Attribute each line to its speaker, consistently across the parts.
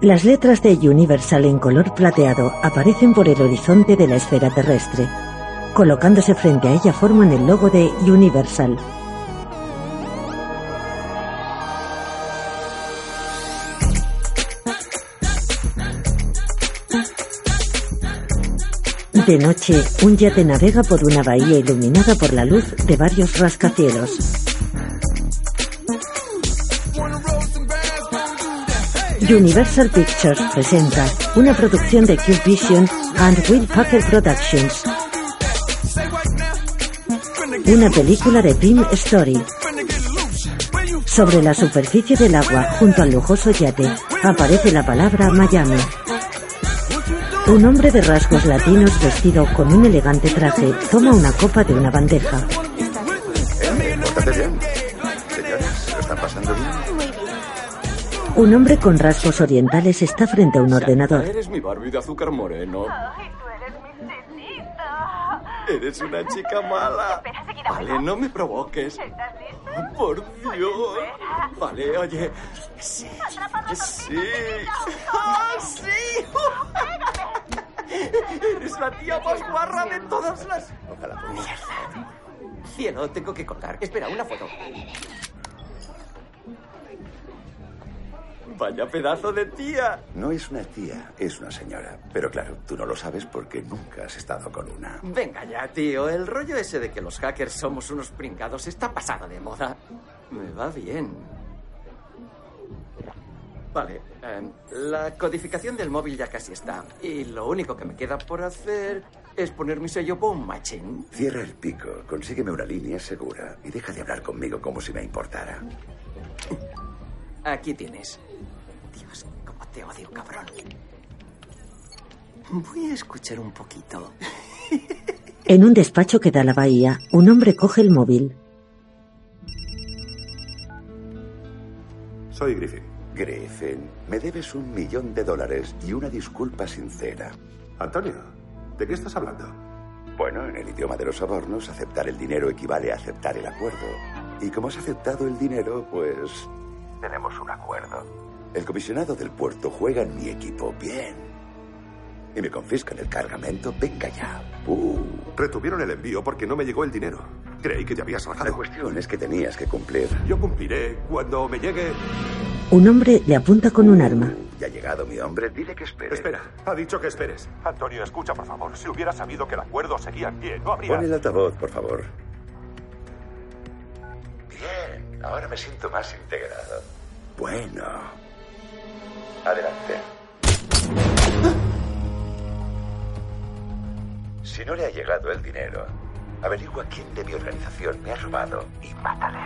Speaker 1: Las letras de Universal en color plateado aparecen por el horizonte de la esfera terrestre. Colocándose frente a ella forman el logo de Universal. De noche, un yate navega por una bahía iluminada por la luz de varios rascacielos. Universal Pictures presenta una producción de Cube Vision and Will Packer Productions. Una película de Pim Story. Sobre la superficie del agua, junto al lujoso yate, aparece la palabra Miami. Un hombre de rasgos latinos vestido con un elegante traje toma una copa de una bandeja.
Speaker 2: Eh, Pórtate bien. Señoras, ¿lo están pasando bien?
Speaker 1: Un hombre con rasgos orientales está frente a un ordenador.
Speaker 3: Eres mi Barbie de azúcar moreno.
Speaker 4: Ay, tú eres mi cecita.
Speaker 3: Eres una chica mala.
Speaker 4: Espera, seguida,
Speaker 3: Vale,
Speaker 4: ¿verdad?
Speaker 3: no me provoques.
Speaker 4: ¿Estás listo?
Speaker 3: Por Dios. Vale, oye. Sí. Sí. ¡Ah, sí! Eres la tía más guarra de todas las.
Speaker 2: Ojalá.
Speaker 3: Cielo, tengo que colgar. Espera, una foto. Vaya pedazo de tía.
Speaker 2: No es una tía, es una señora. Pero claro, tú no lo sabes porque nunca has estado con una.
Speaker 3: Venga ya, tío. El rollo ese de que los hackers somos unos pringados está pasado de moda. Me va bien. Vale, eh, la codificación del móvil ya casi está. Y lo único que me queda por hacer es poner mi sello Bone Machine.
Speaker 2: Cierra el pico, consígueme una línea segura y deja de hablar conmigo como si me importara.
Speaker 3: Aquí tienes. Dios, cómo te odio, cabrón. Voy a escuchar un poquito.
Speaker 1: En un despacho que da a la bahía, un hombre coge el móvil.
Speaker 2: Soy Griffin. Griffin, me debes un millón de dólares y una disculpa sincera.
Speaker 5: Antonio, ¿de qué estás hablando?
Speaker 2: Bueno, en el idioma de los sobornos, aceptar el dinero equivale a aceptar el acuerdo. Y como has aceptado el dinero, pues... Tenemos un acuerdo. El comisionado del puerto juega en mi equipo. Bien. Y me confiscan el cargamento. Venga ya. Uh.
Speaker 5: Retuvieron el envío porque no me llegó el dinero. Creí que te habías
Speaker 2: La
Speaker 5: rajado.
Speaker 2: cuestión es que tenías que cumplir.
Speaker 5: Yo cumpliré cuando me llegue.
Speaker 1: Un hombre le apunta con un arma.
Speaker 2: Ya ha llegado mi hombre. Dile que espere.
Speaker 5: Espera, ha dicho que esperes. Antonio, escucha, por favor. Si hubiera sabido que el acuerdo seguía en pie, no habría.
Speaker 2: Pon el altavoz, por favor. Bien, ahora me siento más integrado. Bueno. Adelante. Si no le ha llegado el dinero, averigua quién de mi organización me ha robado y mátale.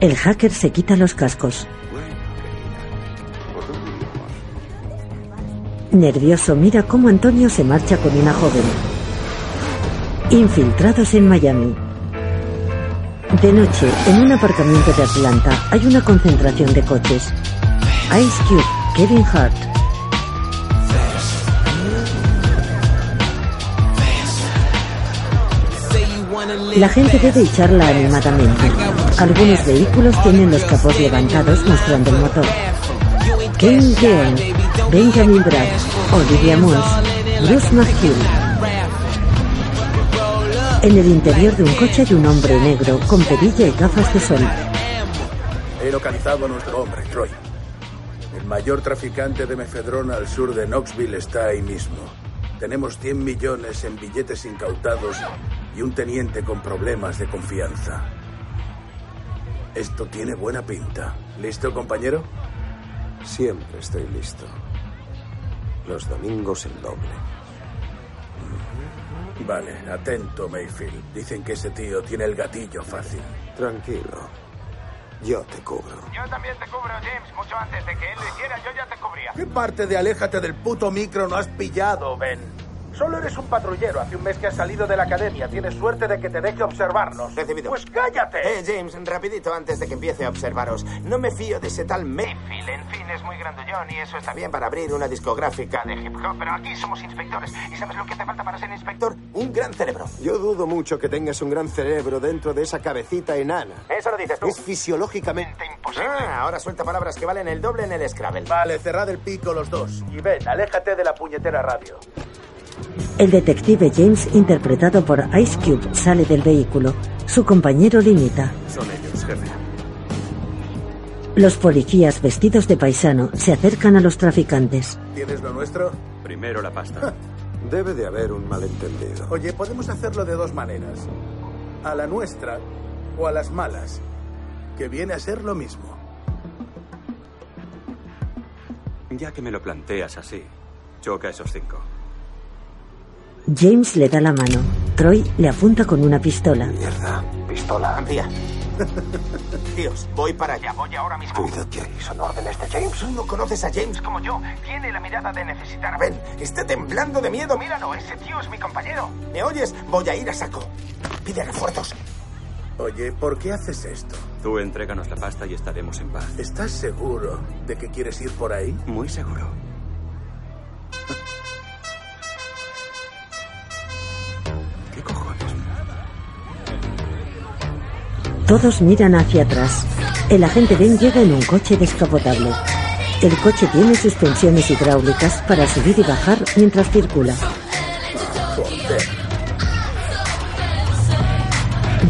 Speaker 1: El hacker se quita los cascos. Nervioso mira cómo Antonio se marcha con una joven. Infiltrados en Miami. De noche, en un aparcamiento de Atlanta, hay una concentración de coches. Ice Cube, Kevin Hart. La gente debe y charla animadamente. Algunos vehículos tienen los capós levantados mostrando el motor. Ken Jeong, Benjamin Bragg, Olivia Munz, Bruce McHugh. En el interior de un coche hay un hombre negro con perilla y gafas de sol.
Speaker 6: He localizado a nuestro hombre, Troy. El mayor traficante de mefedrona al sur de Knoxville está ahí mismo. Tenemos 100 millones en billetes incautados y un teniente con problemas de confianza. Esto tiene buena pinta. ¿Listo, compañero?
Speaker 7: Siempre estoy listo. Los domingos el doble.
Speaker 6: Vale, atento, Mayfield. Dicen que ese tío tiene el gatillo fácil.
Speaker 7: Tranquilo. Yo te cubro.
Speaker 8: Yo también te cubro, James. Mucho antes de que él lo hiciera, yo ya te cubría.
Speaker 6: ¿Qué parte de aléjate del puto micro no has pillado, Ben?
Speaker 8: Solo eres un patrullero. Hace un mes que has salido de la academia. Tienes suerte de que te deje observarnos.
Speaker 9: Recibido.
Speaker 8: Pues cállate.
Speaker 9: Eh, James, rapidito antes de que empiece a observaros. No me fío de ese tal Mayfield.
Speaker 8: En fin, es muy grandullón y eso
Speaker 9: Está bien para abrir una discográfica de hip hop.
Speaker 8: pero aquí somos inspectores. ¿Y sabes lo que hace falta para ser inspector?
Speaker 9: Doctor, un gran cerebro.
Speaker 7: Yo dudo mucho que tengas un gran cerebro dentro de esa cabecita enana.
Speaker 9: Eso lo dices tú.
Speaker 7: Es fisiológicamente
Speaker 8: Te
Speaker 10: posible.
Speaker 11: Ah, ahora suelta palabras que valen el doble en el Scrabble.
Speaker 6: Vale, cerrad el pico los dos.
Speaker 3: Y ven, aléjate de la puñetera radio.
Speaker 1: El detective James, interpretado por Ice Cube, sale del vehículo. Su compañero le imita.
Speaker 10: Son ellos, jefe.
Speaker 1: Los policías, vestidos de paisano, se acercan a los traficantes.
Speaker 6: ¿Tienes lo nuestro?
Speaker 10: Primero la pasta.
Speaker 12: Debe de haber un malentendido.
Speaker 6: Oye, podemos hacerlo de dos maneras. A la nuestra o a las malas, que viene a ser lo mismo.
Speaker 10: Ya que me lo planteas así, choca esos cinco.
Speaker 1: James le da la mano. Troy le apunta con una pistola.
Speaker 12: Mierda, pistola.
Speaker 11: Amplía. Dios, voy para allá, voy ahora mismo.
Speaker 12: Cuídate ahí, son órdenes de James.
Speaker 11: James, no conoces a James como yo. Tiene la mirada de necesitar. Ven, está temblando de miedo. Míralo, ese tío es mi compañero. ¿Me oyes? Voy a ir a saco. Pide refuerzos.
Speaker 6: Oye, ¿por qué haces esto?
Speaker 10: Tú entréganos la pasta y estaremos en paz.
Speaker 6: ¿Estás seguro de que quieres ir por ahí?
Speaker 10: Muy seguro. ¿Qué cojones?
Speaker 1: Todos miran hacia atrás. El agente Ben llega en un coche descapotable. El coche tiene suspensiones hidráulicas para subir y bajar mientras circula.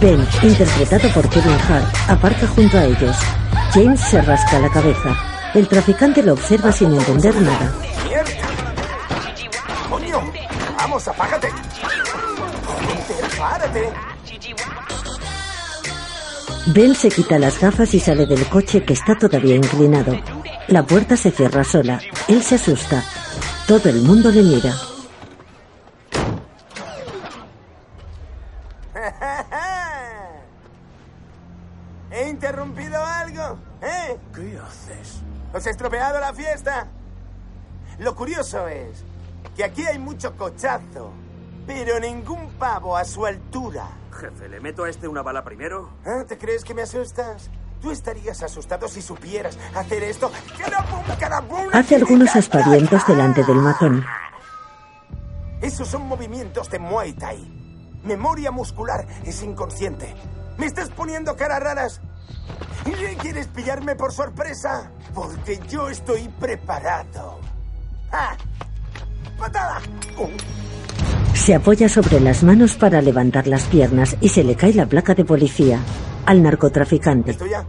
Speaker 1: Ben, interpretado por Kevin Hart, aparca junto a ellos. James se rasca la cabeza. El traficante lo observa sin entender nada.
Speaker 11: ¡Mierda! ¡Coño! ¡Vamos, apágate! ¡Joder, párate!
Speaker 1: Ben se quita las gafas y sale del coche que está todavía inclinado. La puerta se cierra sola. Él se asusta. Todo el mundo le mira.
Speaker 11: ¿He interrumpido algo? ¿Eh?
Speaker 6: ¿Qué haces?
Speaker 11: ¿Os he estropeado la fiesta? Lo curioso es que aquí hay mucho cochazo, pero ningún pavo a su altura.
Speaker 3: Jefe, ¿le meto a este una bala primero?
Speaker 11: ¿Ah, ¿Te crees que me asustas? Tú estarías asustado si supieras hacer esto. ¡Carabum, carabum!
Speaker 1: Hace algunos aspavientos delante del matón.
Speaker 11: Esos son movimientos de Muay Thai. Memoria muscular es inconsciente. ¿Me estás poniendo caras raras? ¿Quieres pillarme por sorpresa? Porque yo estoy preparado. ¡Ah! ¡Patada! ¡Oh!
Speaker 1: Se apoya sobre las manos para levantar las piernas y se le cae la placa de policía al narcotraficante.
Speaker 11: ¿Es tuya?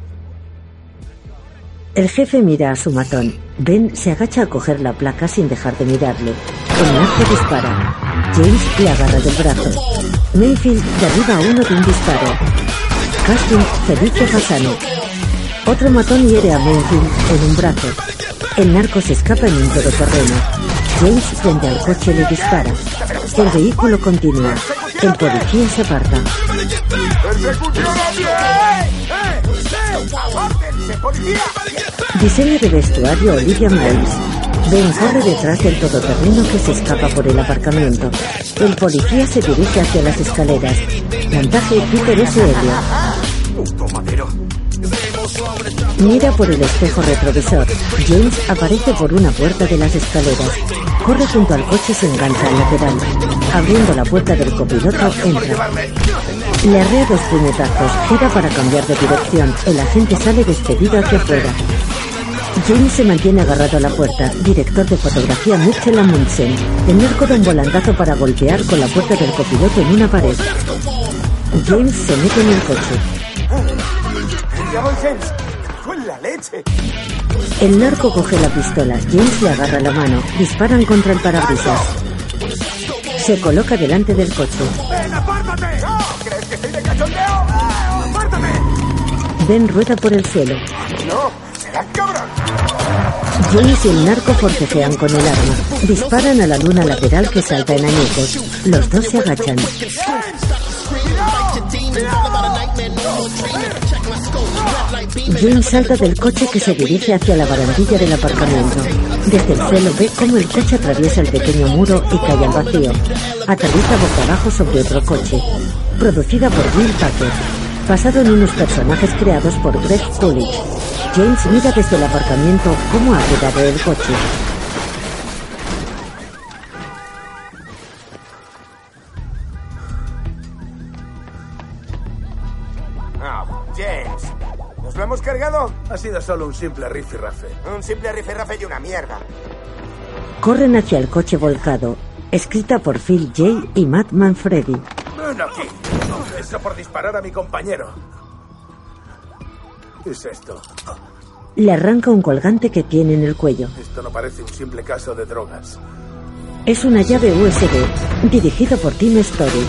Speaker 1: El jefe mira a su matón. Ben se agacha a coger la placa sin dejar de mirarle. El narco dispara. James le agarra del brazo. Mayfield derriba a uno de un disparo. Casting Felice Fasano. Otro matón hiere a Mayfield en un brazo. El narco se escapa en un todoterreno. James frente al coche le dispara. El vehículo continúa. El policía se aparta.
Speaker 11: ¡Apártense, policía!
Speaker 1: Diseño de vestuario Olivia Miles. Ben corre detrás del todoterreno que se escapa por el aparcamiento. El policía se dirige hacia las escaleras. Montaje Peter S. Elliot.
Speaker 10: Puto madero.
Speaker 1: Mira por el espejo retrovisor. James aparece por una puerta de las escaleras. Corre junto al coche y se engancha al lateral. Abriendo la puerta del copiloto, entra. Le arrea dos puñetazos, gira para cambiar de dirección. El agente sale despedido hacia afuera. James se mantiene agarrado a la puerta. Director de fotografía Mitchell Amundsen. El narco da un volantazo para golpear con la puerta del copiloto en una pared. James se mete en el coche.
Speaker 11: ¡Ya voy, James! ¡Con la leche!
Speaker 1: El narco coge la pistola, James le agarra la mano, disparan contra el parabrisas. Se coloca delante del coche.
Speaker 11: ¡Ven, apártate! ¡No! ¿Crees que estoy de cachondeo? ¡Ah, ¡Apártate!
Speaker 1: Ben rueda por el suelo.
Speaker 11: ¡No! ¡Será cabrón!
Speaker 1: James y el narco forcejean con el arma. Disparan a la luna lateral que salta en añicos. Los dos se agachan. James salta del coche que se dirige hacia la barandilla del aparcamiento. Desde el suelo ve cómo el coche atraviesa el pequeño muro y cae al vacío. Aterriza boca abajo sobre otro coche. Producida por Will Packer. Basado en unos personajes creados por Greg Coolidge. James mira desde el aparcamiento cómo ha quedado el coche.
Speaker 11: No, Ah, James. Nos ¿Lo hemos cargado?
Speaker 6: Ha sido solo un simple rifirrafe.
Speaker 11: Un simple rifirrafe y una mierda.
Speaker 1: Corren hacia el coche volcado, escrita por Phil Jay y Matt Manfredi.
Speaker 6: Ven aquí. Eso por disparar a mi compañero. ¿Qué es esto?
Speaker 1: Le arranca un colgante que tiene en el cuello.
Speaker 6: Esto no parece un simple caso de drogas.
Speaker 1: Es una llave USB, dirigido por Tim Story.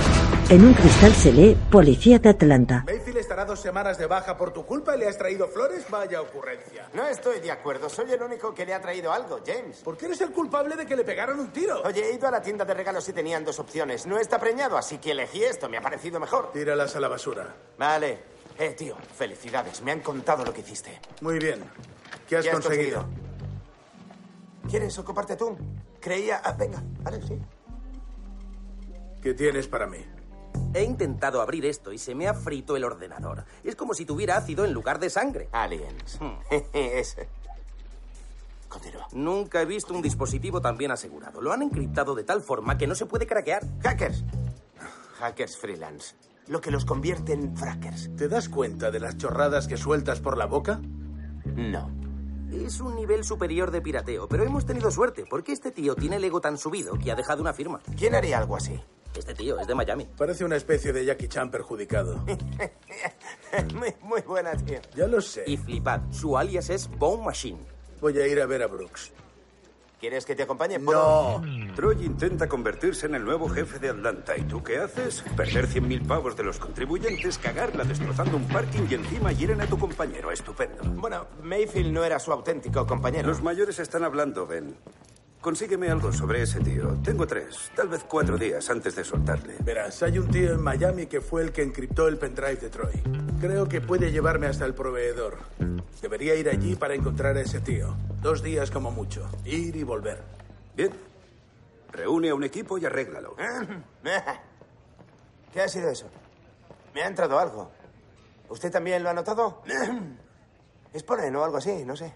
Speaker 1: En un cristal se lee Policía de Atlanta.
Speaker 6: Mayfield estará dos semanas de baja por tu culpa y le has traído flores. Vaya ocurrencia.
Speaker 11: No estoy de acuerdo. Soy el único que le ha traído algo, James.
Speaker 6: ¿Por qué eres el culpable de que le pegaron un tiro?
Speaker 11: Oye, he ido a la tienda de regalos y tenían dos opciones. No está preñado, así que elegí esto. Me ha parecido mejor.
Speaker 6: Tíralas a la basura.
Speaker 11: Vale. Eh, tío, felicidades. Me han contado lo que hiciste.
Speaker 6: Muy bien. ¿Qué has,
Speaker 11: ¿Qué has
Speaker 6: conseguido?
Speaker 11: ¿Quieres ocuparte tú? Creía... ah, venga, vale, sí.
Speaker 6: ¿Qué tienes para mí?
Speaker 13: He intentado abrir esto y se me ha frito el ordenador. Es como si tuviera ácido en lugar de sangre. Hmm.
Speaker 11: Aliens. Ese. Continúa.
Speaker 13: Nunca he visto un dispositivo tan bien asegurado. Lo han encriptado de tal forma que no se puede craquear.
Speaker 11: Hackers. Hackers freelance. Lo que los convierte en frackers.
Speaker 6: ¿Te das cuenta de las chorradas que sueltas por la boca?
Speaker 11: No.
Speaker 13: Es un nivel superior de pirateo, pero hemos tenido suerte, porque este tío tiene el ego tan subido que ha dejado una firma.
Speaker 11: ¿Quién haría algo así?
Speaker 13: Este tío es de Miami.
Speaker 6: Parece una especie de Jackie Chan perjudicado.
Speaker 11: muy, muy buena, tío.
Speaker 6: Ya lo sé.
Speaker 13: Y flipad, su alias es Bone Machine.
Speaker 6: Voy a ir a ver a Brooks.
Speaker 11: ¿Quieres que te acompañe? Puedo-
Speaker 6: No.
Speaker 2: Troy intenta convertirse en el nuevo jefe de Atlanta. ¿Y tú qué haces? Perder 100.000 pavos de los contribuyentes, cagarla destrozando un parking y encima hieren a tu compañero. Estupendo.
Speaker 11: Bueno, Mayfield no era su auténtico compañero.
Speaker 2: Los mayores están hablando, Ben. Consígueme algo sobre ese tío. Tengo tres, tal vez cuatro días antes de soltarle.
Speaker 6: Verás, hay un tío en Miami que fue el que encriptó el pendrive de Troy. Creo que puede llevarme hasta el proveedor. Debería ir allí para encontrar a ese tío. Dos días como mucho. Ir y volver.
Speaker 2: Bien. Reúne a un equipo y arréglalo.
Speaker 11: ¿Qué ha sido eso? Me ha entrado algo. ¿Usted también lo ha notado? Es polen o algo así, no sé.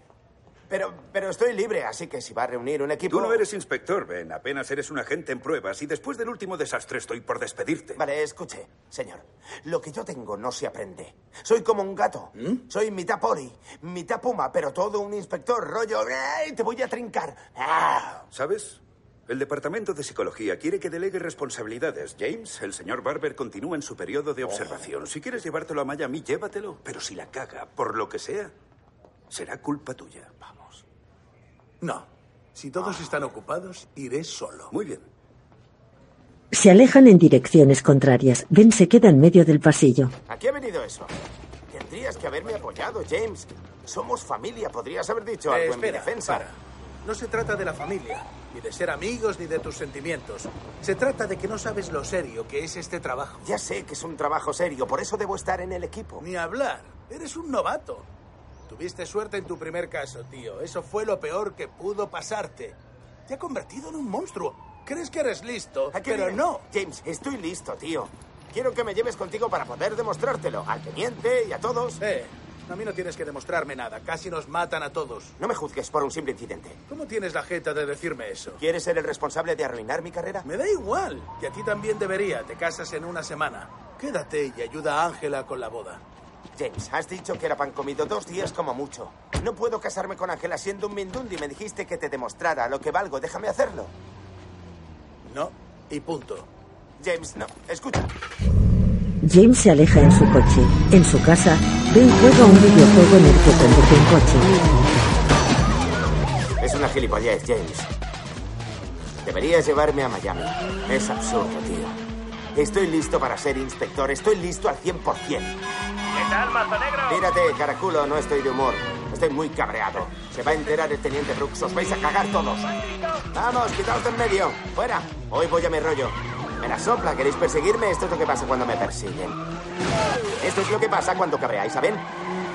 Speaker 11: Pero, pero estoy libre, así que si va a reunir un equipo...
Speaker 2: Tú no eres inspector, Ben. Apenas eres un agente en pruebas y después del último desastre estoy por despedirte.
Speaker 11: Vale, escuche, señor. Lo que yo tengo no se aprende. Soy como un gato.
Speaker 2: ¿Mm?
Speaker 11: Soy mitad pori, mitad puma, pero todo un inspector, rollo... "Ay, Te voy a trincar. ¡Ah!
Speaker 2: ¿Sabes? El Departamento de Psicología quiere que delegue responsabilidades. James, el señor Barber continúa en su periodo de observación. Si quieres llevártelo a Miami, llévatelo. Pero si la caga, por lo que sea, será culpa tuya. Vamos.
Speaker 6: No. Si todos están ocupados, iré solo.
Speaker 2: Muy bien.
Speaker 1: Se alejan en direcciones contrarias. Ben se queda en medio del pasillo.
Speaker 11: ¿A qué ha venido eso? Tendrías que haberme apoyado, James. Somos familia, podrías haber dicho
Speaker 6: Eh,
Speaker 11: algo en mi
Speaker 6: espera,
Speaker 11: defensa.
Speaker 6: para. No se trata de la familia, ni de ser amigos, ni de tus sentimientos. Se trata de que no sabes lo serio que es este trabajo.
Speaker 11: Ya sé que es un trabajo serio, por eso debo estar en el equipo.
Speaker 6: Ni hablar. Eres un novato. Tuviste suerte en tu primer caso, tío. Eso fue lo peor que pudo pasarte. Te ha convertido en un monstruo. Crees que eres listo,
Speaker 11: ¿A qué
Speaker 6: pero
Speaker 11: vienes?
Speaker 6: no.
Speaker 11: James, estoy listo, tío. Quiero que me lleves contigo para poder demostrártelo. Al teniente y a todos.
Speaker 6: Eh, a mí no tienes que demostrarme nada. Casi nos matan a todos.
Speaker 11: No me juzgues por un simple incidente.
Speaker 6: ¿Cómo tienes la jeta de decirme eso?
Speaker 11: ¿Quieres ser el responsable de arruinar mi carrera?
Speaker 6: Me da igual, que a ti también debería. Te casas en una semana. Quédate y ayuda a Ángela con la boda.
Speaker 11: James, has dicho que era pan comido dos días como mucho. No puedo casarme con Ángela siendo un mindundi. Me dijiste que te demostrara lo que valgo. Déjame hacerlo.
Speaker 6: No, y punto.
Speaker 11: James, no. Escucha.
Speaker 1: James se aleja en su coche. En su casa, Ben juega a un videojuego en el que conduce un coche.
Speaker 11: Es una gilipollez, James. Deberías llevarme a Miami. Es absurdo, tío. Estoy listo para ser inspector. Estoy listo al 100%. ¿Qué tal, Mazo Negro? Mírate, caraculo. No estoy de humor. Estoy muy cabreado. Se va a enterar el teniente Brooks. Os vais a cagar todos. Vamos, quitaos de en medio. Fuera. Hoy voy a mi rollo. Me la sopla. ¿Queréis perseguirme? Esto es lo que pasa cuando me persiguen. Esto es lo que pasa cuando cabreáis, ¿saben?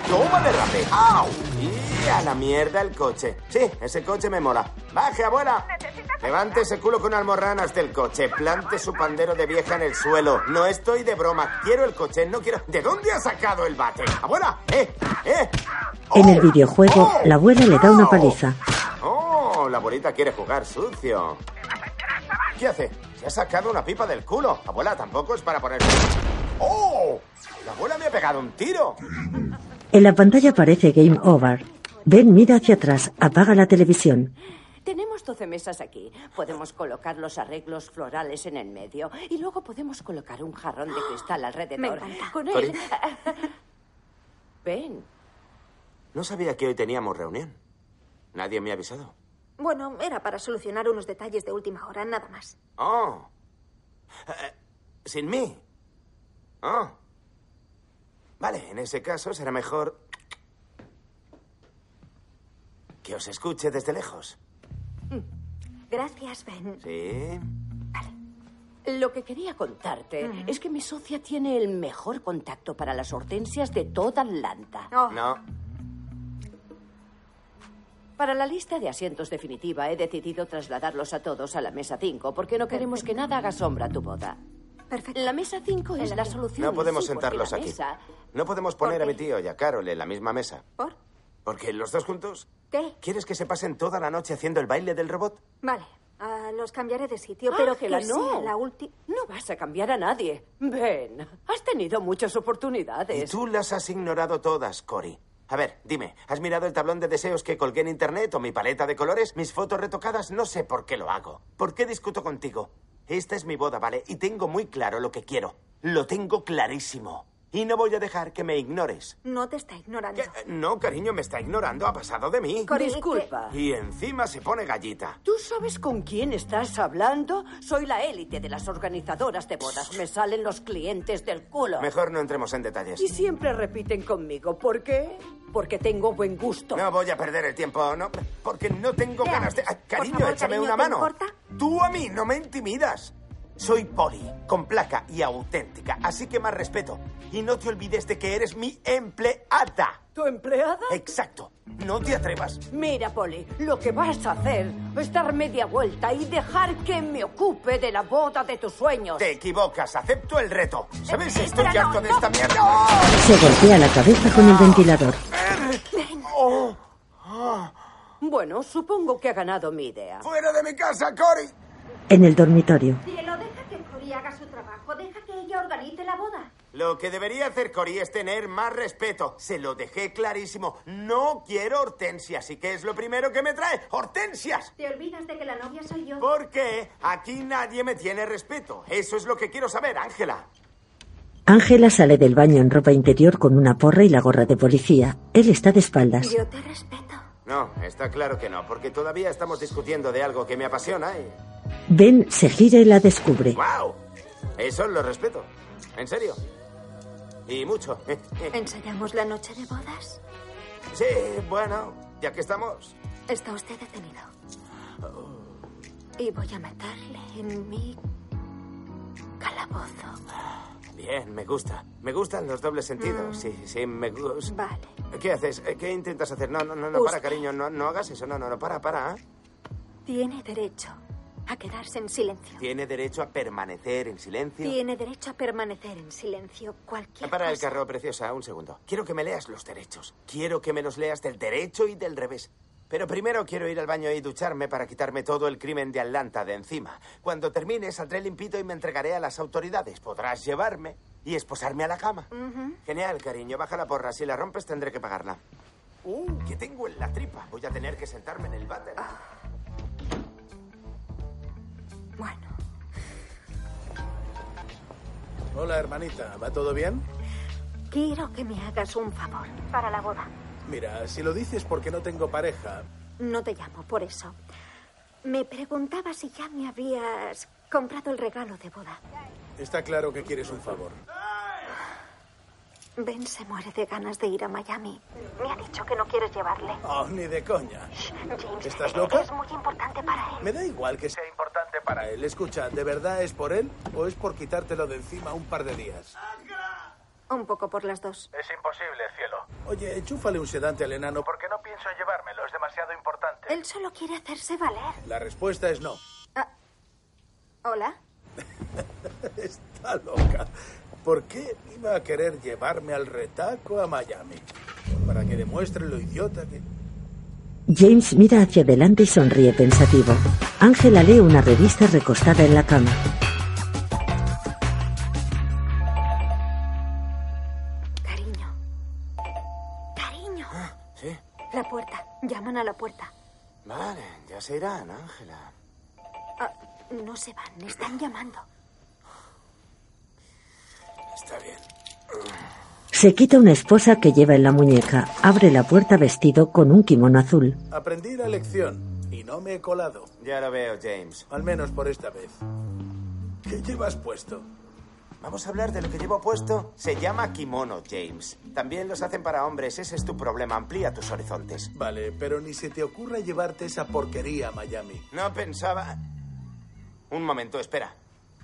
Speaker 11: ¡Toma derrape! ¡Au! ¡Y a la mierda el coche! Sí, ese coche me mola. ¡Baje, abuela! Levante ese culo con almorranas del coche. Plante su pandero de vieja en el suelo. No estoy de broma. Quiero el coche, no quiero... ¿De dónde ha sacado el bate? ¡Abuela! ¡Eh! ¡Eh!
Speaker 1: En el videojuego,
Speaker 11: ¡Oh!
Speaker 1: la abuela le da una
Speaker 11: ¡Oh!
Speaker 1: paliza.
Speaker 11: ¡Oh! La abuelita quiere jugar sucio. ¿Qué hace? Se ha sacado una pipa del culo. Abuela, tampoco es para poner... ¡Oh! La abuela me ha pegado un tiro.
Speaker 1: En la pantalla aparece Game Over. Ben mira hacia atrás, apaga la televisión.
Speaker 14: Tenemos 12 mesas aquí. Podemos colocar los arreglos florales en el medio y luego podemos colocar un jarrón de cristal alrededor. Con él. Ven.
Speaker 11: No sabía que hoy teníamos reunión. Nadie me ha avisado.
Speaker 15: Bueno, era para solucionar unos detalles de última hora, nada más.
Speaker 11: Oh. Eh, ¿Sin mí? Oh. Vale, en ese caso será mejor que os escuche desde lejos.
Speaker 15: Gracias, Ben.
Speaker 11: Sí.
Speaker 14: Lo que quería contarte es que mi socia tiene el mejor contacto para las hortensias de toda Atlanta.
Speaker 11: No.
Speaker 14: Para la lista de asientos definitiva he decidido trasladarlos a todos a la mesa 5 porque no queremos que nada haga sombra a tu boda. Perfecto. La mesa 5 es la solución.
Speaker 11: No podemos
Speaker 14: sí, porque
Speaker 11: sentarlos
Speaker 14: la
Speaker 11: aquí.
Speaker 14: mesa-
Speaker 11: No podemos poner a mi tío y a Carol en la misma mesa.
Speaker 15: ¿Por?
Speaker 11: Porque los dos juntos.
Speaker 15: ¿Qué?
Speaker 11: ¿Quieres que se pasen toda la noche haciendo el baile del robot?
Speaker 15: Vale, ah, los cambiaré de sitio, pero que
Speaker 14: Ángela,
Speaker 15: sea
Speaker 14: no.
Speaker 15: la última.
Speaker 14: No vas a cambiar a nadie. Ven, has tenido muchas
Speaker 11: Y
Speaker 14: oportunidades.
Speaker 11: tú las has ignorado todas, Cory. A ver, dime, ¿has mirado el tablón de deseos que colgué en internet o mi paleta de colores? Mis fotos retocadas, no sé por qué lo hago. ¿Por qué discuto contigo? Esta es mi boda, ¿vale? Y tengo muy claro lo que quiero. Lo tengo clarísimo. Y no voy a dejar que me ignores.
Speaker 15: No te está ignorando.
Speaker 11: Eh, No, cariño, me está ignorando. Ha pasado de mí.
Speaker 14: Cory, Disculpa.
Speaker 11: Y encima se pone gallita.
Speaker 14: ¿Tú sabes con quién estás hablando? Soy la élite de las organizadoras de bodas. Me salen los clientes del culo.
Speaker 11: Mejor no entremos en detalles.
Speaker 14: Y siempre repiten conmigo. ¿Por qué? Porque tengo buen gusto.
Speaker 11: No voy a perder el tiempo, no, porque no tengo
Speaker 14: ¿Qué
Speaker 11: ganas de. Ah, cariño,
Speaker 14: favor,
Speaker 11: échame
Speaker 14: cariño,
Speaker 11: una
Speaker 14: ¿te
Speaker 11: mano.
Speaker 14: importa?
Speaker 11: Tú a mí no me intimidas. Soy poli, con placa y auténtica, así que más respeto. Y no te olvides de que eres mi empleada.
Speaker 14: ¿Tu empleada?
Speaker 11: Exacto. No te atrevas.
Speaker 14: Mira, Polly, lo que vas a hacer es dar media vuelta y dejar que me ocupe de la boda de tus sueños.
Speaker 11: Te equivocas. Acepto el reto. ¿Sabes? Estoy
Speaker 14: Eh, espera,
Speaker 11: harto
Speaker 14: no,
Speaker 11: de
Speaker 14: no.
Speaker 11: esta mierda.
Speaker 1: Se golpea la cabeza con el ventilador.
Speaker 14: Oh. Bueno, supongo que ha ganado mi idea.
Speaker 11: ¡Fuera de mi casa, Cory!
Speaker 1: En el dormitorio,
Speaker 15: Cielo, deja que Cory haga su trabajo. Deja que ella organice la boda.
Speaker 11: Lo que debería hacer Cory es tener más respeto. Se lo dejé clarísimo. No quiero hortensias. ¿Y qué es lo primero que me trae? ¡Hortensias!
Speaker 15: Te olvidas de que la novia soy yo.
Speaker 11: Porque aquí nadie me tiene respeto. Eso es lo que quiero saber, Ángela.
Speaker 1: Ángela sale del baño en ropa interior con una porra y la gorra de policía. Él está de espaldas.
Speaker 15: Yo te respeto.
Speaker 11: No, está claro que no, porque todavía estamos discutiendo de algo que me apasiona y...
Speaker 1: Ben se gira y la descubre.
Speaker 11: ¡Wow! Eso lo respeto. En serio. Y mucho.
Speaker 15: ¿Ensayamos la noche de bodas?
Speaker 11: Sí, bueno, ya que estamos...
Speaker 15: Está usted detenido. Y voy a meterle en mi calabozo.
Speaker 11: Bien, me gusta. Me gustan los dobles sentidos. Sí, sí, me gusta. Vale. ¿Qué haces? Eh, ¿Qué intentas hacer? No, no, no, no, para,
Speaker 15: Usted.
Speaker 11: cariño. No, no hagas eso. No, no, no, para, para. ¿eh?
Speaker 15: Tiene derecho a quedarse en silencio.
Speaker 11: Tiene derecho a permanecer en silencio.
Speaker 15: Tiene derecho a permanecer en silencio cualquier
Speaker 11: Para el
Speaker 15: cosa.
Speaker 11: carro, preciosa, un segundo. Quiero que me leas los derechos. Quiero que me los leas del derecho y del revés. Pero primero quiero ir al baño y ducharme para quitarme todo el crimen de Atlanta de encima. Cuando termine, saldré limpito y me entregaré a las autoridades. Podrás llevarme y esposarme a la cama.
Speaker 6: Mm.
Speaker 15: Ujú.
Speaker 11: Genial, cariño. Baja la porra. Si la rompes, tendré que pagarla. Uh, ¿qué tengo en la tripa? Voy a tener que sentarme en el váter.
Speaker 6: Hola, hermanita. ¿Va todo bien?
Speaker 15: Quiero que me hagas un favor para la boda.
Speaker 6: Mira, si lo dices porque no tengo pareja,
Speaker 15: No te llamo por eso. Me preguntaba si ya me habías comprado el regalo de boda.
Speaker 6: está claro que quieres un favor.
Speaker 15: Ben se muere de ganas de ir a Miami. Me ha dicho que no quieres llevarle.
Speaker 6: Oh, ni de coña.
Speaker 15: James,
Speaker 6: ¿Estás loca?
Speaker 15: Es muy importante para él.
Speaker 6: Me da igual que sea importante para él. Escucha, ¿de verdad es por él o es por quitártelo de encima un par de días?
Speaker 15: Un poco por las dos.
Speaker 6: Es imposible, cielo. Oye, enchúfale un sedante al enano porque no pienso llevármelo. Es demasiado importante.
Speaker 15: Él solo quiere hacerse valer.
Speaker 6: La respuesta es no.
Speaker 15: Hola.
Speaker 6: Está loca. ¿Por qué iba a querer llevarme al retaco a Miami? Para que demuestre lo idiota que...
Speaker 1: James mira hacia adelante y sonríe pensativo. Ángela lee una revista recostada en la cama.
Speaker 15: Cariño,
Speaker 6: Ah,
Speaker 11: Sí.
Speaker 15: La puerta. Llaman a la puerta.
Speaker 11: Vale, ya se irán, Ángela.
Speaker 15: Ah, no se van, están llamando.
Speaker 11: Está bien.
Speaker 1: Se quita una esposa que lleva en la muñeca. Abre la puerta vestido con un kimono azul.
Speaker 6: Aprendí la lección y no me he colado.
Speaker 11: Ya lo veo, James.
Speaker 6: Al menos por esta vez. ¿Qué llevas puesto?
Speaker 11: Vamos a hablar de lo que llevo puesto. Se llama kimono, James. También los hacen para hombres. Ese es tu problema. Amplía tus horizontes.
Speaker 6: Vale, pero ni se te ocurra llevarte esa porquería a Miami.
Speaker 11: No pensaba... Un momento, espera.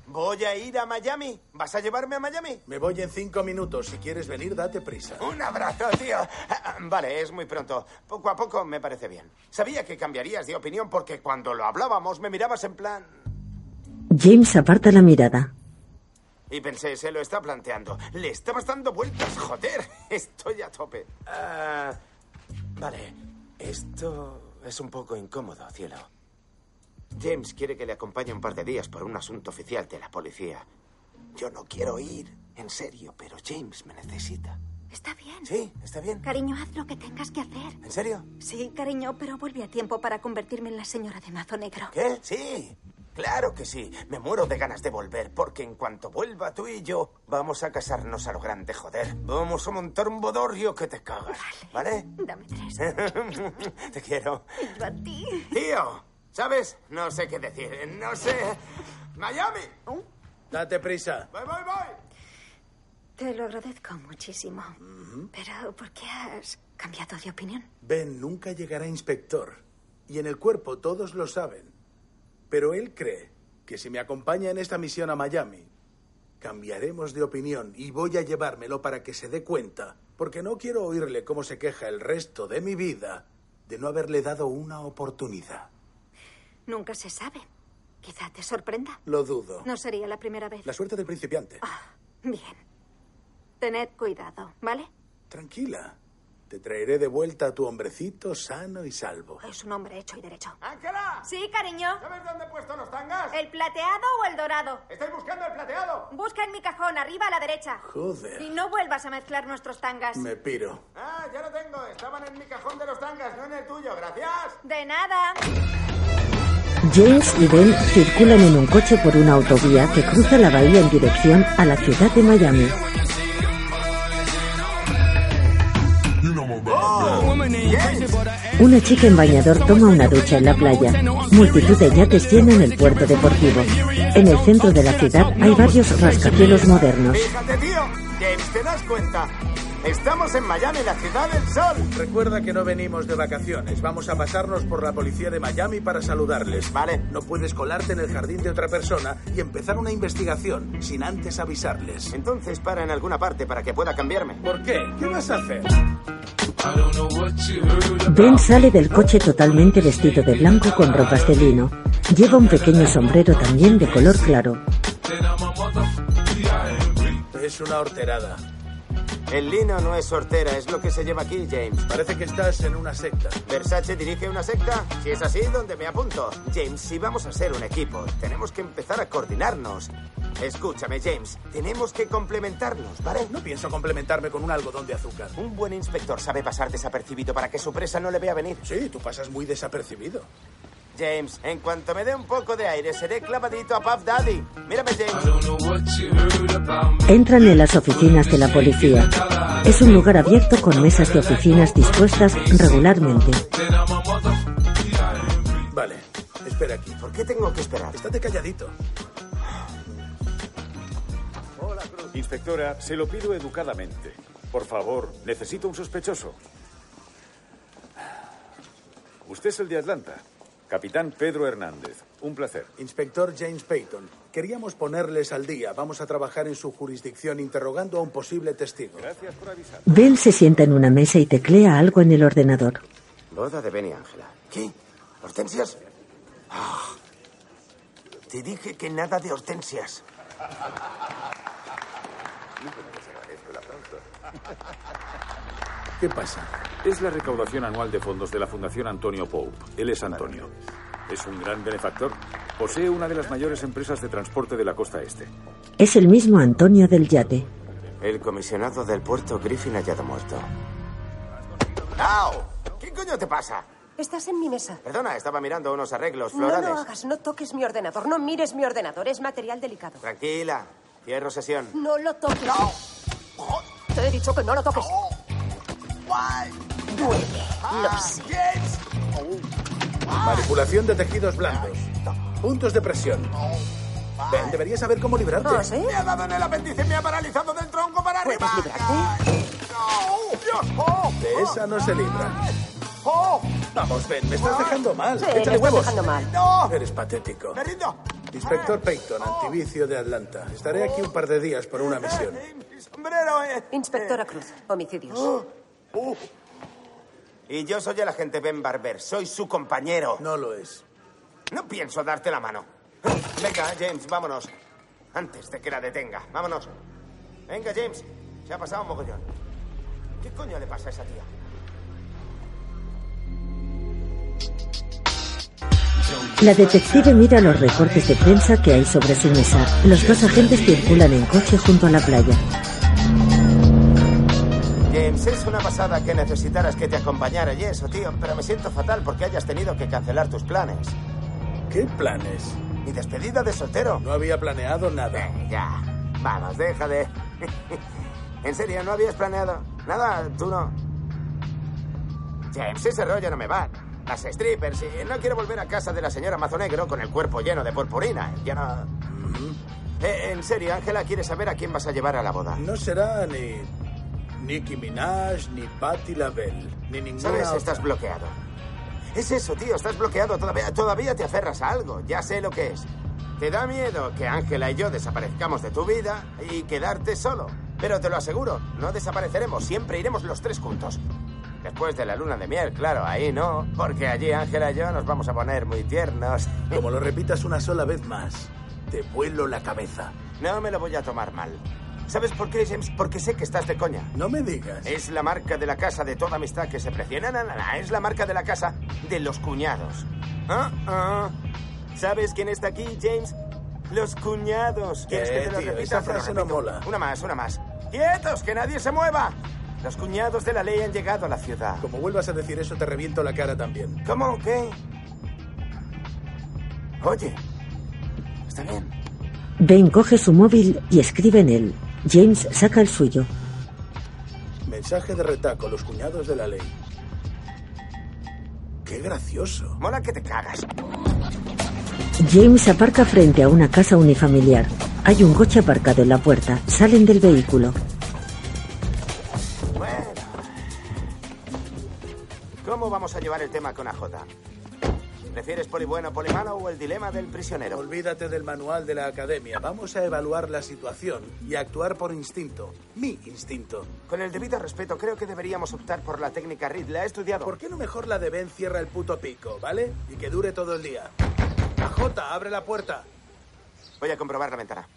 Speaker 11: ¿Voy a ir a Miami? ¿Vas a llevarme a Miami?
Speaker 6: Me voy en cinco minutos. Si quieres venir, date prisa.
Speaker 11: Un abrazo, tío. Vale, es muy pronto. Poco a poco me parece bien. Sabía que cambiarías de opinión porque cuando lo hablábamos me mirabas en plan...
Speaker 1: James aparta la mirada.
Speaker 11: Y pensé, se lo está planteando. Le estabas dando vueltas, joder. Estoy a tope. Ah, vale, esto es un poco incómodo, cielo. James quiere que le acompañe un par de días por un asunto oficial de la policía. Yo no quiero ir, en serio, pero James me necesita.
Speaker 15: Está bien.
Speaker 11: Sí, está bien.
Speaker 15: Cariño, haz lo que tengas que hacer.
Speaker 11: ¿En serio?
Speaker 15: Sí, cariño, pero vuelve a tiempo para convertirme en la señora de mazo negro.
Speaker 11: ¿Qué? Sí. Claro que sí. Me muero de ganas de volver, porque en cuanto vuelva tú y yo, vamos a casarnos a lo grande, joder. Vamos a montar un bodorrio que te cagas. ¿Vale?
Speaker 15: Dame tres.
Speaker 11: te quiero.
Speaker 15: Y yo a ti.
Speaker 11: Tío, ¿sabes? No sé qué decir. No sé. ¡Miami!
Speaker 6: ¿Oh? Date prisa.
Speaker 11: ¡Voy, voy, voy!
Speaker 15: Te lo agradezco muchísimo. Pero ¿por qué has cambiado de opinión?
Speaker 6: Ben nunca llegará inspector. Y en el cuerpo todos lo saben. Pero él cree que si me acompaña en esta misión a Miami, cambiaremos de opinión y voy a llevármelo para que se dé cuenta. Porque no quiero oírle cómo se queja el resto de mi vida de no haberle dado una oportunidad.
Speaker 15: Nunca se sabe. Quizá te sorprenda.
Speaker 6: Lo dudo.
Speaker 15: No sería la primera vez.
Speaker 6: La suerte del principiante.
Speaker 15: Bien. Tened cuidado, ¿vale?
Speaker 6: Tranquila. Te traeré de vuelta a tu hombrecito sano y salvo.
Speaker 15: Es un hombre hecho y derecho.
Speaker 11: ¡Ángela!
Speaker 16: Sí, cariño.
Speaker 11: ¿Sabes dónde he puesto los tangas?
Speaker 16: ¿El plateado o el dorado?
Speaker 11: ¡Estoy buscando el plateado!
Speaker 16: Busca en mi cajón, arriba a la derecha.
Speaker 6: Joder.
Speaker 16: Y no vuelvas a mezclar nuestros tangas.
Speaker 6: Me piro.
Speaker 11: Ah, ya lo tengo. Estaban en mi cajón de los tangas, no en el tuyo. Gracias.
Speaker 16: De nada.
Speaker 1: James y Ben circulan en un coche por una autovía que cruza la bahía en dirección a la ciudad de Miami. Una chica en bañador toma una ducha en la playa. Multitud de yates llenan el puerto deportivo. En el centro de la ciudad hay varios rascacielos modernos.
Speaker 11: Fíjate, tío. James, ¿te das cuenta? Estamos en Miami, la ciudad del sol.
Speaker 6: Recuerda que no venimos de vacaciones. Vamos a pasarnos por la policía de Miami para saludarles.
Speaker 11: Vale.
Speaker 6: No puedes colarte en el jardín de otra persona y empezar una investigación sin antes avisarles.
Speaker 11: Entonces para en alguna parte para que pueda cambiarme.
Speaker 6: ¿Por qué? ¿Qué vas a hacer?
Speaker 1: Ben sale del coche totalmente vestido de blanco con ropas de lino. Lleva un pequeño sombrero también de color claro.
Speaker 6: Es una horterada.
Speaker 11: El lino no es sortera, es lo que se lleva aquí, James.
Speaker 6: Parece que estás en una secta.
Speaker 11: ¿Versace dirige una secta? Si es así, ¿dónde me apunto? James, si vamos a ser un equipo, tenemos que empezar a coordinarnos. Escúchame, James, tenemos que complementarnos, ¿vale?
Speaker 6: No pienso complementarme con un algodón de azúcar.
Speaker 11: Un buen inspector sabe pasar desapercibido para que su presa no le vea venir.
Speaker 6: Sí, tú pasas muy desapercibido.
Speaker 11: James, en cuanto me dé un poco de aire, seré clavadito a Puff Daddy. Mírame, James.
Speaker 1: Entran en las oficinas de la policía. Es un lugar abierto con mesas de oficinas dispuestas regularmente.
Speaker 6: Vale, espera aquí.
Speaker 11: ¿Por qué tengo que esperar?
Speaker 6: Estate calladito.
Speaker 10: Hola, Cruz. Inspectora, se lo pido educadamente. Por favor, necesito un sospechoso. Usted es el de Atlanta. Capitán Pedro Hernández, un placer.
Speaker 6: Inspector James Payton, queríamos ponerles al día. Vamos a trabajar en su jurisdicción interrogando a un posible testigo.
Speaker 10: Gracias por avisar.
Speaker 1: Ben se sienta en una mesa y teclea algo en el ordenador.
Speaker 11: Boda de Benny Ángela. ¿Qué? ¿Hortensias? Ah, te dije que nada de hortensias.
Speaker 6: ¿Qué pasa?
Speaker 10: Es la recaudación anual de fondos de la Fundación Antonio Pope. Él es Antonio. Es un gran benefactor. Posee una de las mayores empresas de transporte de la costa este.
Speaker 1: Es el mismo Antonio del yate.
Speaker 11: El comisionado del puerto Griffin hallado muerto. ¡Au! ¿Qué coño te pasa?
Speaker 17: Estás en mi mesa.
Speaker 11: Perdona, estaba mirando unos arreglos
Speaker 17: No
Speaker 11: Pues florales.
Speaker 17: lo hagas, no toques mi ordenador, no mires mi ordenador, es material delicado.
Speaker 11: Tranquila. Cierro sesión.
Speaker 17: No lo toques. Oh, Te he dicho que no lo toques.
Speaker 6: Duele,
Speaker 17: lo sé.
Speaker 6: Manipulación de tejidos blandos. Puntos de presión. Ben, deberías saber cómo librarte.
Speaker 11: ¿Ah,
Speaker 17: ¿eh?
Speaker 11: sí? Me ha dado en el apéndice, me ha paralizado del tronco para arriba.
Speaker 6: De esa no se libra. Vamos, Ben, me estás dejando mal.
Speaker 17: Sí,
Speaker 6: Échale
Speaker 17: me estás
Speaker 6: huevos.
Speaker 17: dejando mal.
Speaker 6: Eres patético.
Speaker 11: Eh.
Speaker 6: Inspector Peyton, antivicio de Atlanta. Estaré aquí un par de días por una misión.
Speaker 11: Eh.
Speaker 17: Inspectora Cruz, homicidios.
Speaker 11: Y yo soy el agente Ben Barber, soy su compañero.
Speaker 6: No lo es.
Speaker 11: No pienso darte la mano. Venga, James, vámonos. Antes de que la detenga, vámonos. Venga, James, se ha pasado un mogollón. ¿Qué coño le pasa a esa tía?
Speaker 1: La detective mira los recortes de prensa que hay sobre su mesa. Los dos agentes circulan en coche junto a la playa.
Speaker 11: James, es una pasada que necesitaras que te acompañara y eso, tío, pero me siento fatal porque hayas tenido que cancelar tus planes.
Speaker 6: ¿Qué planes?
Speaker 11: Mi despedida de soltero. Eh,
Speaker 6: No había planeado nada.
Speaker 11: ya, vamos, deja de... en serio, no habías planeado nada, tú no. James, ese rollo no me va. Las strippers, y no quiero volver a casa de la señora Mazonegro con el cuerpo lleno de purpurina. Ya no... Eh, en serio, Ángela quiere saber a quién vas a llevar a la boda.
Speaker 6: No será ni Nicki Minaj, ni Patti LaBelle, ni ninguna
Speaker 11: ¿Sabes?
Speaker 6: otra.
Speaker 11: Estás bloqueado. Es eso, tío, estás bloqueado. Todavía, todavía te aferras a algo. Ya sé lo que es. Te da miedo que Ángela y yo desaparezcamos de tu vida y quedarte solo. Pero te lo aseguro, no desapareceremos. Siempre iremos los tres juntos. Después de la luna de miel, claro, ahí no. Porque allí Ángela y yo nos vamos a poner muy tiernos.
Speaker 6: Como lo repitas una sola vez más, te vuelo la cabeza.
Speaker 11: No me lo voy a tomar mal. ¿Sabes por qué, James? Porque sé que estás de coña.
Speaker 6: No me digas.
Speaker 11: Es la marca de la casa de toda amistad que se precie. Na, na, na, na, Es la marca de la casa de los cuñados. Ah, ah. ¿Sabes quién está aquí, James? Los cuñados. ¿Quieres
Speaker 6: Eh,
Speaker 11: que te lo
Speaker 6: tío,
Speaker 11: repita?
Speaker 6: esa
Speaker 11: Te lo
Speaker 6: frase no
Speaker 11: repito.
Speaker 6: mola.
Speaker 11: Una más, una más. ¡Quietos, que nadie se mueva! Los cuñados de la ley han llegado a la ciudad.
Speaker 6: Como vuelvas a decir eso, te reviento la cara también.
Speaker 11: ¿Cómo? ¿Qué? Oye, está bien.
Speaker 1: Ben coge su móvil y escribe en él. James saca el suyo.
Speaker 6: Mensaje de retaco, los cuñados de la ley. Qué gracioso.
Speaker 11: Mola que te cagas.
Speaker 1: James aparca frente a una casa unifamiliar. Hay un coche aparcado en la puerta. Salen del vehículo.
Speaker 11: ¿Cómo vamos a llevar el tema con AJ? ¿Prefieres poli bueno, poli malo o el dilema del prisionero?
Speaker 6: Olvídate del manual de la academia. Vamos a evaluar la situación y a actuar por instinto. Mi instinto.
Speaker 11: Con el debido respeto, creo que deberíamos optar por la técnica Reed. La he estudiado.
Speaker 6: ¿Por qué no mejor la de Ben cierra el puto pico, ¿vale? Y que dure todo el día. Jota, abre la puerta.
Speaker 11: Voy a comprobar la ventana.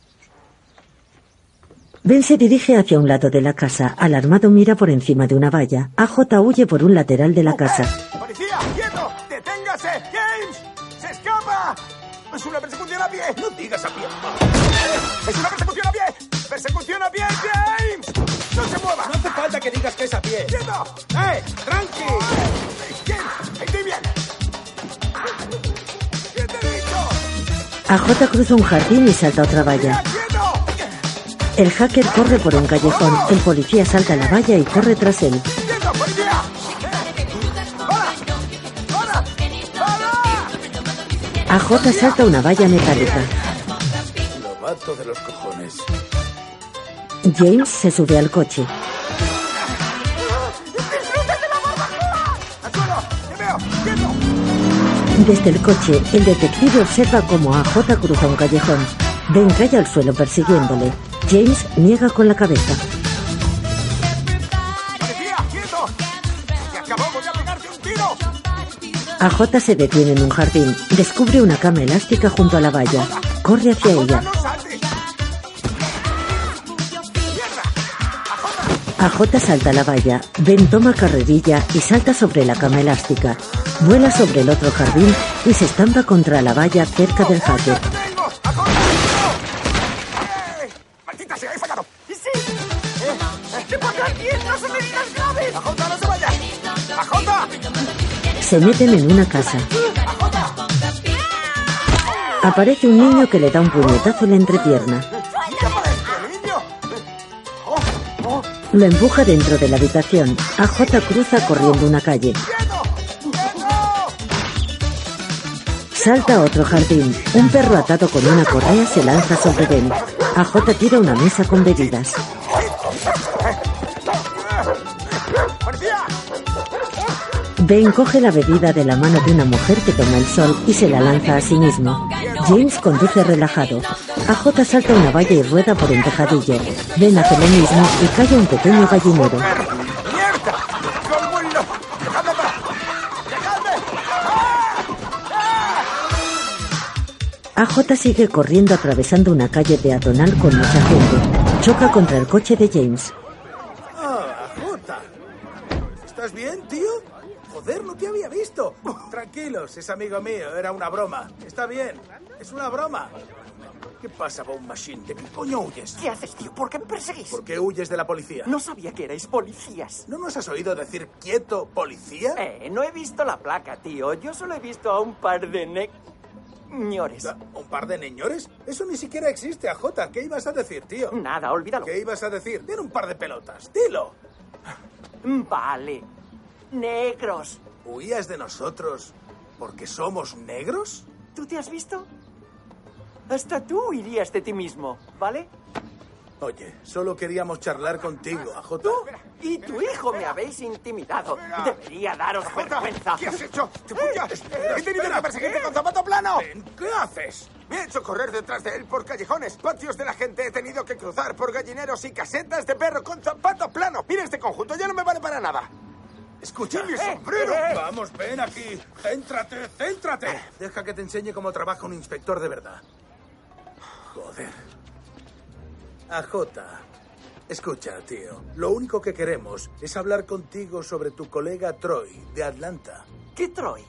Speaker 1: Ben se dirige hacia un lado de la casa. Alarmado mira por encima de una valla. AJ huye por un lateral de la casa.
Speaker 11: ¡Policía! ¡Quieto! ¡Deténgase! ¡James! ¡Se escapa! ¡Es una persecución a pie! ¡No digas a pie! ¡Es una persecución a pie! ¡Persecución a pie, James! ¡No se mueva!
Speaker 6: No hace falta que digas que es a pie.
Speaker 11: ¡Quieto! ¡Eh! ¡Tranqui! ¡James! ¡Estoy bien! ¿Qué te he dicho?
Speaker 1: AJ cruza un jardín y salta a otra valla. El hacker corre por un callejón. El policía salta a la valla y corre tras él.
Speaker 11: ¡Quieto, policía! ¡Hola! ¡Hola!
Speaker 1: AJ salta una valla metálica.
Speaker 6: Novato de los cojones.
Speaker 1: James se sube al coche. Desde el coche, el detective observa cómo AJ cruza un callejón. Ben cae al suelo persiguiéndole. James niega con la cabeza.
Speaker 11: ¡Policía, quieto! ¡Se acabó! ¡Voy a pegarte un tiro!
Speaker 1: AJ se detiene en un jardín. Descubre una cama elástica junto a la valla. Corre hacia ella. AJ salta a la valla. Ben toma carrerilla y salta sobre la cama elástica. Vuela sobre el otro jardín y se estampa contra la valla cerca del hacker.
Speaker 11: ¡Maldita sea, he fallado! ¡Sí! ¡Eh! ¡Que pongan 10 las medidas graves! ¡Ajota, eh. no se vaya!
Speaker 6: ¡Ajota!
Speaker 1: Se meten en una casa. Aparece un niño que le da un puñetazo en la entrepierna. Lo empuja dentro de la habitación. AJ cruza corriendo una calle. Salta a otro jardín. Un perro atado con una correa se lanza sobre Ben. AJ tira una mesa con bebidas. Ben coge la bebida de la mano de una mujer que toma el sol y se la lanza a sí mismo. James conduce relajado. AJ salta una valla y rueda por un tejadillo. Ben hace lo mismo y cae un pequeño gallinero. AJ sigue corriendo atravesando una calle peatonal con mucha gente. Choca contra el coche de James.
Speaker 6: ¡Ah, Jota! ¿Estás bien, tío? Joder, no te había visto. Tranquilos, es amigo mío, era una broma. Está bien, es una broma. ¿Qué pasa, Bone Machine? ¿De qué coño huyes?
Speaker 3: ¿Qué haces, tío? ¿Por qué me perseguís?
Speaker 6: ¿Por qué huyes de la policía?
Speaker 3: No sabía que erais policías.
Speaker 6: ¿No nos has oído decir quieto policía?
Speaker 3: Eh, no he visto la placa, tío. Yo solo he visto a un par de ne... ñores.
Speaker 6: ¿Un par de niñores? Eso ni siquiera existe, AJ. ¿Qué ibas a decir, tío?
Speaker 3: Nada, olvídalo.
Speaker 6: ¿Qué ibas a decir? Tiene un par de pelotas. Dilo.
Speaker 3: Vale. Negros.
Speaker 6: ¿Huías de nosotros porque somos negros?
Speaker 3: ¿Tú te has visto? Hasta tú irías de ti mismo, ¿vale?
Speaker 6: Oye, solo queríamos charlar contigo, AJ.
Speaker 3: Tú y tu hijo me habéis intimidado. Debería daros vergüenza. Eh,
Speaker 6: ¿Qué has hecho? ¡Te puñas!
Speaker 3: espera,
Speaker 6: ¡He tenido
Speaker 3: espera.
Speaker 6: que perseguirte con zapato plano! ¿Qué haces?
Speaker 11: Me he hecho correr detrás de él por callejones, patios de la gente. He tenido que cruzar por gallineros y casetas de perro con zapato plano. Mira este conjunto, ya no me vale para nada. ¿eh?
Speaker 6: Escucha, mi
Speaker 11: sombrero!
Speaker 6: Vamos, ven aquí. Céntrate, céntrate. Eh, Deja que te enseñe cómo trabaja un inspector de verdad. Joder. AJ, escucha, tío. Lo único que queremos es hablar contigo sobre tu colega Troy, de Atlanta.
Speaker 3: ¿Qué Troy?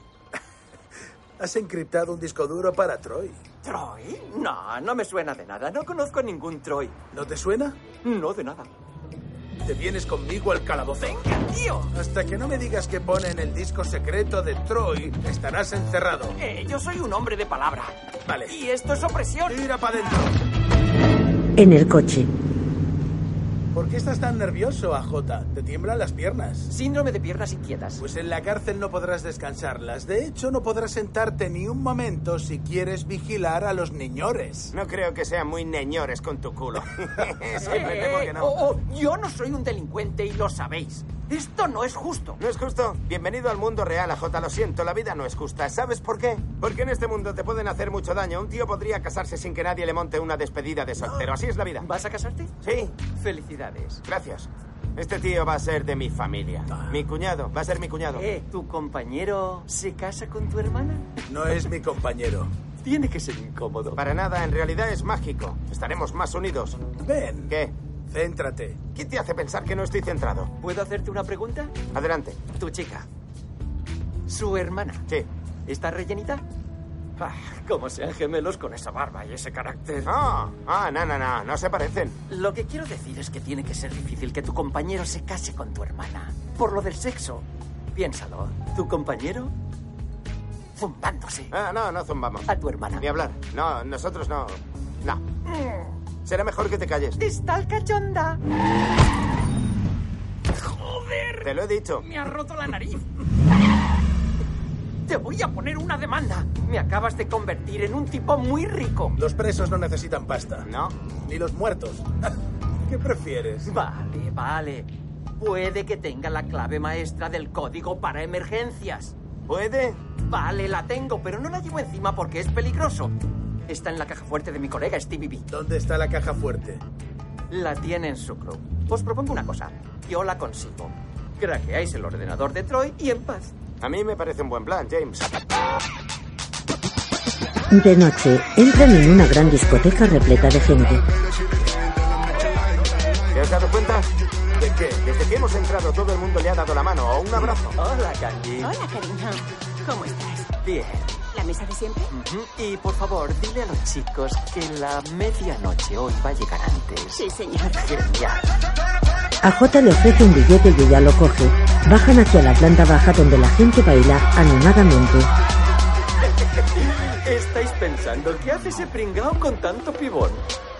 Speaker 6: Has encriptado un disco duro para Troy.
Speaker 3: ¿Troy? No, no me suena de nada. No conozco ningún Troy.
Speaker 6: ¿No te suena?
Speaker 3: No, de nada.
Speaker 6: Te vienes conmigo al calabozo. tío! Hasta que no me digas que pone en el disco secreto de Troy, estarás encerrado.
Speaker 3: Eh, yo soy un hombre de palabra.
Speaker 6: Vale.
Speaker 3: Y esto es opresión.
Speaker 6: Tira para adentro.
Speaker 1: En el coche.
Speaker 6: ¿Por qué estás tan nervioso, AJ? Te tiemblan las piernas.
Speaker 3: Síndrome de piernas inquietas.
Speaker 6: Pues en la cárcel no podrás descansarlas. De hecho, no podrás sentarte ni un momento si quieres vigilar a los niñores.
Speaker 11: No creo que sean muy neñores con tu culo. Siempre
Speaker 3: Eh,
Speaker 11: temo que
Speaker 3: eh,
Speaker 11: no.
Speaker 3: oh, oh, yo no soy un delincuente y lo sabéis. Esto no es justo.
Speaker 11: ¿No es justo? Bienvenido al mundo real, AJ. Lo siento, la vida no es justa. ¿Sabes por qué? Porque en este mundo te pueden hacer mucho daño. Un tío podría casarse sin que nadie le monte una despedida de soltero. Así es la vida.
Speaker 3: ¿Vas a casarte?
Speaker 11: Sí,
Speaker 3: Felicidades. Ah.
Speaker 11: gracias. Este tío va a ser de mi familia. Mi cuñado, va a ser mi cuñado.
Speaker 3: Eh, ¿Tu compañero se casa con tu hermana?
Speaker 6: No es mi compañero.
Speaker 3: Tiene que ser incómodo.
Speaker 11: Para nada, en realidad es mágico. Estaremos más unidos.
Speaker 6: Ven,
Speaker 11: ¿Qué?
Speaker 6: céntrate.
Speaker 11: ¿Qué te hace pensar que no estoy centrado?
Speaker 3: ¿Puedo hacerte una pregunta?
Speaker 11: Adelante.
Speaker 3: Tu chica. Su hermana.
Speaker 11: Sí.
Speaker 3: ¿Está rellenita? Ah, como sean gemelos con esa barba y ese carácter.
Speaker 11: Ah, ah, no, no, no, no se parecen.
Speaker 3: Lo que quiero decir es que tiene que ser difícil que tu compañero se case con tu hermana. Por lo del sexo. Piénsalo. Tu compañero zumbándose
Speaker 11: Ah, no, no zumbamos.
Speaker 3: a tu hermana.
Speaker 11: Ni hablar. No, nosotros no. No. Será mejor que te calles.
Speaker 3: Está el cachonda.
Speaker 11: Te lo he dicho.
Speaker 3: Me ha roto la nariz. Te voy a poner una demanda. Me acabas de convertir en un tipo muy rico.
Speaker 6: Los presos no necesitan pasta.
Speaker 11: No.
Speaker 6: Ni los muertos. ¿Qué prefieres?
Speaker 3: Vale, vale. Puede que tenga la clave maestra del código para emergencias.
Speaker 11: ¿Puede?
Speaker 3: Vale, la tengo, pero no la llevo encima porque es peligroso. Está en la caja fuerte de mi colega Stevie B.
Speaker 6: ¿Dónde está la caja fuerte?
Speaker 3: La tiene en su club. Os propongo una cosa. Yo la consigo. Craqueáis el ordenador de Troy y en paz.
Speaker 11: A mí me parece un buen plan, James.
Speaker 1: De noche, entran en una gran discoteca repleta de gente.
Speaker 11: ¿Te has dado cuenta? ¿De qué? Desde que hemos entrado todo el mundo le ha dado la mano o un abrazo.
Speaker 3: Hola, Candy.
Speaker 9: Hola, cariño. ¿Cómo estás?
Speaker 3: Bien.
Speaker 9: ¿La mesa de siempre?
Speaker 3: Ujú. Y por favor, dile a los chicos que la medianoche hoy va a llegar antes.
Speaker 9: Sí, señor.
Speaker 3: Genial.
Speaker 1: AJ le ofrece un billete y ella lo coge. Bajan hacia la planta baja donde la gente baila animadamente.
Speaker 3: Estáis pensando, ¿qué hace ese pringao con tanto pibón?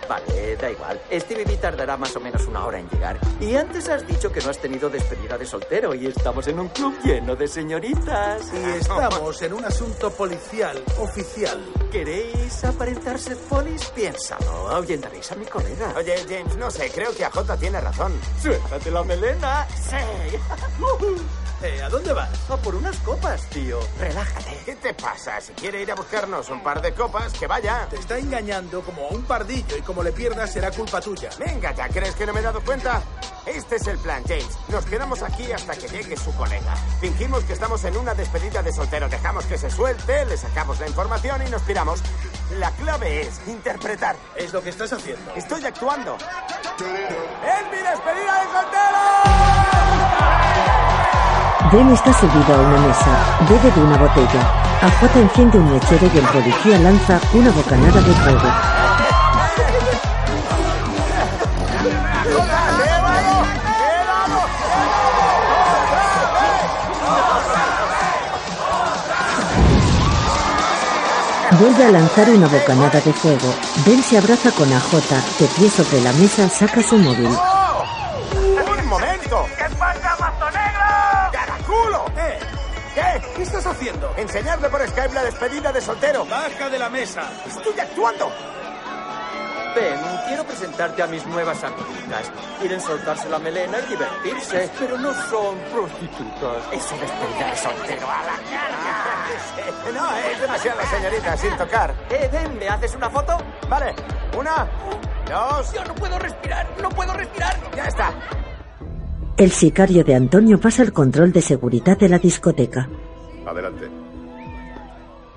Speaker 3: Vale, da igual. Stevie B tardará más o menos una hora en llegar. Y antes has dicho que no has tenido despedida de soltero y estamos en un club lleno de señoritas.
Speaker 9: Y estamos en un asunto policial oficial.
Speaker 3: ¿Queréis aparentarse polis? Piénsalo, ahuyentaréis a mi colega.
Speaker 11: Oye, James, no sé, creo que AJ tiene razón.
Speaker 3: Suéltate la melena. Sí.
Speaker 9: Eh, ¿A dónde vas?
Speaker 3: A por unas copas, tío.
Speaker 11: Relájate. ¿Qué te pasa? Si quiere ir a buscarnos un par de copas, que vaya.
Speaker 9: Te está engañando como a un pardillo y como le pierdas será culpa tuya.
Speaker 11: Venga ya, ¿crees que no me he dado cuenta? Este es el plan, James. Nos quedamos aquí hasta que llegue su colega. Fingimos que estamos en una despedida de soltero. Dejamos que se suelte, le sacamos la información y nos piramos. La clave es interpretar.
Speaker 9: Es lo que estás haciendo.
Speaker 11: Estoy actuando. ¡Es mi despedida de soltero!
Speaker 1: Ben está subido a una mesa, bebe de una botella. AJ enciende un mechero y el policía lanza una bocanada de fuego. Vuelve a lanzar una bocanada de fuego. Ben se abraza con AJ, que pie sobre la mesa saca su móvil.
Speaker 11: ¡Un momento!
Speaker 9: ¿Qué pasa, mazo negro?
Speaker 11: ¡Caraculo!
Speaker 9: ¿Eh? ¿Qué? ¿Qué estás haciendo?
Speaker 11: Enseñarle por Skype la despedida de soltero.
Speaker 9: Baja de la mesa.
Speaker 11: ¡Estoy actuando!
Speaker 3: Ben, quiero presentarte a mis nuevas amigas. Quieren soltarse la melena y divertirse, pero no son prostitutas.
Speaker 11: Es una despedida de soltero a la carga. No, es demasiado, señorita, sin tocar.
Speaker 3: Eh, Ben, ¿me haces una foto?
Speaker 11: Vale, una, dos...
Speaker 3: Yo no puedo respirar, no puedo respirar.
Speaker 11: Ya está.
Speaker 1: El sicario de Antonio pasa el control de seguridad de la discoteca.
Speaker 5: Adelante.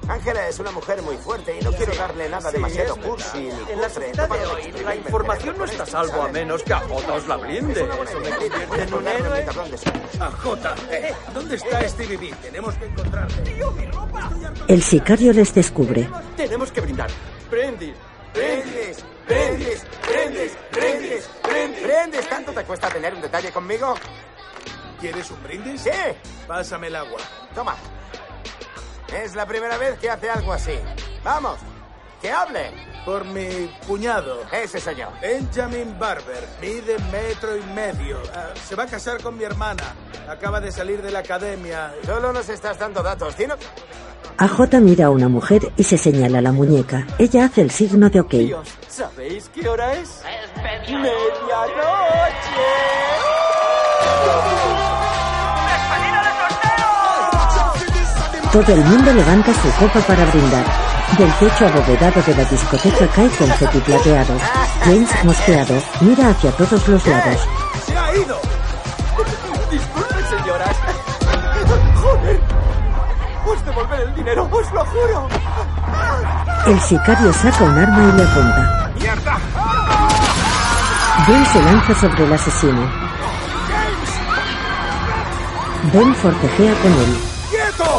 Speaker 11: Ángela es una mujer muy fuerte y no quiero darle nada
Speaker 3: Sí,
Speaker 11: demasiado
Speaker 3: es verdad.
Speaker 11: cursi ni
Speaker 3: En la
Speaker 11: cutre.
Speaker 3: sociedad
Speaker 11: No
Speaker 3: de
Speaker 11: vamos a
Speaker 3: hoy, la
Speaker 11: experimentar
Speaker 3: información no
Speaker 11: con
Speaker 3: está a
Speaker 11: esto,
Speaker 3: salvo a
Speaker 11: ¿sabes?
Speaker 3: menos que AJ os la blinde.
Speaker 11: Es una buena
Speaker 3: Eso me
Speaker 11: idea.
Speaker 3: convierte en un
Speaker 11: Darle
Speaker 3: héroe.
Speaker 11: tablón de suelo.
Speaker 9: AJ, eh, ¿dónde está Stevie B? Tenemos que encontrarle.
Speaker 1: El sicario les descubre.
Speaker 3: Tenemos que brindar. Brindis.
Speaker 11: Prendes, prendes, prendes, prendes, prendes. Prendes, ¿tanto te cuesta tener un detalle conmigo?
Speaker 9: ¿Quieres un brindis?
Speaker 11: Sí,
Speaker 9: Pásame el agua.
Speaker 11: toma. Es la primera vez que hace algo así. Vamos, que hable.
Speaker 9: Por mi cuñado.
Speaker 11: Ese soy yo.
Speaker 9: Benjamin Barber, mide metro y medio. Ah, se va a casar con mi hermana. Acaba de salir de la academia.
Speaker 11: Solo nos estás dando datos, ¿tino?
Speaker 1: AJ mira a una mujer y se señala la muñeca. Ella hace el signo de ok.
Speaker 3: Dios, ¿sabéis qué hora es? ¡Medianoche!
Speaker 1: Todo el mundo levanta su copa para brindar. Del techo abovedado de la discoteca cae confeti plateado. James, mosqueado, mira hacia todos los lados.
Speaker 9: ¡Se ha ido!
Speaker 3: Disculpen, señoras. ¡Joder! ¡Os devolveré el dinero, os lo juro!
Speaker 1: El sicario saca un arma y le apunta.
Speaker 11: ¡Mierda!
Speaker 1: Ben se lanza sobre el asesino. Ben forcejea con él.
Speaker 9: ¡Quieto!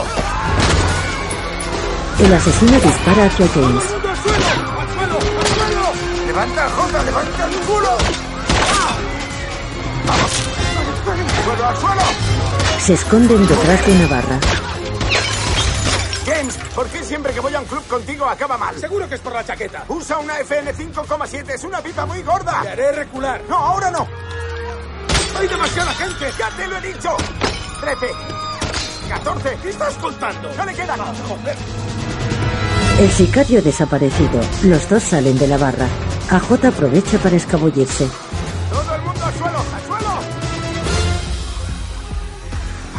Speaker 1: El asesino dispara hacia James.
Speaker 9: ¡Al suelo! ¡Al suelo! ¡Al suelo!
Speaker 11: ¡Levanta, Jota! ¡Levanta tu culo! ¡Vamos! ¡Al suelo, al suelo!
Speaker 1: Se esconden detrás de una barra.
Speaker 11: James, ¿por qué siempre que voy a un club contigo acaba mal?
Speaker 9: Seguro que es por la chaqueta.
Speaker 11: Usa una FN 5,7, es una pipa muy gorda.
Speaker 9: Te haré recular.
Speaker 11: No, ahora no.
Speaker 9: ¡Hay demasiada gente!
Speaker 11: ¡Ya te lo he dicho! 13, 14,
Speaker 9: ¿Qué estás contando?
Speaker 11: no le quedan.
Speaker 1: El sicario ha desaparecido. Los dos salen de la barra. AJ aprovecha para escabullirse.
Speaker 11: Todo el mundo al suelo, al suelo.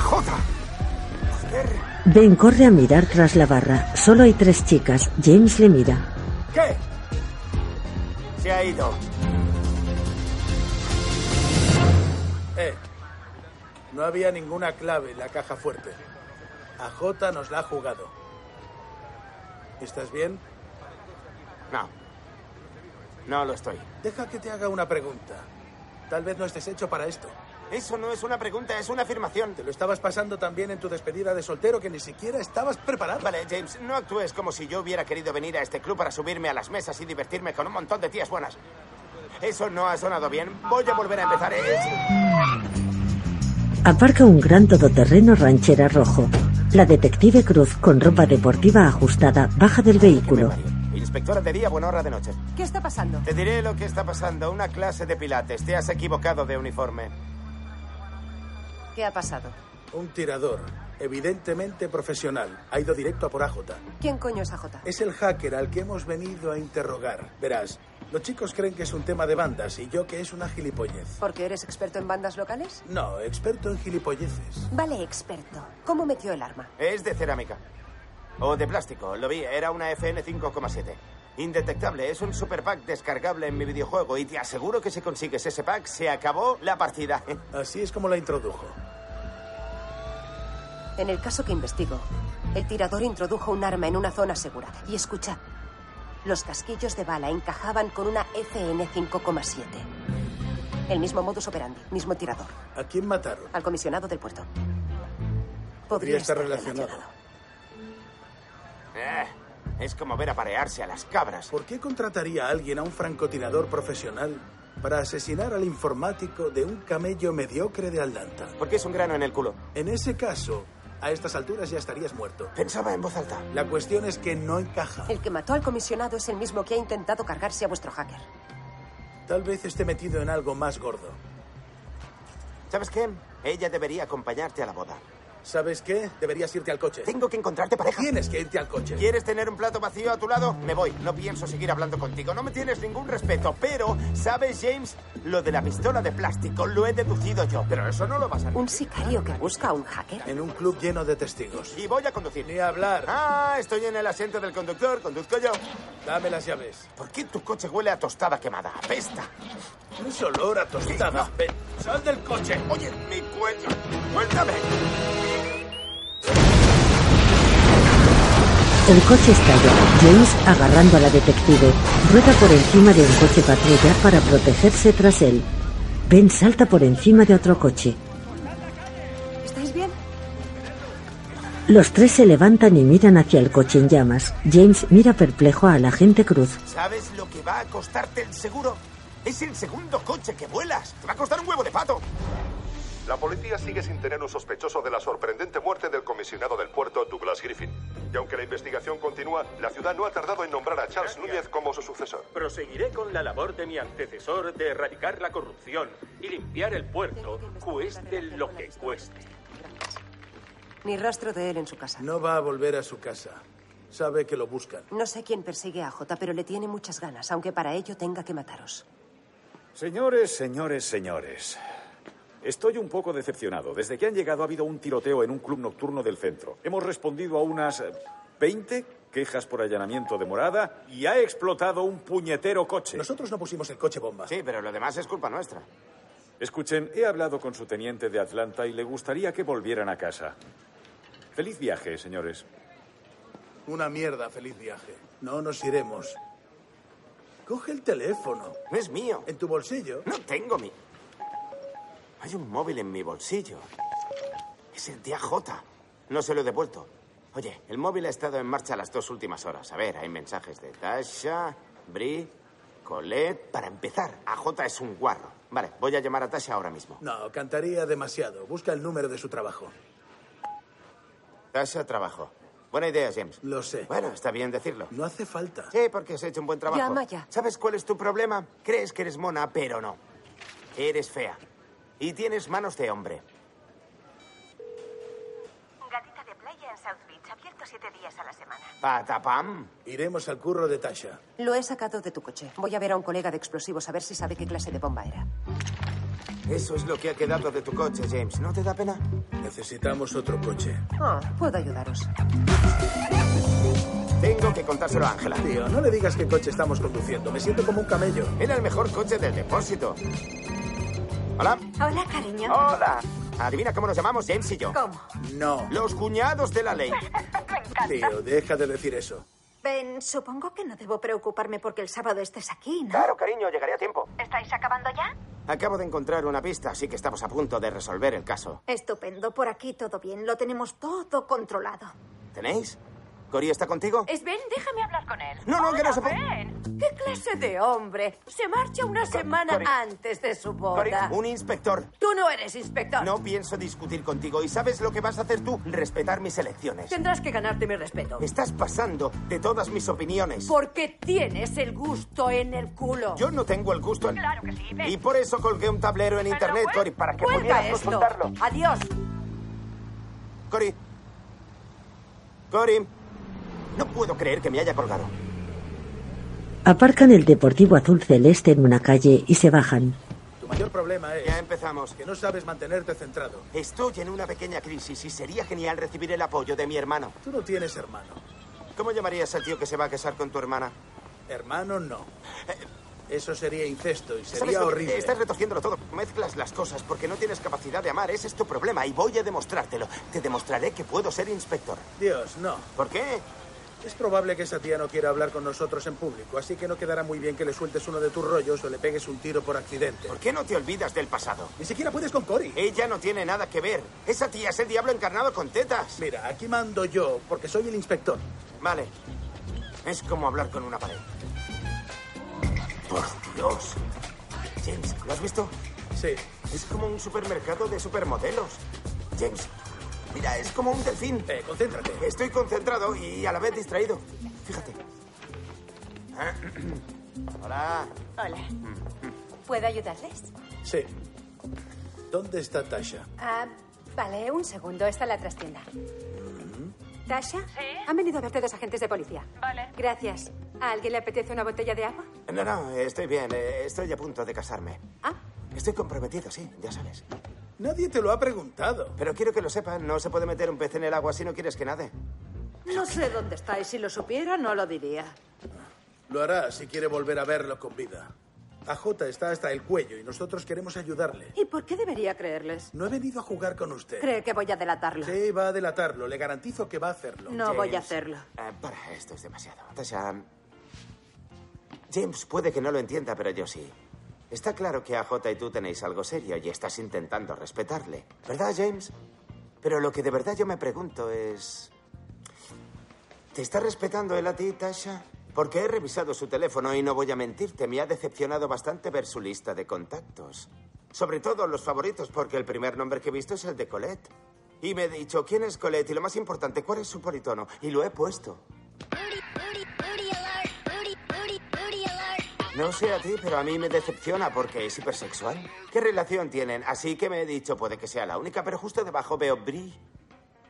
Speaker 11: Jota. Joder.
Speaker 1: Ben corre a mirar tras la barra. Solo hay tres chicas. James le mira.
Speaker 11: ¿Qué? Se ha ido.
Speaker 9: Eh, no había ninguna clave en la caja fuerte. AJ nos la ha jugado. ¿Estás bien?
Speaker 11: No. No lo estoy.
Speaker 9: Deja que te haga una pregunta. Tal vez no estés hecho para esto.
Speaker 11: Eso no es una pregunta, es una afirmación.
Speaker 9: Te lo estabas pasando tan bien en tu despedida de soltero que ni siquiera estabas preparado.
Speaker 11: Vale, James, no actúes como si yo hubiera querido venir a este club para subirme a las mesas y divertirme con un montón de tías buenas. ¿eh? Eso no ha sonado bien. Voy a volver a empezar. Es-
Speaker 1: Aparca un gran todoterreno ranchera rojo. La detective Cruz, con ropa deportiva ajustada, baja del vehículo.
Speaker 11: Inspectora de día, buena hora de noche.
Speaker 17: ¿Qué está pasando?
Speaker 11: Te diré lo que está pasando. Una clase de pilates. Te has equivocado de uniforme.
Speaker 17: ¿Qué ha pasado?
Speaker 6: Un tirador, evidentemente profesional, ha ido directo a por AJ.
Speaker 17: ¿Quién coño es AJ?
Speaker 6: Es el hacker al que hemos venido a interrogar. Verás, los chicos creen que es un tema de bandas y yo que es una gilipollez.
Speaker 17: ¿Porque eres experto en bandas locales?
Speaker 6: No, experto en gilipolleces.
Speaker 17: Vale, experto. ¿Cómo metió el arma?
Speaker 11: Es de cerámica. O de plástico. Lo vi. Era una FN 5,7. Indetectable. Es un super pack descargable en mi videojuego. Y te aseguro que si consigues ese pack, se acabó la partida.
Speaker 6: Así es como la introdujo.
Speaker 17: En el caso que investigo, el tirador introdujo un arma en una zona segura. Y escucha, los casquillos de bala encajaban con una FN 5,7. El mismo modus operandi, mismo tirador.
Speaker 6: ¿A quién mataron?
Speaker 17: Al comisionado del puerto.
Speaker 6: Podría estar relacionado.
Speaker 11: Eh, es como ver aparearse a las cabras.
Speaker 6: ¿Por qué contrataría a alguien a un francotirador profesional para asesinar al informático de un camello mediocre de Aldanta?
Speaker 11: Porque es un grano en el culo.
Speaker 6: En ese caso, a estas alturas ya estarías muerto.
Speaker 11: Pensaba en voz alta.
Speaker 6: La cuestión es que no encaja.
Speaker 17: El que mató al comisionado es el mismo que ha intentado cargarse a vuestro hacker.
Speaker 6: Tal vez esté metido en algo más gordo.
Speaker 11: ¿Sabes qué? Ella debería acompañarte a la boda.
Speaker 6: ¿Sabes qué? Deberías irte al coche.
Speaker 11: Tengo que encontrarte pareja.
Speaker 6: Tienes que irte al coche.
Speaker 11: ¿Quieres tener un plato vacío a tu lado? Me voy. No pienso seguir hablando contigo. No me tienes ningún respeto. Pero, ¿sabes, James? Lo de la pistola de plástico lo he deducido yo. Pero eso no lo vas a...
Speaker 17: ¿Un sicario que busca a un hacker?
Speaker 6: En un club lleno de testigos.
Speaker 11: Y voy a conducir.
Speaker 6: Ni hablar.
Speaker 11: Ah, estoy en el asiento del conductor. Conduzco yo.
Speaker 6: Dame las llaves.
Speaker 11: ¿Por qué tu coche huele a tostada quemada? Apesta.
Speaker 6: No es olor a tostada.
Speaker 11: No. Ven, sal del coche. Oye, mi cuello. Cuéntame.
Speaker 1: El coche estalla. James, agarrando a la detective, rueda por encima de un coche patrulla para protegerse tras él. Ben salta por encima de otro coche.
Speaker 17: ¿Estáis bien?
Speaker 1: Los tres se levantan y miran hacia el coche en llamas. James mira perplejo a la agente Cruz.
Speaker 11: ¿Sabes lo que va a costarte el seguro? Es el segundo coche que vuelas. Te va a costar un huevo de pato.
Speaker 18: La policía sigue sin tener un sospechoso de la sorprendente muerte del comisionado del puerto Douglas Griffin. Y aunque la investigación continúa, la ciudad no ha tardado en nombrar a Charles Núñez como su sucesor.
Speaker 19: Proseguiré con la labor de mi antecesor de erradicar la corrupción y limpiar el puerto, cueste lo que cueste.
Speaker 17: Ni rastro de él en su casa.
Speaker 6: No va a volver a su casa. Sabe que lo buscan.
Speaker 17: No sé quién persigue a J, pero le tiene muchas ganas, aunque para ello tenga que mataros.
Speaker 10: Señores, señores, señores. Estoy un poco decepcionado. Desde que han llegado ha habido un tiroteo en un club nocturno del centro. Hemos respondido a unas eh, 20 quejas por allanamiento de morada y ha explotado un puñetero coche.
Speaker 6: Nosotros no pusimos el coche bomba.
Speaker 11: Sí, pero lo demás es culpa nuestra.
Speaker 10: Escuchen, he hablado con su teniente de Atlanta y le gustaría que volvieran a casa. Feliz viaje, señores.
Speaker 6: Una mierda, feliz viaje. No nos iremos. Coge el teléfono.
Speaker 11: No es mío.
Speaker 6: En tu bolsillo.
Speaker 11: No tengo mi... Hay un móvil en mi bolsillo. Es el día J. No se lo he devuelto. Oye, el móvil ha estado en marcha las dos últimas horas. A ver, hay mensajes de Tasha, Bri, Colette. Para empezar, AJ es un guarro. Vale, voy a llamar a Tasha ahora mismo.
Speaker 6: No, cantaría demasiado. Busca el número de su trabajo.
Speaker 11: Tasha, trabajo. Buena idea, James.
Speaker 6: Lo sé.
Speaker 11: Bueno, está bien decirlo.
Speaker 6: No hace falta.
Speaker 11: Sí, porque has hecho un buen trabajo.
Speaker 17: Llama ya.
Speaker 11: ¿Sabes cuál es tu problema? Crees que eres mona, pero no. Eres fea. Y tienes manos de hombre.
Speaker 20: Gatita de playa en South Beach, abierto siete días a la semana.
Speaker 11: Patapam.
Speaker 6: Iremos al curro de Tasha.
Speaker 17: Lo he sacado de tu coche. Voy a ver a un colega de explosivos a ver si sabe qué clase de bomba era.
Speaker 11: Eso es lo que ha quedado de tu coche, James. ¿No te da pena?
Speaker 6: Necesitamos otro coche.
Speaker 17: Ah, puedo ayudaros.
Speaker 11: Tengo que contárselo a Ángela.
Speaker 6: Tío, no le digas qué coche estamos conduciendo. Me siento como un camello.
Speaker 11: Era el mejor coche del depósito. Hola.
Speaker 20: Hola, cariño.
Speaker 11: Hola. Adivina cómo nos llamamos James y yo.
Speaker 20: ¿Cómo?
Speaker 6: No.
Speaker 11: Los cuñados de la ley.
Speaker 20: Me encanta.
Speaker 6: Tío, deja de decir eso.
Speaker 20: Ben, supongo que no debo preocuparme porque el sábado estés aquí, ¿no?
Speaker 11: Claro, cariño, llegaré a tiempo.
Speaker 20: ¿Estáis acabando ya?
Speaker 11: Acabo de encontrar una pista, así que estamos a punto de resolver el caso.
Speaker 20: Estupendo, por aquí todo bien, lo tenemos todo controlado.
Speaker 11: ¿Tenéis? ¿Cory está contigo?
Speaker 14: Sven, déjame hablar con él.
Speaker 11: No, no, que
Speaker 14: Eh, Hola,
Speaker 11: no
Speaker 14: eh,
Speaker 11: se puede.
Speaker 14: Sven. ¿Qué clase de hombre? Se marcha una semana
Speaker 11: Cori.
Speaker 14: antes de su
Speaker 11: Cory,
Speaker 14: boda.
Speaker 11: un inspector.
Speaker 14: Tú no eres inspector.
Speaker 11: No pienso discutir contigo y sabes lo que vas a hacer tú, respetar mis elecciones.
Speaker 14: Tendrás que ganarte mi respeto.
Speaker 11: Me estás pasando de todas mis opiniones.
Speaker 14: Porque tienes el gusto en el culo.
Speaker 11: Yo no tengo el gusto en...
Speaker 14: Claro que sí. ven.
Speaker 11: Y por eso colgué un tablero en
Speaker 14: Pero
Speaker 11: internet,
Speaker 14: bueno,
Speaker 11: Cory, para que
Speaker 14: cuelga
Speaker 11: pudieras
Speaker 14: esto.
Speaker 11: consultarlo.
Speaker 14: Adiós.
Speaker 11: Cory. Cory. No puedo creer que me haya colgado.
Speaker 1: Aparcan el deportivo azul celeste en una calle y se bajan.
Speaker 6: Tu mayor problema es
Speaker 11: Ya empezamos.
Speaker 6: que no sabes mantenerte centrado.
Speaker 11: Estoy en una pequeña crisis y sería genial recibir el apoyo de mi hermano.
Speaker 6: Tú no tienes hermano.
Speaker 11: ¿Cómo llamarías al tío que se va a casar con tu hermana?
Speaker 6: Hermano no. Eso sería incesto y
Speaker 11: Eh, ¿Sabes
Speaker 6: sería
Speaker 11: lo que- eh,
Speaker 6: horrible.
Speaker 11: Estás retorciéndolo todo. Mezclas las cosas porque no tienes capacidad de amar. Ese es tu problema y voy a demostrártelo. Te demostraré que puedo ser inspector.
Speaker 6: Dios, no.
Speaker 11: ¿Por qué?
Speaker 6: Es probable que esa tía no quiera hablar con nosotros en público, así que no quedará muy bien que le sueltes uno de tus rollos o le pegues un tiro por accidente.
Speaker 11: ¿Por qué no te olvidas del pasado?
Speaker 6: Ni siquiera puedes con Cory.
Speaker 11: Ella no tiene nada que ver. Esa tía es el diablo encarnado con tetas.
Speaker 6: Mira, aquí mando yo porque soy el inspector.
Speaker 11: Vale. Es como hablar con una pared. Por Dios. James, ¿lo has visto?
Speaker 6: Sí.
Speaker 11: Es como un supermercado de supermodelos. James, mira, es como un delfín.
Speaker 6: Eh, concéntrate.
Speaker 11: Estoy concentrado y a la vez distraído. Fíjate. Ah, Hola.
Speaker 21: Hola. ¿Puedo ayudarles?
Speaker 6: Sí. ¿Dónde está Tasha?
Speaker 21: Ah, vale, un segundo. Está la trastienda. ¿Tasha? Han venido a verte dos agentes de policía. Vale. Gracias. ¿A alguien le apetece una botella de agua?
Speaker 11: No, no, estoy bien. eh, Estoy a punto de casarme.
Speaker 21: Ah.
Speaker 11: Estoy comprometido, sí, ya sabes.
Speaker 6: Nadie te lo ha preguntado.
Speaker 11: Pero quiero que lo sepan, no se puede meter un pez en el agua si no quieres que nade.
Speaker 14: No sé dónde está y si lo supiera no lo diría.
Speaker 6: Lo hará si quiere volver a verlo con vida. AJ está hasta el cuello y nosotros queremos ayudarle.
Speaker 14: ¿Y por qué debería creerles?
Speaker 6: No he venido a jugar con usted.
Speaker 14: ¿Cree que voy a delatarlo?
Speaker 6: Sí, va a delatarlo. Le garantizo que va a hacerlo.
Speaker 14: No voy a hacerlo.
Speaker 11: Ah, para, esto es demasiado. Tasha. James puede que no lo entienda, pero yo sí. Está claro que AJ y tú tenéis algo serio y estás intentando respetarle. ¿Verdad, James? Pero lo que de verdad yo me pregunto es. ¿Te está respetando él a ti, Tasha? Porque he revisado su teléfono y no voy a mentirte, me ha decepcionado bastante ver su lista de contactos. Sobre todo los favoritos, porque el primer nombre que he visto es el de Colette. Y me he dicho, ¿quién es Colette? Y lo más importante, ¿cuál es su politono? Y lo he puesto. No sé a ti, pero a mí me decepciona porque es hipersexual. ¿Qué relación tienen? Así que me he dicho, puede que sea la única, pero justo debajo veo Brie.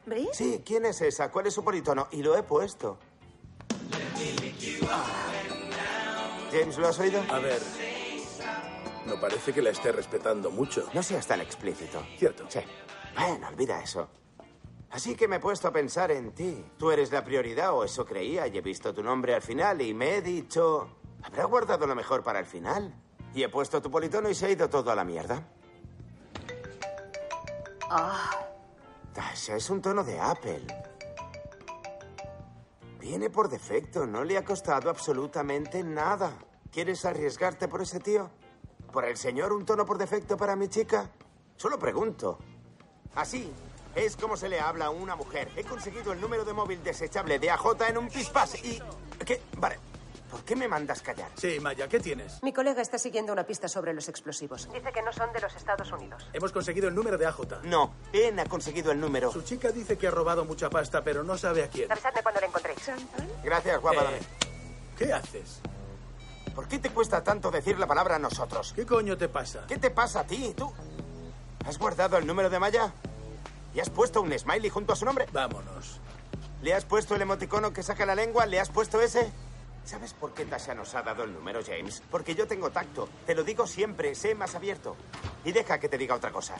Speaker 14: ¿Bri?
Speaker 11: Sí, ¿quién es esa? ¿Cuál es su politono? Y lo he puesto. James, ¿lo has oído?
Speaker 6: A ver. No parece que la esté respetando mucho.
Speaker 11: No seas tan explícito.
Speaker 6: Cierto.
Speaker 11: Sí. Bueno, olvida eso. Así que me he puesto a pensar en ti. Tú eres la prioridad, o eso creía, y he visto tu nombre al final y me he dicho... ¿Habrá guardado lo mejor para el final? Y he puesto tu politono y se ha ido todo a la mierda.
Speaker 14: Ah,
Speaker 11: Tasha, es un tono de Apple. Viene por defecto, no le ha costado absolutamente nada. ¿Quieres arriesgarte por ese tío? ¿Por el señor un tono por defecto para mi chica? Solo pregunto. Así es como se le habla a una mujer. He conseguido el número de móvil desechable de AJ en un pispás y... ¿Qué? Vale. ¿Por qué me mandas callar?
Speaker 6: Sí, Maya, ¿qué tienes?
Speaker 17: Mi colega está siguiendo una pista sobre los explosivos.
Speaker 14: dice que no son de los Estados Unidos.
Speaker 6: Hemos conseguido el número de AJ.
Speaker 11: No, Ken ha conseguido el número.
Speaker 6: Su chica dice que ha robado mucha pasta, pero no sabe a quién.
Speaker 14: Avisadme cuando lo encontréis.
Speaker 11: Gracias, guapa.
Speaker 6: Eh.
Speaker 11: dame.
Speaker 6: ¿Qué haces?
Speaker 11: ¿Por qué te cuesta tanto decir la palabra a nosotros?
Speaker 6: ¿Qué coño te pasa?
Speaker 11: ¿Qué te pasa a ti? ¿Tú has guardado el número de Maya? ¿Y has puesto un smiley junto a su nombre?
Speaker 6: Vámonos.
Speaker 11: ¿Le has puesto el emoticono que saca la lengua? ¿Le has puesto ese? ¿Sabes por qué Tasha nos ha dado el número, James? Porque yo tengo tacto. Te lo digo siempre, sé más abierto. Y deja que te diga otra cosa.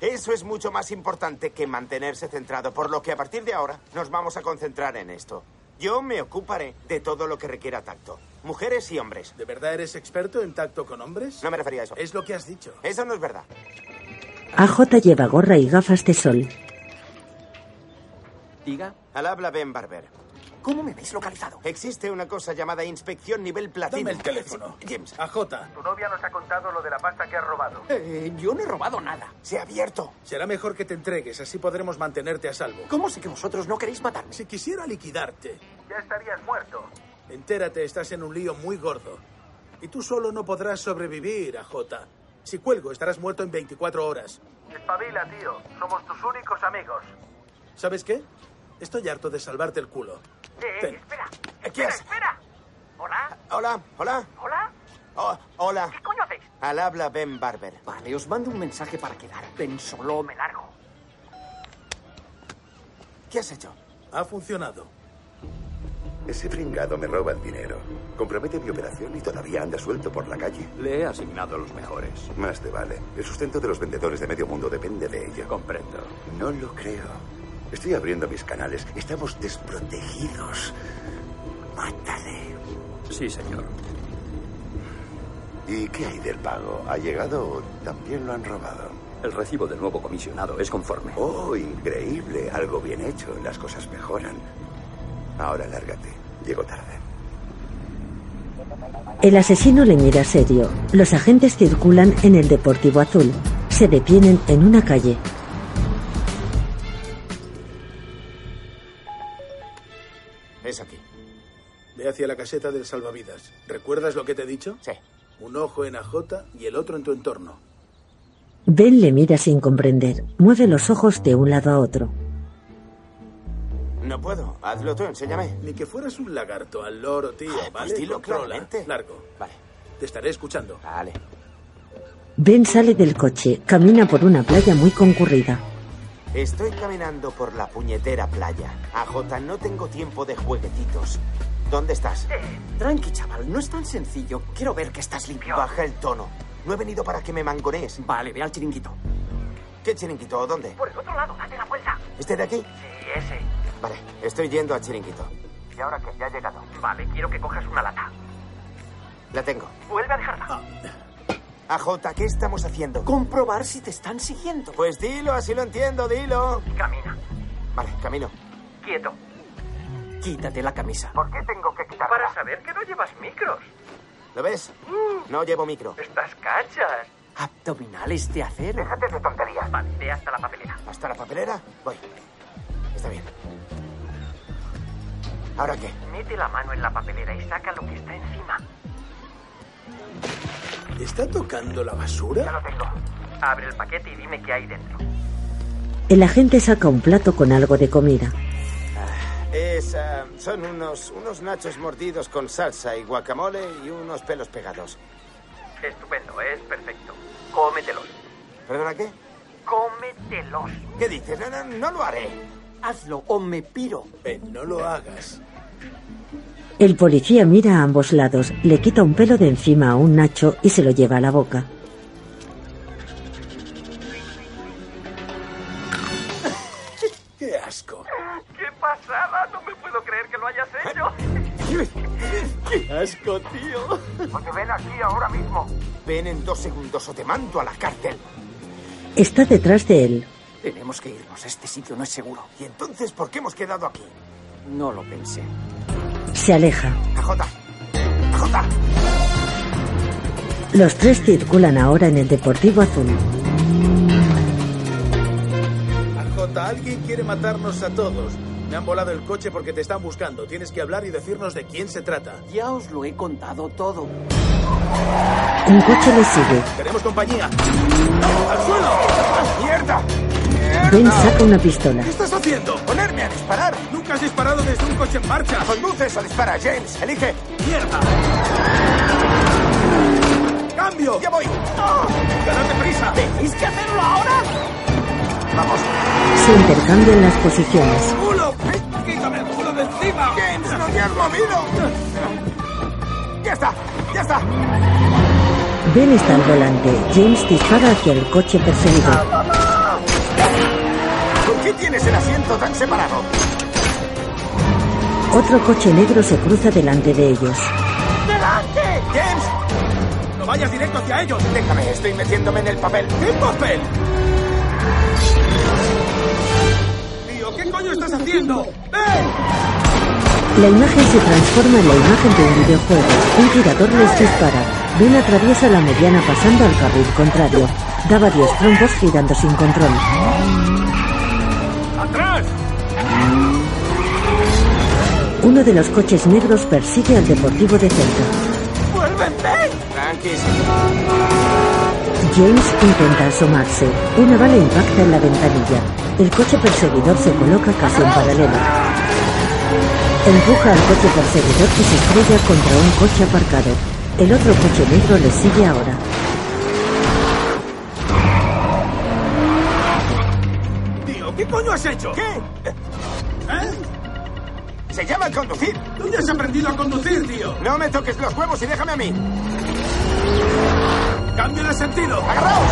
Speaker 11: Eso es mucho más importante que mantenerse centrado, por lo que a partir de ahora nos vamos a concentrar en esto. Yo me ocuparé de todo lo que requiera tacto. Mujeres y hombres.
Speaker 6: ¿De verdad eres experto en tacto con hombres?
Speaker 11: No me refería a eso.
Speaker 6: Es lo que has dicho.
Speaker 11: Eso no es verdad.
Speaker 1: AJ lleva gorra y gafas de sol.
Speaker 11: Al habla Ben Barber. ¿Cómo me habéis localizado? Existe una cosa llamada inspección nivel platino.
Speaker 6: Dame el teléfono.
Speaker 11: James.
Speaker 6: AJ.
Speaker 3: Tu novia nos ha contado lo de la pasta que has robado.
Speaker 11: Eh, yo no he robado nada. Se ha abierto.
Speaker 6: Será mejor que te entregues, así podremos mantenerte a salvo.
Speaker 11: ¿Cómo sé que vosotros no queréis matarme?
Speaker 6: Si quisiera liquidarte.
Speaker 3: Ya estarías muerto.
Speaker 6: Entérate, estás en un lío muy gordo. Y tú solo no podrás sobrevivir, AJ. Si cuelgo, estarás muerto en 24 horas.
Speaker 3: Espabila, tío. Somos tus únicos amigos.
Speaker 6: ¿Sabes qué? Estoy harto de salvarte el culo.
Speaker 3: Eh,
Speaker 6: Ten.
Speaker 3: espera.
Speaker 11: ¿Qué
Speaker 3: espera,
Speaker 11: haces?
Speaker 3: espera. ¿Hola?
Speaker 11: Hola, hola.
Speaker 3: ¿Hola?
Speaker 11: Oh, hola.
Speaker 3: ¿Qué coño hacéis?
Speaker 11: Al habla Ben Barber.
Speaker 22: Vale, os mando un mensaje para quedar. Ven solo, me largo.
Speaker 11: ¿Qué has hecho?
Speaker 6: Ha funcionado.
Speaker 2: Ese pringado me roba el dinero, compromete mi operación y todavía anda suelto por la calle.
Speaker 23: Le he asignado a los mejores.
Speaker 2: Más te vale. El sustento de los vendedores de medio mundo depende de ello.
Speaker 23: Comprendo.
Speaker 2: No lo creo. Estoy abriendo mis canales. Estamos desprotegidos. Mátale.
Speaker 23: Sí, señor.
Speaker 2: ¿Y qué hay del pago? ¿Ha llegado o también lo han robado?
Speaker 23: El recibo del nuevo comisionado es conforme.
Speaker 2: Oh, increíble. Algo bien hecho. Las cosas mejoran. Ahora lárgate. Llego tarde.
Speaker 1: El asesino le mira serio. Los agentes circulan en el Deportivo Azul. Se detienen en una calle.
Speaker 11: Es aquí.
Speaker 6: Ve hacia la caseta del salvavidas. ¿Recuerdas lo que te he dicho?
Speaker 11: Sí.
Speaker 6: Un ojo en AJ y el otro en tu entorno.
Speaker 1: Ben le mira sin comprender. Mueve los ojos de un lado a otro.
Speaker 11: No puedo. Hazlo tú, enséñame.
Speaker 6: Ni que fueras un lagarto al loro, tío,
Speaker 11: Ah, pues
Speaker 6: ¿vale?
Speaker 11: dilo
Speaker 6: Controla.
Speaker 11: claramente.
Speaker 6: Largo.
Speaker 11: Vale.
Speaker 6: Te estaré escuchando.
Speaker 11: Vale.
Speaker 1: Ben sale del coche, camina por una playa muy concurrida.
Speaker 11: Estoy caminando por la puñetera playa. AJ, no tengo tiempo de jueguetitos. ¿Dónde estás?
Speaker 22: Eh, Tranqui, chaval, no es tan sencillo. Quiero ver que estás limpio.
Speaker 11: Baja el tono. No he venido para que me mangonees.
Speaker 22: Vale, ve al chiringuito. Pues-
Speaker 11: ¿Qué chiringuito? ¿Dónde?
Speaker 3: Por el otro lado, date la vuelta.
Speaker 11: ¿Este de aquí?
Speaker 3: Sí, ese.
Speaker 11: Vale, estoy yendo al chiringuito.
Speaker 3: ¿Y ahora que Ya ha llegado. Vale, quiero que cojas una lata.
Speaker 11: La tengo.
Speaker 3: Vuelve a dejarla.
Speaker 11: AJ, ¿qué estamos haciendo?
Speaker 22: Comprobar si te están siguiendo.
Speaker 11: Pues dilo, así lo entiendo, dilo.
Speaker 3: Camina.
Speaker 11: Vale, camino.
Speaker 3: Quieto.
Speaker 22: Quítate la camisa.
Speaker 3: ¿Por qué tengo que quitarla? Para saber que no llevas micros.
Speaker 11: ¿Lo ves? No llevo micro.
Speaker 3: Estás cachas.
Speaker 22: Abdominales de acero.
Speaker 3: Déjate de tonterías. Vale, ve hasta la papelera.
Speaker 11: ¿Hasta la papelera? Voy. Está bien. ¿Ahora qué?
Speaker 3: Mete la mano en la papelera y saca lo que está encima.
Speaker 6: ¿Está tocando la
Speaker 3: Ya
Speaker 6: basura?
Speaker 3: lo tengo. Abre el paquete y dime qué hay dentro.
Speaker 1: El agente saca un plato con algo de comida.
Speaker 11: Es, ah, son unos, unos nachos mordidos con salsa y guacamole y unos pelos pegados.
Speaker 3: Estupendo, es perfecto. Cómetelos.
Speaker 11: ¿Perdona qué?
Speaker 3: Cómetelos.
Speaker 11: ¿Qué dices? No, no, no lo haré.
Speaker 22: Hazlo o me piro.
Speaker 6: Ben, Eh, no lo hagas.
Speaker 1: El policía mira a ambos lados, le quita un pelo de encima a un Nacho y se lo lleva a la boca.
Speaker 6: ¡Qué asco!
Speaker 3: ¡Qué pasada! No me puedo creer que lo hayas hecho.
Speaker 6: ¡Qué asco, tío!
Speaker 3: Porque ven aquí ahora mismo.
Speaker 11: Ven en dos segundos o te mando a la cárcel.
Speaker 1: Está detrás de él.
Speaker 22: Tenemos que irnos. Este sitio no es seguro.
Speaker 11: ¿Y entonces por qué hemos quedado aquí?
Speaker 22: No lo pensé.
Speaker 1: Se aleja.
Speaker 11: AJ. AJ.
Speaker 1: Los tres circulan ahora en el Deportivo Azul.
Speaker 6: AJ, alguien quiere matarnos a todos. Me han volado el coche porque te están buscando. Tienes que hablar y decirnos de quién se trata.
Speaker 22: Ya os lo he contado todo.
Speaker 1: Un coche le sigue.
Speaker 6: ¡Queremos compañía! ¡No, ¡Al suelo!
Speaker 11: ¡Mierda!
Speaker 1: Ben saca una pistola.
Speaker 6: ¿Qué estás haciendo?
Speaker 11: ¡Ponerme a disparar!
Speaker 6: ¡Nunca has disparado desde un coche en marcha!
Speaker 11: ¡Conduces o dispara, James! ¡Elige!
Speaker 6: ¡Mierda! ¡Cambio! ¡Oh!
Speaker 11: ¡Ya voy!
Speaker 6: ¡Date prisa!
Speaker 11: ¿Tenéis que hacerlo ahora? ¡Vamos!
Speaker 1: Se intercambian las posiciones.
Speaker 6: ¡Culo! ¡Quítame el culo de encima!
Speaker 11: ¡James, no te has movido! ¡Ya está! ¡Ya está!
Speaker 1: Ben está al volante. James dispara hacia el coche perseguido.
Speaker 11: ¿Por qué tienes el asiento tan separado?
Speaker 1: Otro coche negro se cruza delante de ellos.
Speaker 11: ¡Delante! ¡James!
Speaker 6: ¡No vayas directo hacia ellos!
Speaker 11: Déjame, estoy metiéndome en el papel.
Speaker 6: ¡Qué papel! Tío, ¿qué coño estás haciendo? ¡Eh!
Speaker 1: La imagen se transforma en la imagen de un videojuego. Un tirador les dispara. Ben atraviesa la mediana pasando al carril contrario. Da varios trompos girando sin control.
Speaker 7: ¡Atrás!
Speaker 1: Uno de los coches negros persigue al deportivo de cerca.
Speaker 9: ¡Vuélvete!
Speaker 11: Tranquis.
Speaker 1: James intenta asomarse. Una bala impacta en la ventanilla. El coche perseguidor se coloca casi en paralelo. Empuja al coche perseguidor que se estrella contra un coche aparcado. El otro coche negro le sigue ahora.
Speaker 9: Tío, ¿qué coño has hecho? ¿Qué?
Speaker 11: Se llama conducir.
Speaker 9: ¿Dónde has aprendido a conducir, tío?
Speaker 11: No me toques los huevos y déjame a mí.
Speaker 9: ¡Cambio de sentido!
Speaker 11: ¡Agarraos!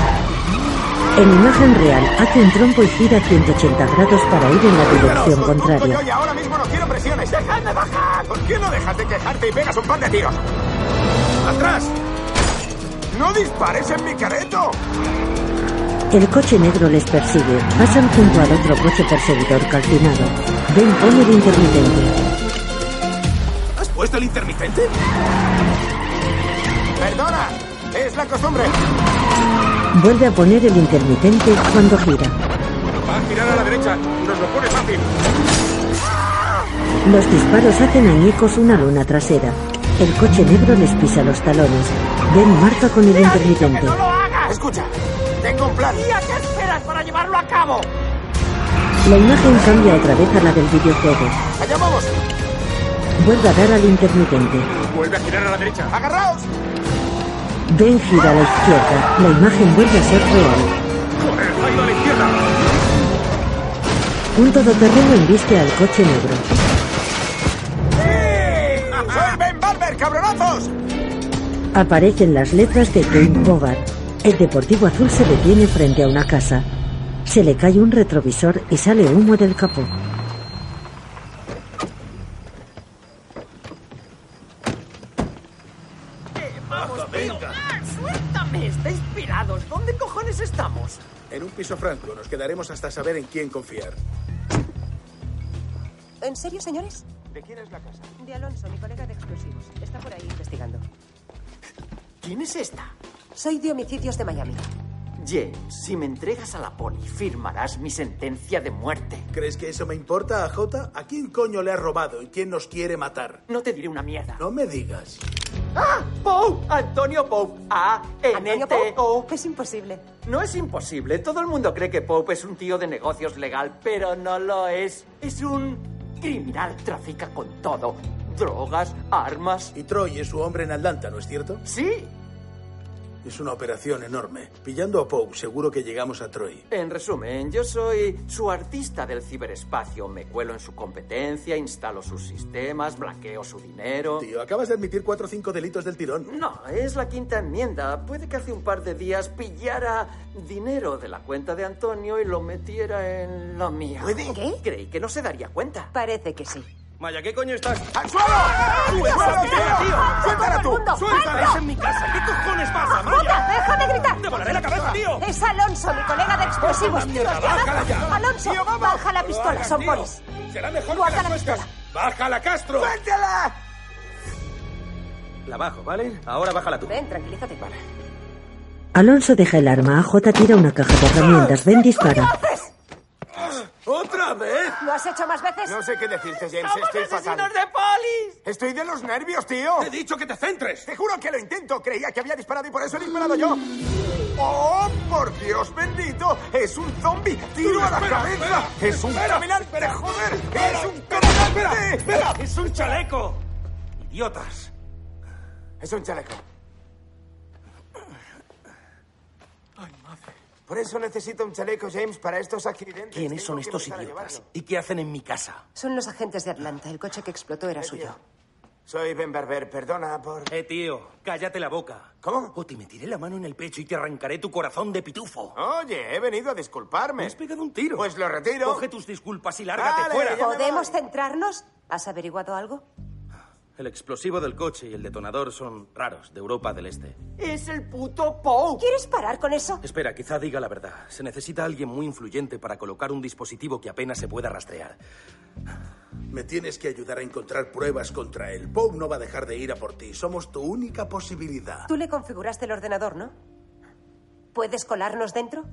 Speaker 1: En imagen real, hace un trompo y gira 180 grados para ir en la dirección contraria.
Speaker 11: Yo y ahora mismo no quiero presiones. ¡Dejadme bajar! ¿Por qué no dejas de quejarte y pegas un par de tiros?
Speaker 9: ¡Atrás! ¡No dispares en mi careto!
Speaker 1: El coche negro les persigue. Pasan junto al otro coche perseguidor calcinado. Ben pone el intermitente.
Speaker 9: ¿Has puesto el intermitente?
Speaker 11: ¡Perdona! ¡Es la costumbre!
Speaker 1: Vuelve a poner el intermitente cuando gira.
Speaker 19: Va a girar a la derecha. Nos lo pone fácil.
Speaker 1: Los disparos hacen añicos una luna trasera. El coche negro les pisa los talones. Ben marca con el intermitente.
Speaker 9: ¡No lo hagas!
Speaker 11: Escucha, tengo un plan.
Speaker 9: ¿Y a qué esperas para llevarlo a cabo?
Speaker 1: La imagen cambia otra vez a la del videojuego.
Speaker 11: ¡Allá vamos!
Speaker 1: Vuelve a dar al intermitente.
Speaker 19: Vuelve a girar a la derecha.
Speaker 11: ¡Agarraos!
Speaker 1: Ben gira a la izquierda. La imagen vuelve a ser real.
Speaker 19: ¡Joder! ¡Ha ido a la izquierda!
Speaker 1: Un todoterreno embiste al coche negro.
Speaker 11: ¡Vuelven, Barber, cabronazos!
Speaker 1: Aparecen las letras de Game Bogart. El deportivo azul se detiene frente a una casa. Se le cae un retrovisor y sale humo del capó.
Speaker 3: ¡Vamos, venga! ¡Suéltame! ¿Estáis pirados? ¿Dónde cojones estamos?
Speaker 6: En un piso franco nos quedaremos hasta saber en quién confiar.
Speaker 17: ¿En serio, señores?
Speaker 11: ¿De quién es la casa?
Speaker 17: De Alonso, mi colega de explosivos. Está por ahí investigando.
Speaker 3: ¿Quién es esta?
Speaker 17: Soy de homicidios de Miami.
Speaker 3: James, si me entregas a la poli, firmarás mi sentencia de muerte.
Speaker 6: ¿Crees que eso me importa a Jota? ¿A quién coño le ha robado y quién nos quiere matar?
Speaker 3: No te diré una mierda.
Speaker 6: No me digas.
Speaker 3: ¡Ah! ¡Pou! Antonio Pou. a n
Speaker 17: ¿Antonio
Speaker 3: t o
Speaker 17: Es imposible.
Speaker 3: No es imposible. Todo el mundo cree que Pope es un tío de negocios legal, pero no lo es. Es un criminal, trafica con todo. Drogas, armas.
Speaker 6: Y Troy es su hombre en Atlanta, ¿no es cierto?
Speaker 3: Sí.
Speaker 6: Es una operación enorme. Pillando a Poe, seguro que llegamos a Troy.
Speaker 3: En resumen, yo soy su artista del ciberespacio. Me cuelo en su competencia, instalo sus sistemas, blanqueo su dinero.
Speaker 6: Tío, acabas de admitir cuatro o cinco delitos del tirón.
Speaker 3: No, es la quinta enmienda. Puede que hace un par de días pillara dinero de la cuenta de Antonio y lo metiera en la mía.
Speaker 11: ¿Puede?
Speaker 3: ¿Qué? Creí que no se daría cuenta.
Speaker 17: Parece que sí.
Speaker 19: Maya, ¿qué coño estás?
Speaker 11: ¡Al suelo! ¡Tú,
Speaker 19: Dios,
Speaker 11: suelo,
Speaker 19: tío,
Speaker 11: tío!
Speaker 19: tío!
Speaker 11: ¡Suéltala tú!
Speaker 19: ¡Suéltala! ¡Es en mi casa! ¿Qué cojones pasa,
Speaker 17: ¡Jota,
Speaker 19: Maya?
Speaker 17: deja de Ah, gritar!
Speaker 19: ¡Te volaré la cabeza, tío!
Speaker 17: Es Alonso, mi colega de explosivos.
Speaker 19: mierda, bájala ya!
Speaker 17: Alonso,
Speaker 11: Tío, vamos.
Speaker 17: baja la pistola,
Speaker 19: Baja,
Speaker 17: son
Speaker 19: tío.
Speaker 17: bolis.
Speaker 19: Será mejor
Speaker 17: Guarda
Speaker 19: que
Speaker 17: la
Speaker 19: las
Speaker 17: pistola.
Speaker 19: nuestras. ¡Bájala, Castro!
Speaker 11: ¡Suéltala!
Speaker 19: La bajo, ¿vale? Ahora bájala tú.
Speaker 17: Ven, tranquilízate. Vale.
Speaker 1: Alonso deja el arma. Jota tira una caja de herramientas. Ben dispara.
Speaker 6: ¿Otra vez?
Speaker 17: ¿Lo has hecho más veces?
Speaker 11: ¡Ah! No sé qué decirte, James. Estoy fatal.
Speaker 3: asesinos de polis!
Speaker 11: Estoy de los nervios, tío.
Speaker 5: ¡Te he dicho que te centres!
Speaker 11: Te juro que lo intento. Creía que había disparado y por eso he disparado yo. ¡Oh, por Dios bendito! ¡Es un zombie! ¡Tiro a la
Speaker 5: Espera,
Speaker 11: cabeza!
Speaker 5: espera,
Speaker 11: ¡Es un
Speaker 5: espera,
Speaker 11: caminante!
Speaker 5: espera,
Speaker 11: ¡Joder!
Speaker 5: espera,
Speaker 11: ¡Es un
Speaker 5: espera,
Speaker 11: caminante!
Speaker 5: espera. ¡Es un chaleco! ¡Idiotas!
Speaker 11: Es un chaleco. Por eso necesito un chaleco, James, para estos accidentes.
Speaker 8: ¿Quiénes son
Speaker 11: Tengo que
Speaker 8: estos
Speaker 11: empezar a
Speaker 8: idiotas?
Speaker 11: llevarlo.
Speaker 8: ¿Y qué hacen en mi casa?
Speaker 17: Son los agentes de Atlanta. El coche que explotó era suyo.
Speaker 11: Soy Ben Barber, perdona por...
Speaker 8: Eh, tío, cállate la boca.
Speaker 11: ¿Cómo?
Speaker 8: O te meteré la mano en el pecho y te arrancaré tu corazón de pitufo.
Speaker 11: Oye, he venido a
Speaker 8: Me
Speaker 11: disculparme.
Speaker 8: has pegado un tiro.
Speaker 11: Pues lo retiro.
Speaker 8: Coge tus disculpas y lárgate
Speaker 11: Vale,
Speaker 8: fuera.
Speaker 11: ya me
Speaker 17: ¿Podemos centrarnos? ¿Has averiguado algo?
Speaker 8: El explosivo del coche y el detonador son raros, de Europa del Este.
Speaker 3: ¡Es el puto Poe!
Speaker 17: ¿Quieres parar con eso?
Speaker 8: Espera, quizá diga la verdad. Se necesita alguien muy influyente para colocar un dispositivo que apenas se pueda rastrear.
Speaker 6: Me tienes que ayudar a encontrar pruebas contra él. Poe no va a dejar de ir a por ti. Somos tu única posibilidad.
Speaker 17: Tú le configuraste el ordenador, ¿no? ¿Puedes colarnos dentro?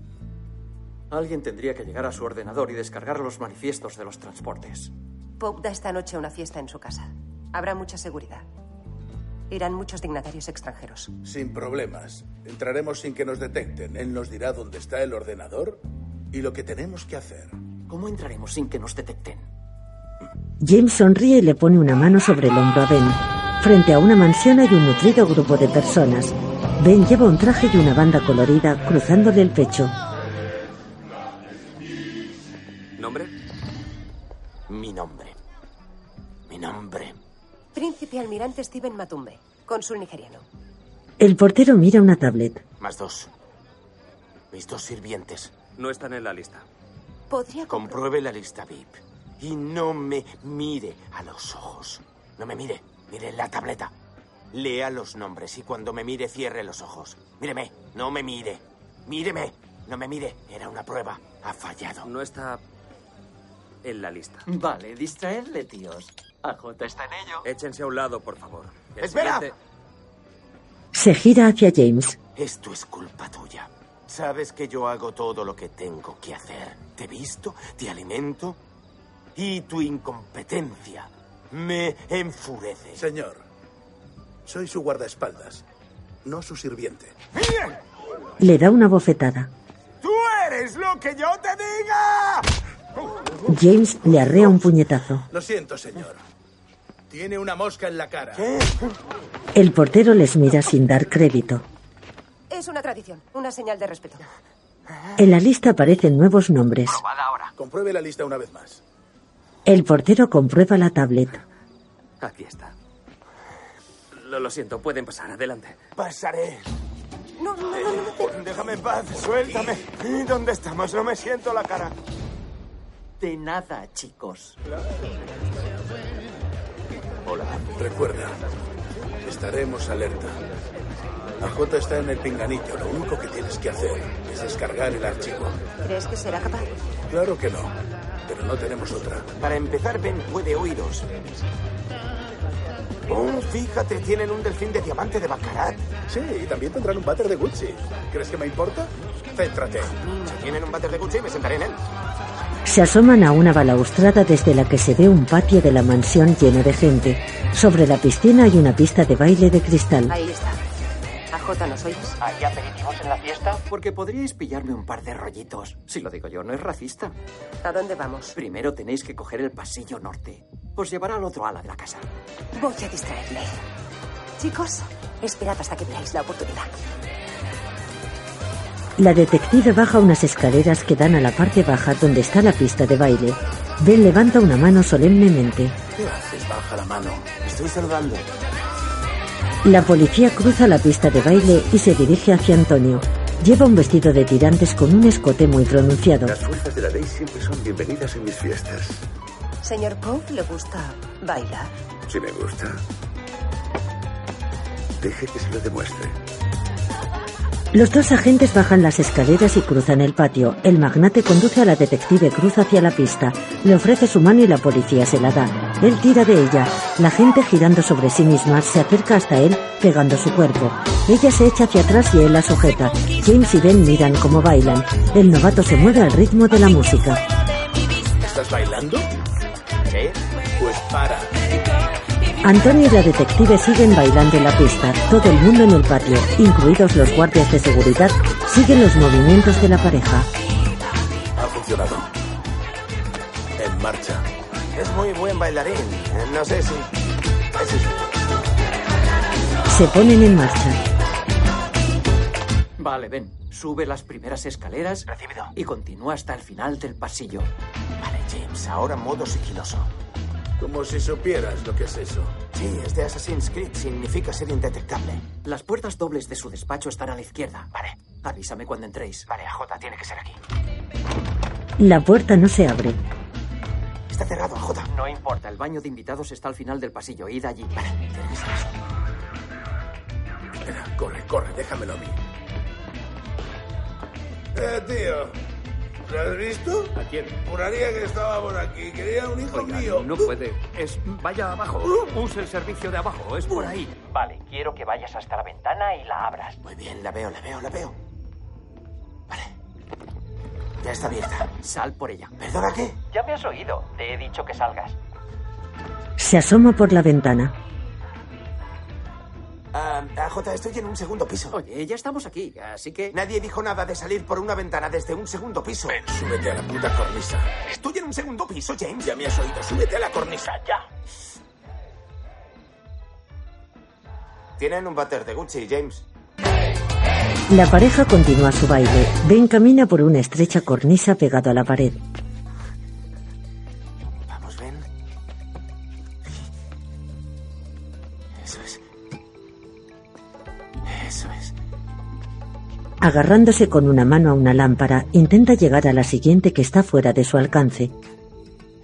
Speaker 3: Alguien tendría que llegar a su ordenador y descargar los manifiestos de los transportes.
Speaker 17: Pope da esta noche una fiesta en su casa. Habrá mucha seguridad. Irán muchos dignatarios extranjeros.
Speaker 6: Sin problemas. Entraremos sin que nos detecten. Él nos dirá dónde está el ordenador y lo que tenemos que hacer.
Speaker 3: ¿Cómo entraremos sin que nos detecten?
Speaker 1: James sonríe y le pone una mano sobre el hombro a Ben. Frente a una mansión hay un nutrido grupo de personas. Ben lleva un traje y una banda colorida cruzándole el pecho.
Speaker 11: ¿Nombre?
Speaker 3: Mi nombre. Mi nombre.
Speaker 17: Príncipe Almirante Steven Matumbe, cónsul nigeriano.
Speaker 1: El portero mira una tablet.
Speaker 11: Más dos. Mis dos sirvientes. No están en la lista.
Speaker 17: Podría
Speaker 11: Compruebe la lista VIP. Y no me mire a los ojos. No me mire. Mire la tableta. Lea los nombres y cuando me mire cierre los ojos. Míreme. No me mire. Míreme. No me mire. Era una prueba. Ha fallado.
Speaker 8: No está en la lista.
Speaker 3: Vale, distraerle, tíos. AJ está en ello.
Speaker 8: Échense a un lado, por favor.
Speaker 11: El ¡Espera! Siguiente...
Speaker 1: Se gira hacia James.
Speaker 11: Esto es culpa tuya. Sabes que yo hago todo lo que tengo que hacer. Te visto, te alimento y tu incompetencia me enfurece.
Speaker 6: Señor, soy su guardaespaldas, no su sirviente.
Speaker 11: ¡Bien!
Speaker 1: Le da una bofetada.
Speaker 11: ¡Tú eres lo que yo te diga!
Speaker 1: James le arrea un puñetazo.
Speaker 6: Lo siento, señor. Tiene una mosca en la cara.
Speaker 11: ¿Qué?
Speaker 1: El portero les mira sin dar crédito.
Speaker 17: Es una tradición, una señal de respeto.
Speaker 1: En la lista aparecen nuevos nombres.
Speaker 6: Ahora. Compruebe la lista una vez más.
Speaker 1: El portero comprueba la tablet.
Speaker 8: Aquí está. Lo, lo siento, pueden pasar. Adelante.
Speaker 11: Pasaré.
Speaker 17: No, no, no, no,
Speaker 11: no. Déjame en paz, suéltame. ¿Dónde estamos? No me siento la cara.
Speaker 3: De nada, chicos.
Speaker 11: Hola.
Speaker 6: Recuerda, estaremos alerta. AJ está en el pinganillo. Lo único que tienes que hacer es descargar el archivo.
Speaker 17: ¿Crees que será capaz?
Speaker 6: Claro que no, pero no tenemos otra.
Speaker 11: Para empezar, Ben puede oíros. Oh, fíjate, tienen un delfín de diamante de Baccarat.
Speaker 6: Sí, y también tendrán un váter de Gucci. ¿Crees que me importa? Céntrate.
Speaker 11: Si tienen un váter de Gucci, me sentaré en él.
Speaker 1: Se asoman a una balaustrada desde la que se ve un patio de la mansión lleno de gente. Sobre la piscina hay una pista de baile de cristal.
Speaker 17: Ahí está. AJ, ¿nos oyes?
Speaker 8: ¿Hay aperitivos Ah, en la fiesta?
Speaker 3: Porque podríais pillarme un par de rollitos. Si lo digo yo, no es racista.
Speaker 17: ¿A dónde vamos?
Speaker 3: Primero tenéis que coger el pasillo norte. Os llevará al otro ala de la casa.
Speaker 17: Voy a distraerle. Chicos, esperad hasta que veáis la oportunidad.
Speaker 1: La detective baja unas escaleras que dan a la parte baja donde está la pista de baile. Ben levanta una mano solemnemente.
Speaker 11: ¿Qué haces? Baja la mano. Estoy saludando.
Speaker 1: La policía cruza la pista de baile y se dirige hacia Antonio. Lleva un vestido de tirantes con un escote muy pronunciado.
Speaker 2: Las fuerzas de la ley siempre son bienvenidas en mis fiestas.
Speaker 17: Señor Pope, ¿le gusta bailar?
Speaker 2: Si me gusta. Deje que se lo demuestre.
Speaker 1: Los dos agentes bajan las escaleras y cruzan el patio. El magnate conduce a la detective Cruz hacia la pista. Le ofrece su mano y la policía se la da. Él tira de ella. La gente girando sobre sí misma se acerca hasta él, pegando su cuerpo. Ella se echa hacia atrás y él la sujeta. James y Ben miran cómo bailan. El novato se mueve al ritmo de la música.
Speaker 6: ¿Estás bailando?
Speaker 11: ¿Eh?
Speaker 6: Pues para.
Speaker 1: Antonio y la detective siguen bailando en la pista. Todo el mundo en el patio, incluidos los guardias de seguridad, siguen los movimientos de la pareja.
Speaker 6: Ha funcionado. En marcha.
Speaker 11: Es muy buen bailarín. Eh, No sé si.
Speaker 1: Se ponen en marcha.
Speaker 3: Vale, ven. Sube las primeras escaleras.
Speaker 11: Recibido.
Speaker 3: Y continúa hasta el final del pasillo.
Speaker 11: Vale, James, ahora modo sigiloso.
Speaker 6: Como si supieras lo que es eso.
Speaker 11: Sí, es de Assassin's Creed. Significa ser indetectable.
Speaker 3: Las puertas dobles de su despacho están a la izquierda.
Speaker 11: Vale.
Speaker 3: Avísame cuando entréis.
Speaker 11: Vale, AJ, tiene que ser aquí.
Speaker 1: La puerta no se abre.
Speaker 11: Está cerrado, AJ.
Speaker 3: No importa, el baño de invitados está al final del pasillo. Id allí.
Speaker 11: Vale, tiene que ser eso.
Speaker 6: Espera, corre, corre, déjamelo a mí. Eh, tío. ¿Lo has visto?
Speaker 24: ¿A quién?
Speaker 6: Juraría que estaba por aquí. Quería un hijo
Speaker 24: Oiga,
Speaker 6: mío.
Speaker 24: No puede. Es. Vaya abajo. Use el servicio de abajo. Es por ahí.
Speaker 3: Vale, quiero que vayas hasta la ventana y la abras.
Speaker 11: Muy bien, la veo, la veo, la veo. Vale. Ya está abierta.
Speaker 3: Sal por ella.
Speaker 11: ¿Perdona qué?
Speaker 3: Ya me has oído. Te he dicho que salgas.
Speaker 1: Se asoma por la ventana.
Speaker 11: Ah, J, estoy en un segundo piso.
Speaker 3: Oye, ya estamos aquí, así que.
Speaker 11: Nadie dijo nada de salir por una ventana desde un segundo piso. Ven,
Speaker 6: súbete a la puta cornisa.
Speaker 11: Estoy en un segundo piso, James.
Speaker 6: Ya me has oído. Súbete a la cornisa, ya.
Speaker 11: Tienen un váter de Gucci, James.
Speaker 1: La pareja continúa su baile. Ben camina por una estrecha cornisa pegado a la pared.
Speaker 11: Vamos, ven. Eso es. Eso es.
Speaker 1: Agarrándose con una mano a una lámpara, intenta llegar a la siguiente que está fuera de su alcance.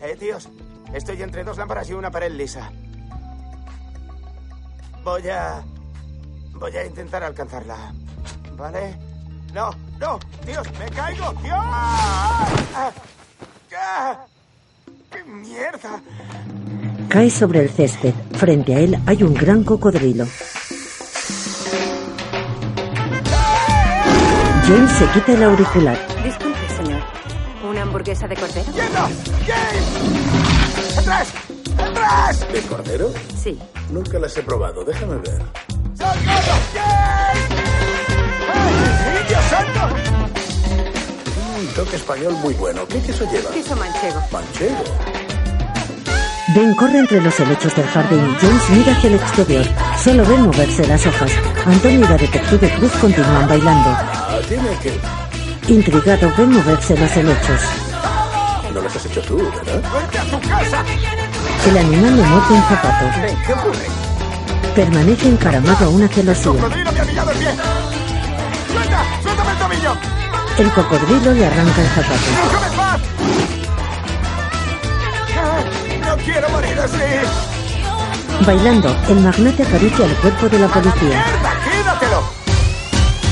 Speaker 11: Eh, tíos, estoy entre dos lámparas y una pared lisa. Voy a. Voy a intentar alcanzarla. ¿Vale? No, no, tíos, me caigo, tío. ¡Ah! ¡Ah! ¡Ah! ¡Qué mierda!
Speaker 1: Cae sobre el césped. Frente a él hay un gran cocodrilo. James se quita el auricular.
Speaker 25: Disculpe, señor. ¿Una hamburguesa de cordero?
Speaker 11: ¡Yendo! ¡James! ¡Atrás! ¡Atrás!
Speaker 6: ¿De cordero?
Speaker 25: Sí.
Speaker 6: Nunca las he probado. Déjame ver.
Speaker 11: ¡Salgado! ¡James! ¡Ay, Dios santo!
Speaker 6: Un toque español muy bueno. ¿Qué queso lleva?
Speaker 25: Queso manchego.
Speaker 6: Manchego.
Speaker 1: Ben corre entre los helechos del jardín. James mira hacia el exterior. Solo ve moverse las hojas. Antonio y la detective Cruz continúan bailando.
Speaker 6: Ah, tiene que.
Speaker 1: Intrigado ve moverse los helechos.
Speaker 6: No las has hecho tú, ¿verdad?
Speaker 11: ¡Vete a tu casa!
Speaker 1: El animal le muerde un zapato.
Speaker 11: Ven, ¿qué ocurre?
Speaker 1: Permanece encaramado aún hacia los
Speaker 11: ¡Tu
Speaker 1: suyos.
Speaker 11: cocodrilo me ha pillado el pie! ¡Suelta! ¡Suéltame el tobillo!
Speaker 1: El cocodrilo le arranca el zapato.
Speaker 11: ¡Déjame en paz! ¡Ah! ¡No quiero morir así!
Speaker 1: Bailando, el magnate acaricia el cuerpo de la policía.
Speaker 11: ¡Mierda, quédatelo!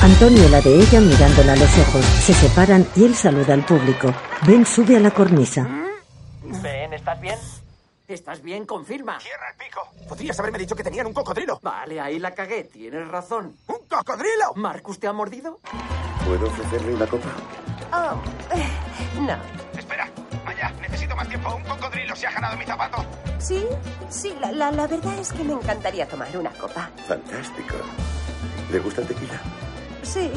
Speaker 1: Antonio y la de ella mirándola a los ojos. Se separan y él saluda al público. Ben sube a la cornisa.
Speaker 3: Ven, ¿estás bien? ¿Estás bien? Confirma.
Speaker 11: ¡Cierra el pico! Podrías haberme dicho que tenían un cocodrilo.
Speaker 3: Vale, ahí la cagué. Tienes razón.
Speaker 11: ¡Un cocodrilo!
Speaker 3: ¿Marcus te ha mordido?
Speaker 2: ¿Puedo ofrecerle una copa?
Speaker 17: Oh, eh, no.
Speaker 11: Ah. Espera, vaya, necesito más tiempo. Un cocodrilo se ha ganado mi zapato.
Speaker 17: Sí, sí, la, la- la verdad es que me encantaría tomar una copa.
Speaker 2: Fantástico. ¿Le gusta el tequila?
Speaker 17: Sí.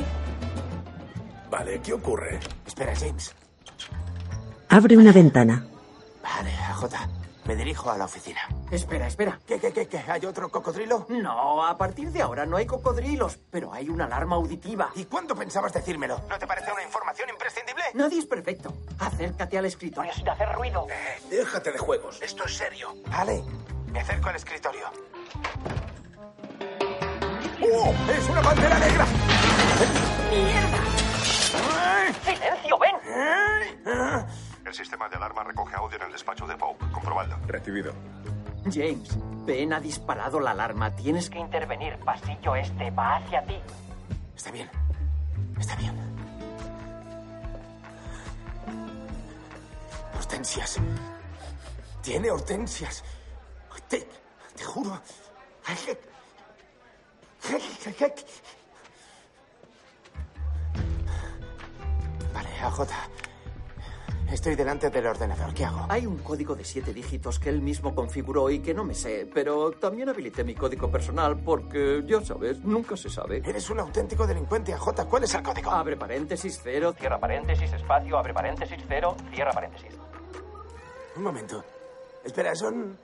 Speaker 6: Vale, ¿qué ocurre?
Speaker 11: Espera, James.
Speaker 1: Abre una ventana.
Speaker 11: Vale, Jota. Me dirijo a la oficina.
Speaker 3: Espera, espera.
Speaker 11: ¿Qué, qué, qué, qué? ¿Hay otro cocodrilo?
Speaker 3: No, a partir de ahora no hay cocodrilos, pero hay una alarma auditiva.
Speaker 11: ¿Y cuándo pensabas decírmelo? ¿No te parece una información imprescindible?
Speaker 3: Nadie es perfecto. Acércate al escritorio sin hacer ruido.
Speaker 6: Déjate de juegos.
Speaker 11: Esto es serio. Vale, me acerco al escritorio. ¡Oh! ¡Es una pantera negra!
Speaker 3: ¡Silencio, ven!
Speaker 11: Ah.
Speaker 9: El sistema de alarma recoge audio en el despacho de Pope. Comprobadlo.
Speaker 26: Recibido.
Speaker 3: James, Ben ha disparado la alarma. Tienes que intervenir. Pasillo este va hacia ti.
Speaker 11: Está bien. Está bien. Hortensias. Tiene hortensias. Te, te juro. Vale, AJ. Estoy delante del ordenador. ¿Qué hago?
Speaker 3: Hay un código de siete dígitos que él mismo configuró y que no me sé, pero también habilité mi código personal porque, ya sabes, nunca se sabe.
Speaker 11: Eres un auténtico delincuente, AJ. ¿Cuál es el código?
Speaker 3: Abre paréntesis cero, cierra paréntesis, espacio, abre paréntesis cero, cierra paréntesis.
Speaker 11: Un momento. Espera, son...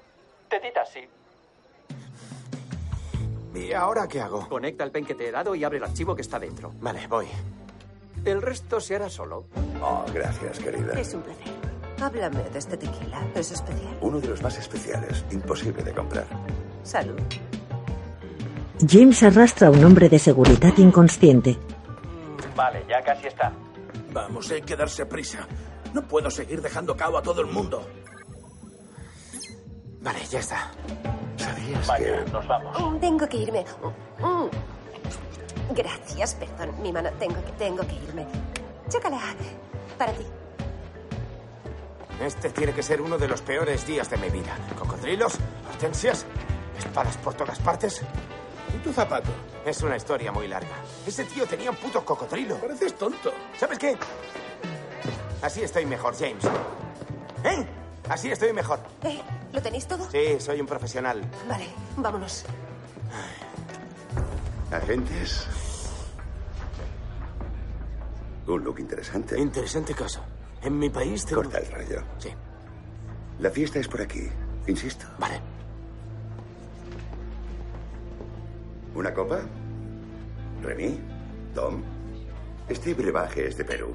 Speaker 3: Tetitas, sí.
Speaker 11: ¿Y ahora qué hago?
Speaker 3: Conecta el pen que te he dado y abre el archivo que está dentro.
Speaker 11: Vale, voy.
Speaker 3: El resto se hará solo.
Speaker 2: Oh, gracias, querida.
Speaker 17: Es un placer. Háblame de este tequila. Es especial.
Speaker 2: Uno de los más especiales, imposible de comprar.
Speaker 17: Salud.
Speaker 1: James arrastra a un hombre de seguridad inconsciente.
Speaker 3: Vale, ya casi está.
Speaker 6: Vamos, hay que darse prisa. No puedo seguir dejando cabo a todo el mundo.
Speaker 11: Vale, ya está.
Speaker 2: ¿Sabías que
Speaker 3: nos vamos.
Speaker 17: Mm, Tengo que irme. Mm. Gracias, perdón. Mi mano, tengo que, tengo que irme. Chócala. Para ti.
Speaker 11: Este tiene que ser uno de los peores días de mi vida. Cocodrilos, hortensias, espadas por todas partes.
Speaker 9: ¿Y tu zapato?
Speaker 11: Es una historia muy larga. Ese tío tenía un puto cocodrilo.
Speaker 9: Pareces tonto.
Speaker 11: ¿Sabes qué? Así estoy mejor, James. ¿Eh? Así estoy mejor.
Speaker 17: ¿Eh? ¿Lo tenéis todo?
Speaker 11: Sí, soy un profesional.
Speaker 17: Vale, vámonos.
Speaker 2: Agentes. Un look interesante.
Speaker 11: Interesante caso. En mi país te...
Speaker 2: Corta el rollo.
Speaker 11: Sí.
Speaker 2: La fiesta es por aquí, insisto.
Speaker 11: Vale.
Speaker 2: ¿Una copa? Remy, Tom. Este brebaje es de Perú.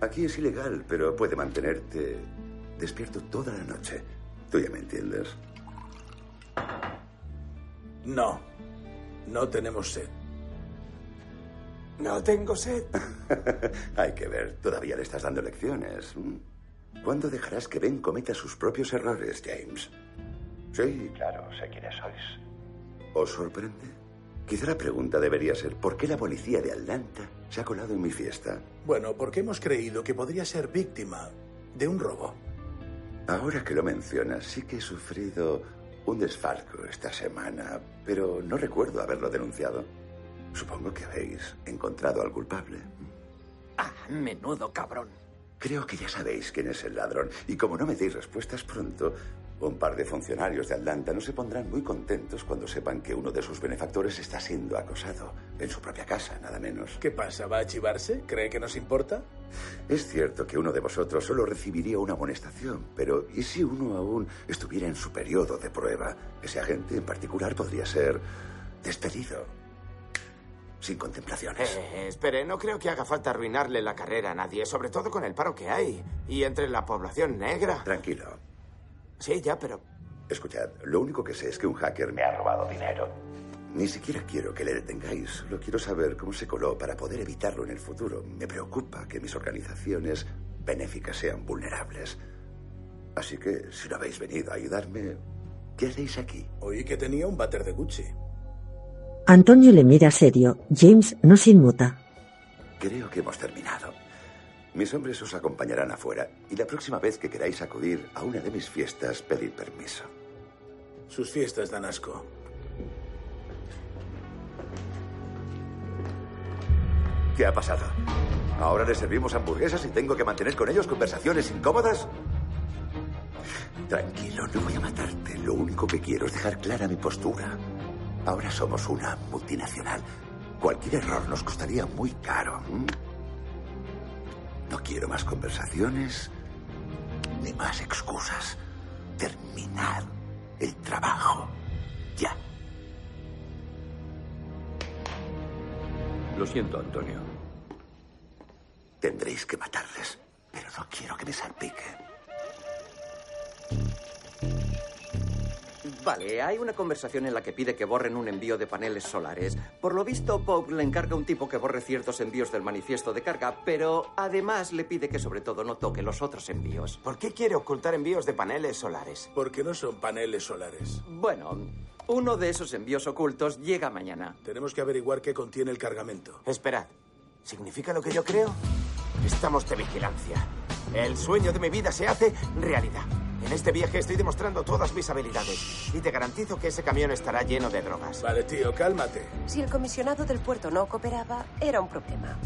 Speaker 2: Aquí es ilegal, pero puede mantenerte despierto toda la noche. Tú ya me entiendes.
Speaker 6: No. No tenemos sed.
Speaker 11: No tengo sed.
Speaker 2: Hay que ver, todavía le estás dando lecciones. ¿Cuándo dejarás que Ben cometa sus propios errores, James? Sí, claro, sé quiénes sois. ¿Os sorprende? Quizá la pregunta debería ser, ¿por qué la policía de Atlanta se ha colado en mi fiesta?
Speaker 6: Bueno, porque hemos creído que podría ser víctima de un robo.
Speaker 2: Ahora que lo mencionas, sí que he sufrido un desfalco esta semana, pero no recuerdo haberlo denunciado. Supongo que habéis encontrado al culpable.
Speaker 8: Ah, menudo cabrón.
Speaker 2: Creo que ya sabéis quién es el ladrón, y como no me deis respuestas pronto, un par de funcionarios de Atlanta no se pondrán muy contentos cuando sepan que uno de sus benefactores está siendo acosado, en su propia casa, nada menos.
Speaker 6: ¿Qué pasa? ¿Va a chivarse? ¿Cree que nos importa?
Speaker 2: Es cierto que uno de vosotros solo recibiría una amonestación, pero ¿y si uno aún estuviera en su periodo de prueba? Ese agente en particular podría ser despedido. Sin contemplaciones.
Speaker 11: Eh, espere, no creo que haga falta arruinarle la carrera a nadie, sobre todo con el paro que hay y entre la población negra.
Speaker 2: Tranquilo,
Speaker 11: Sí, ya, pero...
Speaker 2: Escuchad, lo único que sé es que un hacker me ha robado dinero. Ni siquiera quiero que le detengáis, solo quiero saber cómo se coló para poder evitarlo en el futuro. Me preocupa que mis organizaciones benéficas sean vulnerables. Así que, si no habéis venido a ayudarme, ¿qué hacéis aquí?
Speaker 6: Oí que tenía un váter de Gucci.
Speaker 1: Antonio le mira serio. James no se inmuta.
Speaker 2: Creo que hemos terminado. Mis hombres os acompañarán afuera y la próxima vez que queráis acudir a una de mis fiestas, pedid permiso.
Speaker 6: Sus fiestas dan asco.
Speaker 2: ¿Qué ha pasado? ¿Ahora les servimos hamburguesas y tengo que mantener con ellos conversaciones incómodas? Tranquilo, no voy a matarte. Lo único que quiero es dejar clara mi postura. Ahora somos una multinacional. Cualquier error nos costaría muy caro. ¿m? No quiero más conversaciones ni más excusas. Terminar el trabajo. Ya.
Speaker 27: Lo siento, Antonio.
Speaker 2: Tendréis que matarles, pero no quiero que me salpique.
Speaker 3: Vale, hay una conversación en la que pide que borren un envío de paneles solares. Por lo visto, Bob le encarga a un tipo que borre ciertos envíos del manifiesto de carga, pero además le pide que sobre todo no toque los otros envíos.
Speaker 11: ¿Por qué quiere ocultar envíos de paneles solares?
Speaker 6: Porque no son paneles solares.
Speaker 3: Bueno, uno de esos envíos ocultos llega mañana.
Speaker 6: Tenemos que averiguar qué contiene el cargamento.
Speaker 11: Esperad. ¿Significa lo que yo creo? Estamos de vigilancia. El sueño de mi vida se hace realidad. En este viaje estoy demostrando todas mis habilidades y te garantizo que ese camión estará lleno de drogas.
Speaker 6: Vale, tío, cálmate.
Speaker 17: Si el comisionado del puerto no cooperaba, era un problema.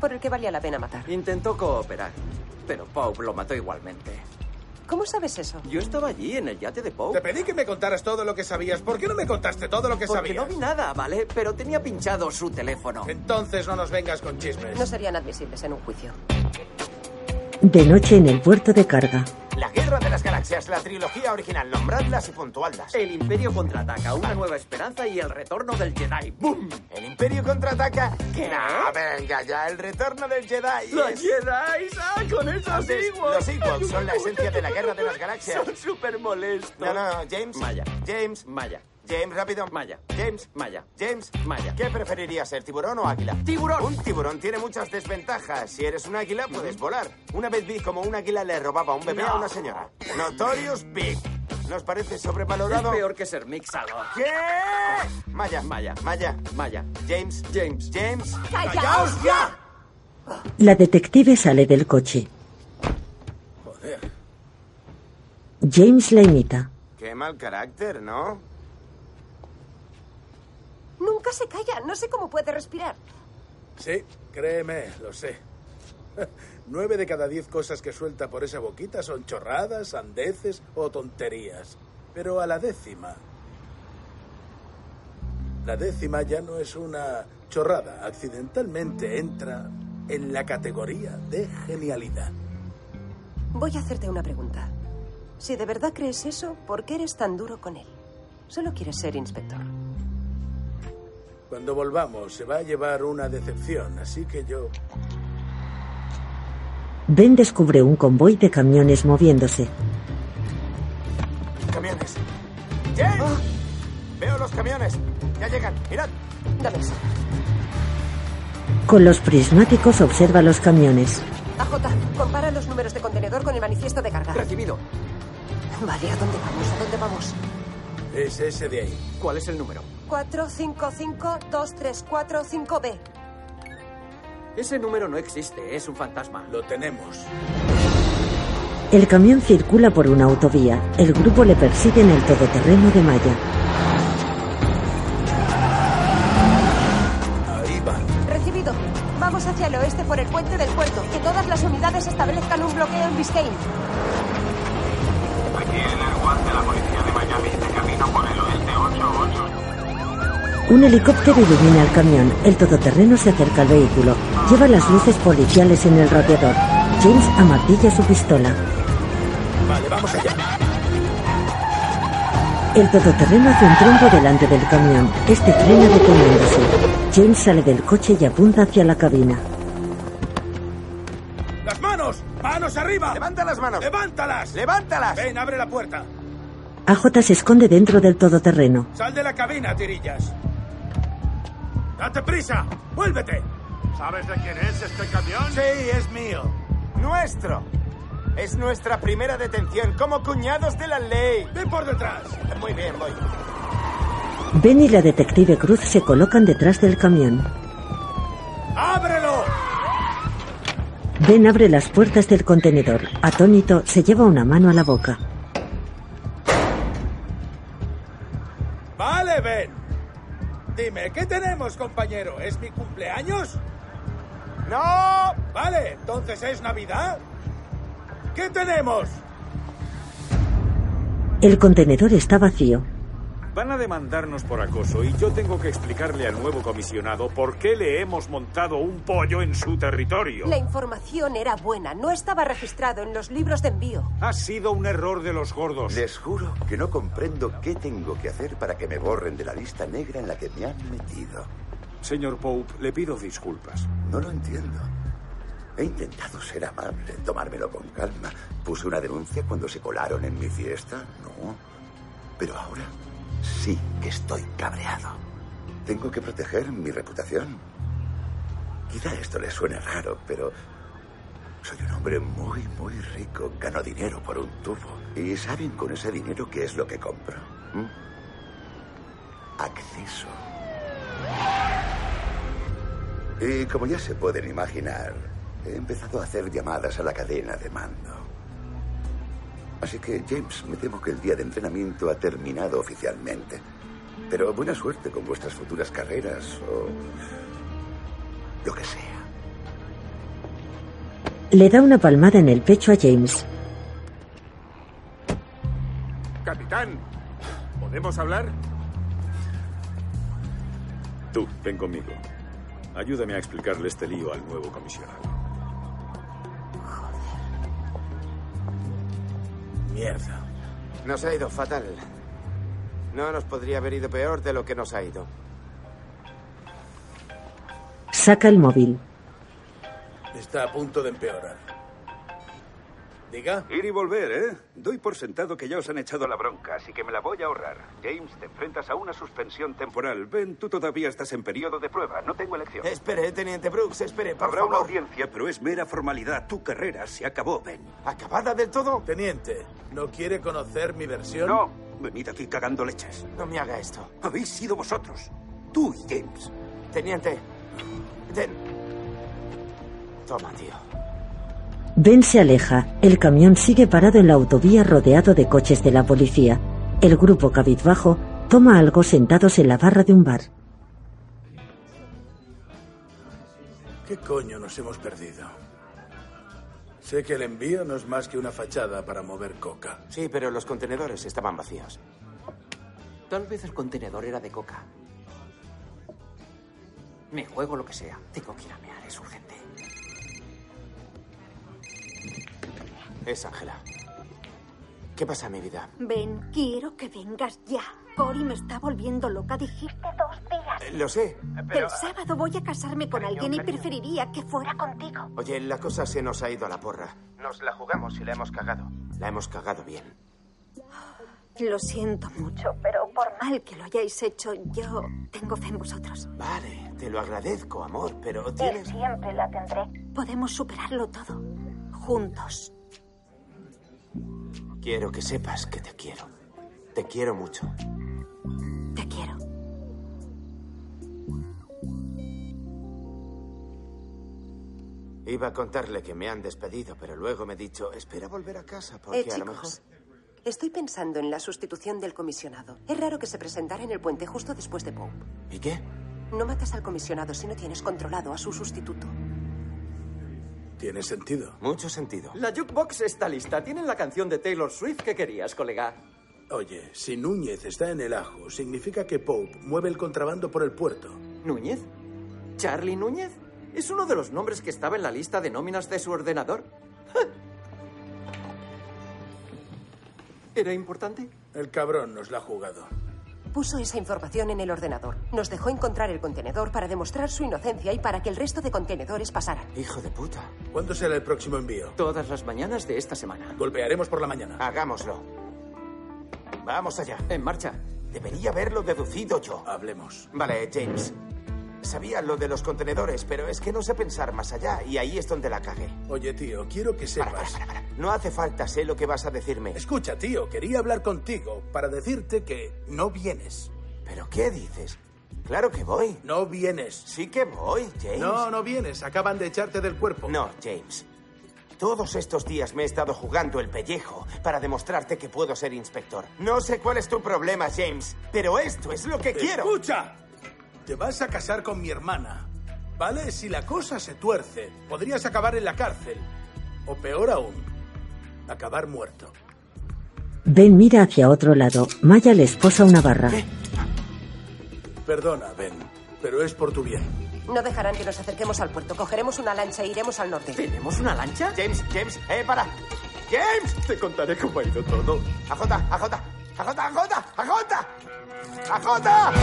Speaker 17: Por el que valía la pena matar.
Speaker 3: Intentó cooperar, pero Pope lo mató igualmente.
Speaker 17: ¿Cómo sabes eso?
Speaker 3: Yo estaba allí en el yate de Pope.
Speaker 9: Te pedí que me contaras todo lo que sabías. ¿Por qué no me contaste todo lo que
Speaker 3: Porque
Speaker 9: sabías?
Speaker 3: no vi nada, ¿vale? Pero tenía pinchado su teléfono.
Speaker 9: Entonces no nos vengas con chismes.
Speaker 17: No serían admisibles en un juicio.
Speaker 1: De noche en el puerto de carga.
Speaker 11: La Guerra de las Galaxias, la trilogía original, nombradlas y puntuadlas.
Speaker 3: El Imperio contraataca, una nueva esperanza y el retorno del Jedi. ¡Bum!
Speaker 11: ¿El Imperio contraataca? ¿Qué? No, venga ya, el retorno del Jedi.
Speaker 3: ¡Los
Speaker 11: es-
Speaker 3: Jedi! ¡Ah, con esos
Speaker 11: Entonces,
Speaker 3: Ewoks!
Speaker 11: los Ewoks son la esencia de la Guerra de las Galaxias.
Speaker 3: Son súper molestos.
Speaker 11: No, no, James.
Speaker 3: Maya.
Speaker 11: James.
Speaker 3: Maya.
Speaker 11: James, rápido.
Speaker 3: Maya.
Speaker 11: James.
Speaker 3: Maya.
Speaker 11: James.
Speaker 3: Maya.
Speaker 11: ¿Qué preferirías ser, tiburón o águila?
Speaker 3: ¡Tiburón!
Speaker 11: Un tiburón tiene muchas desventajas. Si eres un águila, puedes volar. Una vez vi como un águila le robaba un bebé
Speaker 3: No.
Speaker 11: a una señora. Notorious Big. ¿Nos parece
Speaker 3: Es
Speaker 11: sobrevalorado?
Speaker 3: peor que ser mixado.
Speaker 11: ¿Qué? Maya,
Speaker 3: Maya.
Speaker 11: Maya,
Speaker 3: Maya.
Speaker 11: James,
Speaker 3: James.
Speaker 11: James.
Speaker 16: ¡Callaos
Speaker 11: ya!
Speaker 1: La detective sale del coche. James la imita.
Speaker 11: Qué mal carácter, ¿no?
Speaker 17: Nunca se calla. No sé cómo puede respirar.
Speaker 6: Sí, créeme, lo sé. Nueve de cada diez cosas que suelta por esa boquita son chorradas, sandeces o tonterías. Pero a la décima. La décima ya no es una chorrada. Accidentalmente entra en la categoría de genialidad.
Speaker 17: Voy a hacerte una pregunta. Si de verdad crees eso, ¿por qué eres tan duro con él? Solo quieres ser inspector.
Speaker 6: Cuando volvamos se va a llevar una decepción, así que yo...
Speaker 1: Ben descubre un convoy de camiones moviéndose.
Speaker 9: ¡Camiones! ¡James!
Speaker 11: Ah.
Speaker 9: Veo los camiones. Ya llegan. Mirad.
Speaker 17: Dame eso.
Speaker 1: Con los prismáticos observa los camiones.
Speaker 17: AJ, compara los números de contenedor con el manifiesto de carga.
Speaker 28: Recibido.
Speaker 17: Vale, ¿a dónde vamos? ¿A dónde vamos?
Speaker 6: Es ese de ahí.
Speaker 28: ¿Cuál es el número?
Speaker 17: 455-2345B.
Speaker 3: Ese número no existe, es un fantasma.
Speaker 6: Lo tenemos.
Speaker 1: El camión circula por una autovía. El grupo le persigue en el todoterreno de Maya.
Speaker 6: Ahí va.
Speaker 17: Recibido. Vamos hacia el oeste por el puente del puerto. Que todas las unidades establezcan un bloqueo en Biscayne.
Speaker 7: Aquí el Airwatch de la policía de Miami, de camino por el oeste 88.
Speaker 1: Un helicóptero ilumina el camión. El todoterreno se acerca al vehículo. Lleva las luces policiales en el radiador. James amartilla su pistola.
Speaker 6: Vale, vamos allá.
Speaker 1: El todoterreno hace un trombo delante del camión. Este frena deteniéndose. James sale del coche y apunta hacia la cabina.
Speaker 6: ¡Las manos! ¡Manos arriba!
Speaker 11: ¡Levanta las manos!
Speaker 6: ¡Levántalas!
Speaker 11: ¡Levántalas!
Speaker 6: Ven, abre la puerta.
Speaker 1: AJ se esconde dentro del todoterreno.
Speaker 6: Sal de la cabina, tirillas. ¡Date prisa! ¡Vuélvete!
Speaker 18: ¿Sabes de quién es este camión?
Speaker 9: Sí, es mío.
Speaker 11: ¡Nuestro! Es nuestra primera detención como cuñados de la ley.
Speaker 6: ¡Ven por detrás!
Speaker 11: Muy bien, voy.
Speaker 1: Ben y la detective Cruz se colocan detrás del camión.
Speaker 6: ¡Ábrelo!
Speaker 1: Ben abre las puertas del contenedor. Atónito, se lleva una mano a la boca.
Speaker 6: Vale, Ben. Dime, ¿qué tenemos, compañero? ¿Es mi cumpleaños?
Speaker 11: ¡No!
Speaker 6: Vale, entonces es Navidad. ¿Qué tenemos?
Speaker 1: El contenedor está vacío.
Speaker 10: Van a demandarnos por acoso y yo tengo que explicarle al nuevo comisionado por qué le hemos montado un pollo en su territorio.
Speaker 17: La información era buena. No estaba registrado en los libros de envío.
Speaker 10: Ha sido un error de los gordos.
Speaker 2: Les juro que no comprendo qué tengo que hacer para que me borren de la lista negra en la que me han metido.
Speaker 10: Señor Pope, le pido disculpas.
Speaker 2: No lo entiendo. He intentado ser amable, tomármelo con calma. Puse una denuncia cuando se colaron en mi fiesta, no. Pero ahora sí que estoy cabreado. Tengo que proteger mi reputación. Quizá esto le suene raro, pero soy un hombre muy, muy rico. Gano dinero por un tubo. ¿Y saben con ese dinero qué es lo que compro? ¿Mm? Acceso. Y como ya se pueden imaginar, he empezado a hacer llamadas a la cadena de mando. Así que, James, me temo que el día de entrenamiento ha terminado oficialmente. Pero buena suerte con vuestras futuras carreras o lo que sea.
Speaker 1: Le da una palmada en el pecho a James.
Speaker 19: Capitán, ¿podemos hablar?
Speaker 10: Tú, ven conmigo. Ayúdame a explicarle este lío al nuevo comisionado.
Speaker 6: Mierda.
Speaker 11: Nos ha ido fatal. No nos podría haber ido peor de lo que nos ha ido.
Speaker 1: Saca el móvil.
Speaker 6: Está a punto de empeorar. Diga.
Speaker 5: Ir y volver, ¿eh? Doy por sentado que ya os han echado la bronca, así que me la voy a ahorrar. James, te enfrentas a una suspensión temporal. Ben, tú todavía estás en periodo de prueba. No tengo elección.
Speaker 11: Espere, teniente Brooks, espere, por
Speaker 5: Habrá
Speaker 11: favor.
Speaker 5: una audiencia, pero es mera formalidad. Tu carrera se acabó, Ben.
Speaker 11: ¿Acabada del todo?
Speaker 6: Teniente, ¿no quiere conocer mi versión?
Speaker 5: No, venid aquí cagando leches.
Speaker 11: No me haga esto.
Speaker 5: Habéis sido vosotros. Tú y James.
Speaker 11: Teniente. Ten... Toma, tío.
Speaker 1: Ben se aleja. El camión sigue parado en la autovía rodeado de coches de la policía. El grupo cabizbajo toma algo sentados en la barra de un bar.
Speaker 6: ¿Qué coño nos hemos perdido? Sé que el envío no es más que una fachada para mover coca.
Speaker 11: Sí, pero los contenedores estaban vacíos.
Speaker 8: Tal vez el contenedor era de coca. Me juego lo que sea. Tengo que ir a mear, es urgente.
Speaker 11: Es Ángela. ¿Qué pasa, mi vida?
Speaker 15: Ven, quiero que vengas ya. Cory me está volviendo loca. Dijiste dos días.
Speaker 11: Eh, Lo sé.
Speaker 15: El sábado voy a casarme con alguien y preferiría que fuera contigo.
Speaker 11: Oye, la cosa se nos ha ido a la porra.
Speaker 9: Nos la jugamos y la hemos cagado.
Speaker 11: La hemos cagado bien.
Speaker 15: Lo siento mucho, pero por mal que lo hayáis hecho, yo tengo fe en vosotros.
Speaker 11: Vale, te lo agradezco, amor,
Speaker 9: Eh,
Speaker 11: pero tienes...
Speaker 4: siempre la tendré.
Speaker 15: Podemos superarlo todo. Juntos.
Speaker 11: Quiero que sepas que te quiero. Te quiero mucho.
Speaker 15: Te quiero.
Speaker 11: Iba a contarle que me han despedido, pero luego me he dicho, espera volver a casa, porque
Speaker 17: Eh,
Speaker 11: a lo mejor...
Speaker 17: chicos, estoy pensando en la sustitución del comisionado. Es raro que se presentara en el puente justo después de Pope.
Speaker 11: ¿Y qué?
Speaker 17: No matas al comisionado si no tienes controlado a su sustituto.
Speaker 6: Tiene sentido.
Speaker 11: Mucho sentido.
Speaker 3: La jukebox está lista. Tienen la canción de Taylor Swift que querías, colega.
Speaker 6: Oye, si Núñez está en el ajo, significa que Pope mueve el contrabando por el puerto.
Speaker 3: ¿Núñez? ¿Charlie Núñez? Es uno de los nombres que estaba en la lista de nóminas de su ordenador. ¿Era importante?
Speaker 6: El cabrón nos la ha jugado.
Speaker 17: Puso esa información en el ordenador. Nos dejó encontrar el contenedor para demostrar su inocencia y para que el resto de contenedores pasaran.
Speaker 11: Hijo de puta.
Speaker 6: ¿Cuándo será el próximo envío?
Speaker 3: Todas las mañanas de esta semana.
Speaker 6: Golpearemos por la mañana.
Speaker 11: Hagámoslo. Vamos allá.
Speaker 3: En marcha.
Speaker 11: Debería haberlo deducido yo.
Speaker 6: Hablemos.
Speaker 11: Vale, James. Sabía lo de los contenedores, pero es que no sé pensar más allá y ahí es donde la cagué.
Speaker 6: Oye, tío, quiero que sepas.
Speaker 11: No hace falta, sé lo que vas a decirme.
Speaker 6: Escucha, tío, quería hablar contigo para decirte que no vienes.
Speaker 11: ¿Pero qué dices? Claro que voy.
Speaker 6: No vienes.
Speaker 11: Sí que voy, James.
Speaker 6: No, no vienes. Acaban de echarte del cuerpo.
Speaker 11: No, James. Todos estos días me he estado jugando el pellejo para demostrarte que puedo ser inspector. No sé cuál es tu problema, James, pero esto es lo que quiero.
Speaker 6: ¡Escucha! Te vas a casar con mi hermana. ¿Vale? Si la cosa se tuerce, podrías acabar en la cárcel. O peor aún, acabar muerto.
Speaker 1: Ben mira hacia otro lado. Maya le esposa una barra.
Speaker 6: Perdona, Ben, pero es por tu bien.
Speaker 17: No dejarán que nos acerquemos al puerto. Cogeremos una lancha e iremos al norte.
Speaker 3: ¿Tenemos una lancha?
Speaker 11: James, James, eh, para. James,
Speaker 3: te contaré cómo ha ido todo.
Speaker 11: AJ, AJ, AJ, AJ, AJ, AJ.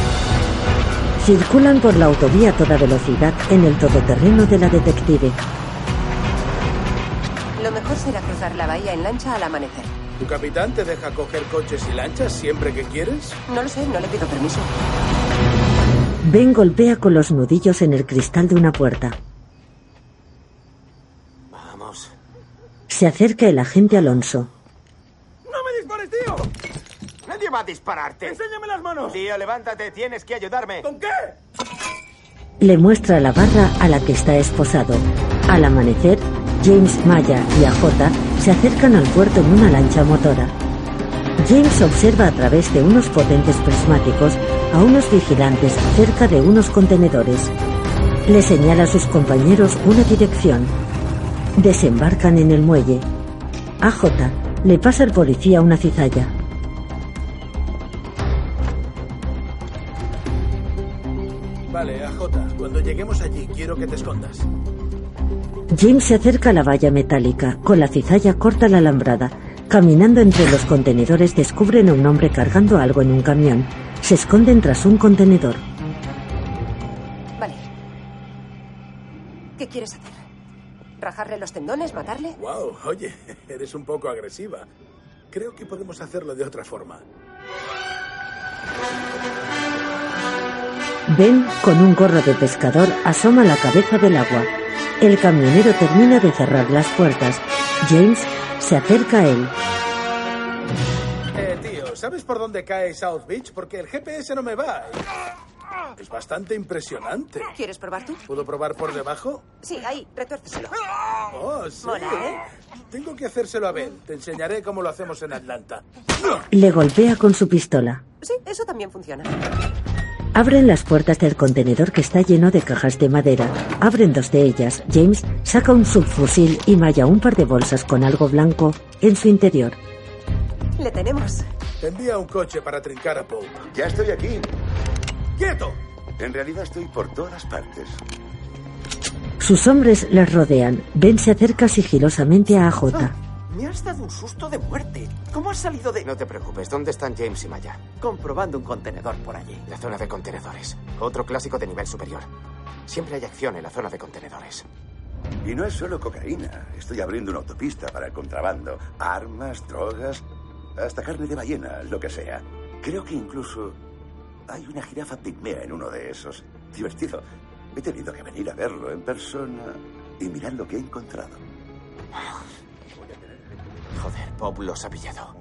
Speaker 1: Circulan por la autovía a toda velocidad en el todoterreno de la detective.
Speaker 17: Lo mejor será cruzar la bahía en lancha al amanecer.
Speaker 6: ¿Tu capitán te deja coger coches y lanchas siempre que quieres?
Speaker 17: No lo sé, Eh, no le pido permiso.
Speaker 1: Ben golpea con los nudillos en el cristal de una puerta.
Speaker 11: Vamos.
Speaker 1: Se acerca el agente Alonso.
Speaker 11: ¡No me dispares, tío! Nadie va a dispararte. ¡Enséñame las manos! Tío, levántate, tienes que ayudarme. ¿Con qué?
Speaker 1: Le muestra la barra a la que está esposado. Al amanecer, James Maya y AJ se acercan al puerto en una lancha motora. James observa a través de unos potentes prismáticos a unos vigilantes cerca de unos contenedores. Le señala a sus compañeros una dirección. Desembarcan en el muelle. AJ le pasa al policía una cizalla.
Speaker 6: Vale, AJ, cuando lleguemos allí quiero que te escondas.
Speaker 1: James se acerca a la valla metálica. Con la cizalla corta la alambrada. Caminando entre los contenedores descubren a un hombre cargando algo en un camión. Se esconden tras un contenedor.
Speaker 17: Vale. ¿Qué quieres hacer? ¿Rajarle los tendones? ¿Matarle?
Speaker 6: Wow, oye, eres un poco agresiva. Creo que podemos hacerlo de otra forma.
Speaker 1: Ben, con un gorro de pescador, asoma la cabeza del agua. El camionero termina de cerrar las puertas. James se acerca a él.
Speaker 6: Eh, tío, ¿sabes por dónde cae South Beach? Porque el GPS no me va. Es bastante impresionante.
Speaker 17: ¿Quieres probar tú?
Speaker 6: ¿Puedo probar por debajo?
Speaker 17: Sí, ahí, retuérceselo.
Speaker 6: Oh, sí.
Speaker 17: Mola, ¿eh?
Speaker 6: Tengo que hacérselo a Ben. Te enseñaré cómo lo hacemos en Atlanta.
Speaker 1: Le golpea con su pistola.
Speaker 17: Sí, eso también funciona.
Speaker 1: Abren las puertas del contenedor que está lleno de cajas de madera. Abren dos de ellas. James saca un subfusil y malla un par de bolsas con algo blanco en su interior.
Speaker 17: Le tenemos.
Speaker 6: Envía un coche para trincar a Pope.
Speaker 2: Ya estoy aquí.
Speaker 6: ¡Quieto!
Speaker 2: En realidad estoy por todas partes.
Speaker 1: Sus hombres las rodean. Ben se acerca sigilosamente a J.
Speaker 3: Ah, Me has dado un susto de muerte. ¿Cómo has salido de...?
Speaker 11: No te preocupes, ¿dónde están James y Maya?
Speaker 3: Comprobando un contenedor por allí.
Speaker 11: La zona de contenedores. Otro clásico de nivel superior. Siempre hay acción en la zona de contenedores.
Speaker 2: Y no es solo cocaína. Estoy abriendo una autopista para el contrabando. Armas, drogas, hasta carne de ballena, lo que sea. Creo que incluso hay una jirafa pigmea en uno de esos. Divertido. He tenido que venir a verlo en persona y mirad lo que he encontrado.
Speaker 11: Joder, Bob los ha pillado.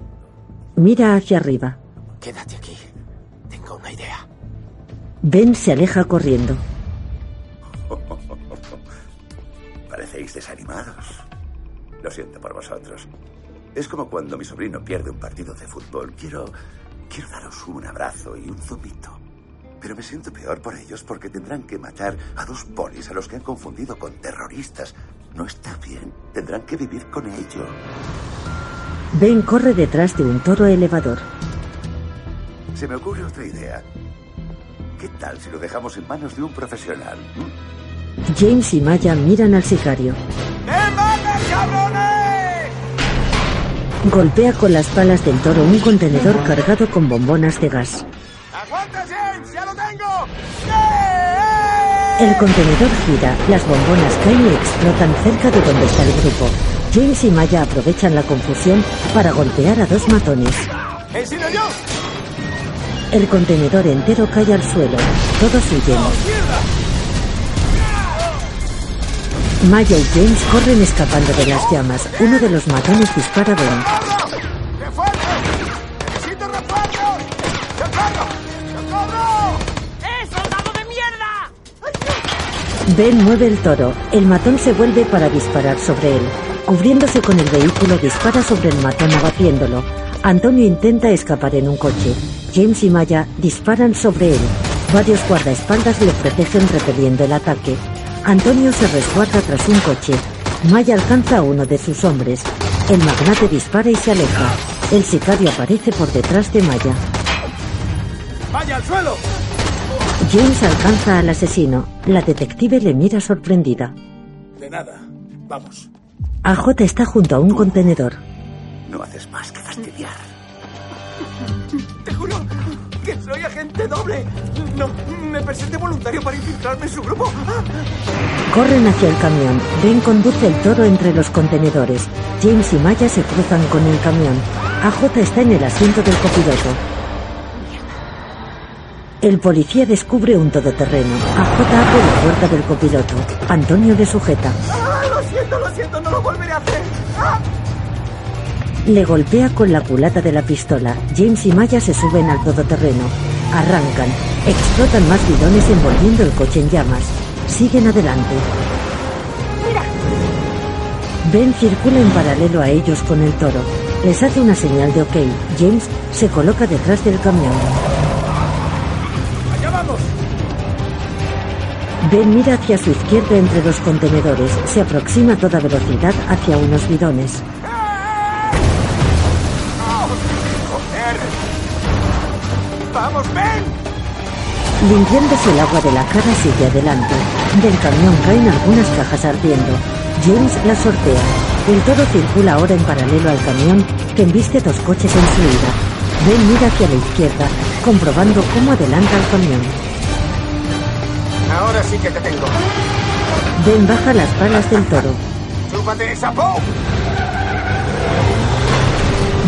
Speaker 1: Mira hacia arriba.
Speaker 11: Quédate aquí. Tengo una idea.
Speaker 1: Ben se aleja corriendo.
Speaker 2: Parecéis desanimados. Lo siento por vosotros. Es como cuando mi sobrino pierde un partido de fútbol. Quiero. Quiero daros un abrazo y un zumito. Pero me siento peor por ellos porque tendrán que matar a dos polis a los que han confundido con terroristas. No está bien. Tendrán que vivir con ello.
Speaker 1: Ben corre detrás de un toro elevador.
Speaker 2: Se me ocurre otra idea. ¿Qué tal si lo dejamos en manos de un profesional? ¿Mm?
Speaker 1: James y Maya miran al sicario.
Speaker 9: ¡Me matas, cabrones!
Speaker 1: Golpea con las palas del toro un contenedor cargado con bombonas de gas.
Speaker 9: ¡Aguanta, James! ¡Ya lo tengo!
Speaker 1: El contenedor gira, las bombonas caen y explotan cerca de donde está el grupo. James y Maya aprovechan la confusión para golpear a dos matones.
Speaker 9: ¡He sido yo!
Speaker 1: El contenedor entero cae al suelo. Todos huyen. Maya y James corren escapando de las llamas. Uno de los matones dispara a Ben.
Speaker 9: ¡Necesito refuerzos! ¡Socorro! ¡Socorro!
Speaker 7: ¡Eh, soldado de mierda!
Speaker 1: Ben mueve el toro. El matón se vuelve para disparar sobre él. Cubriéndose con el vehículo, dispara sobre el matón abatiéndolo. Antonio intenta escapar en un coche. James y Maya disparan sobre él. Varios guardaespaldas le protegen repeliendo el ataque. Antonio se resguarda tras un coche. Maya alcanza a uno de sus hombres. El magnate dispara y se aleja. El sicario aparece por detrás de Maya.
Speaker 9: ¡Vaya al suelo!
Speaker 1: James alcanza al asesino. La detective le mira sorprendida.
Speaker 6: De nada. Vamos.
Speaker 1: AJ está junto a un contenedor.
Speaker 2: No haces más que fastidiar.
Speaker 9: Te juro que soy agente doble. No, me presenté voluntario para infiltrarme en su grupo.
Speaker 1: Corren hacia el camión. Ben conduce el toro entre los contenedores. James y Maya se cruzan con el camión. AJ está en el asiento del copiloto. El policía descubre un todoterreno. AJ abre la puerta del copiloto. Antonio le sujeta.
Speaker 9: ¡Ah, lo siento, lo siento, no lo volveré a hacer. ¡Ah!
Speaker 1: Le golpea con la culata de la pistola. James y Maya se suben al todoterreno. Arrancan. Explotan más bidones envolviendo el coche en llamas. Siguen adelante.
Speaker 9: ¡Mira!
Speaker 1: Ben circula en paralelo a ellos con el toro. Les hace una señal de ok. James se coloca detrás del camión.
Speaker 6: ¡Allá vamos!
Speaker 1: Ben mira hacia su izquierda entre los contenedores. Se aproxima a toda velocidad hacia unos bidones.
Speaker 9: ¡Vamos, ven!
Speaker 1: Limpiándose el agua de la cara sigue adelante. Del camión caen algunas cajas ardiendo. James las sortea. El toro circula ahora en paralelo al camión que embiste dos coches en su ida. Ben mira hacia la izquierda, comprobando cómo adelanta el camión.
Speaker 11: Ahora sí que te tengo.
Speaker 1: Ben baja las palas del toro.
Speaker 9: ¡Chúpate esa po!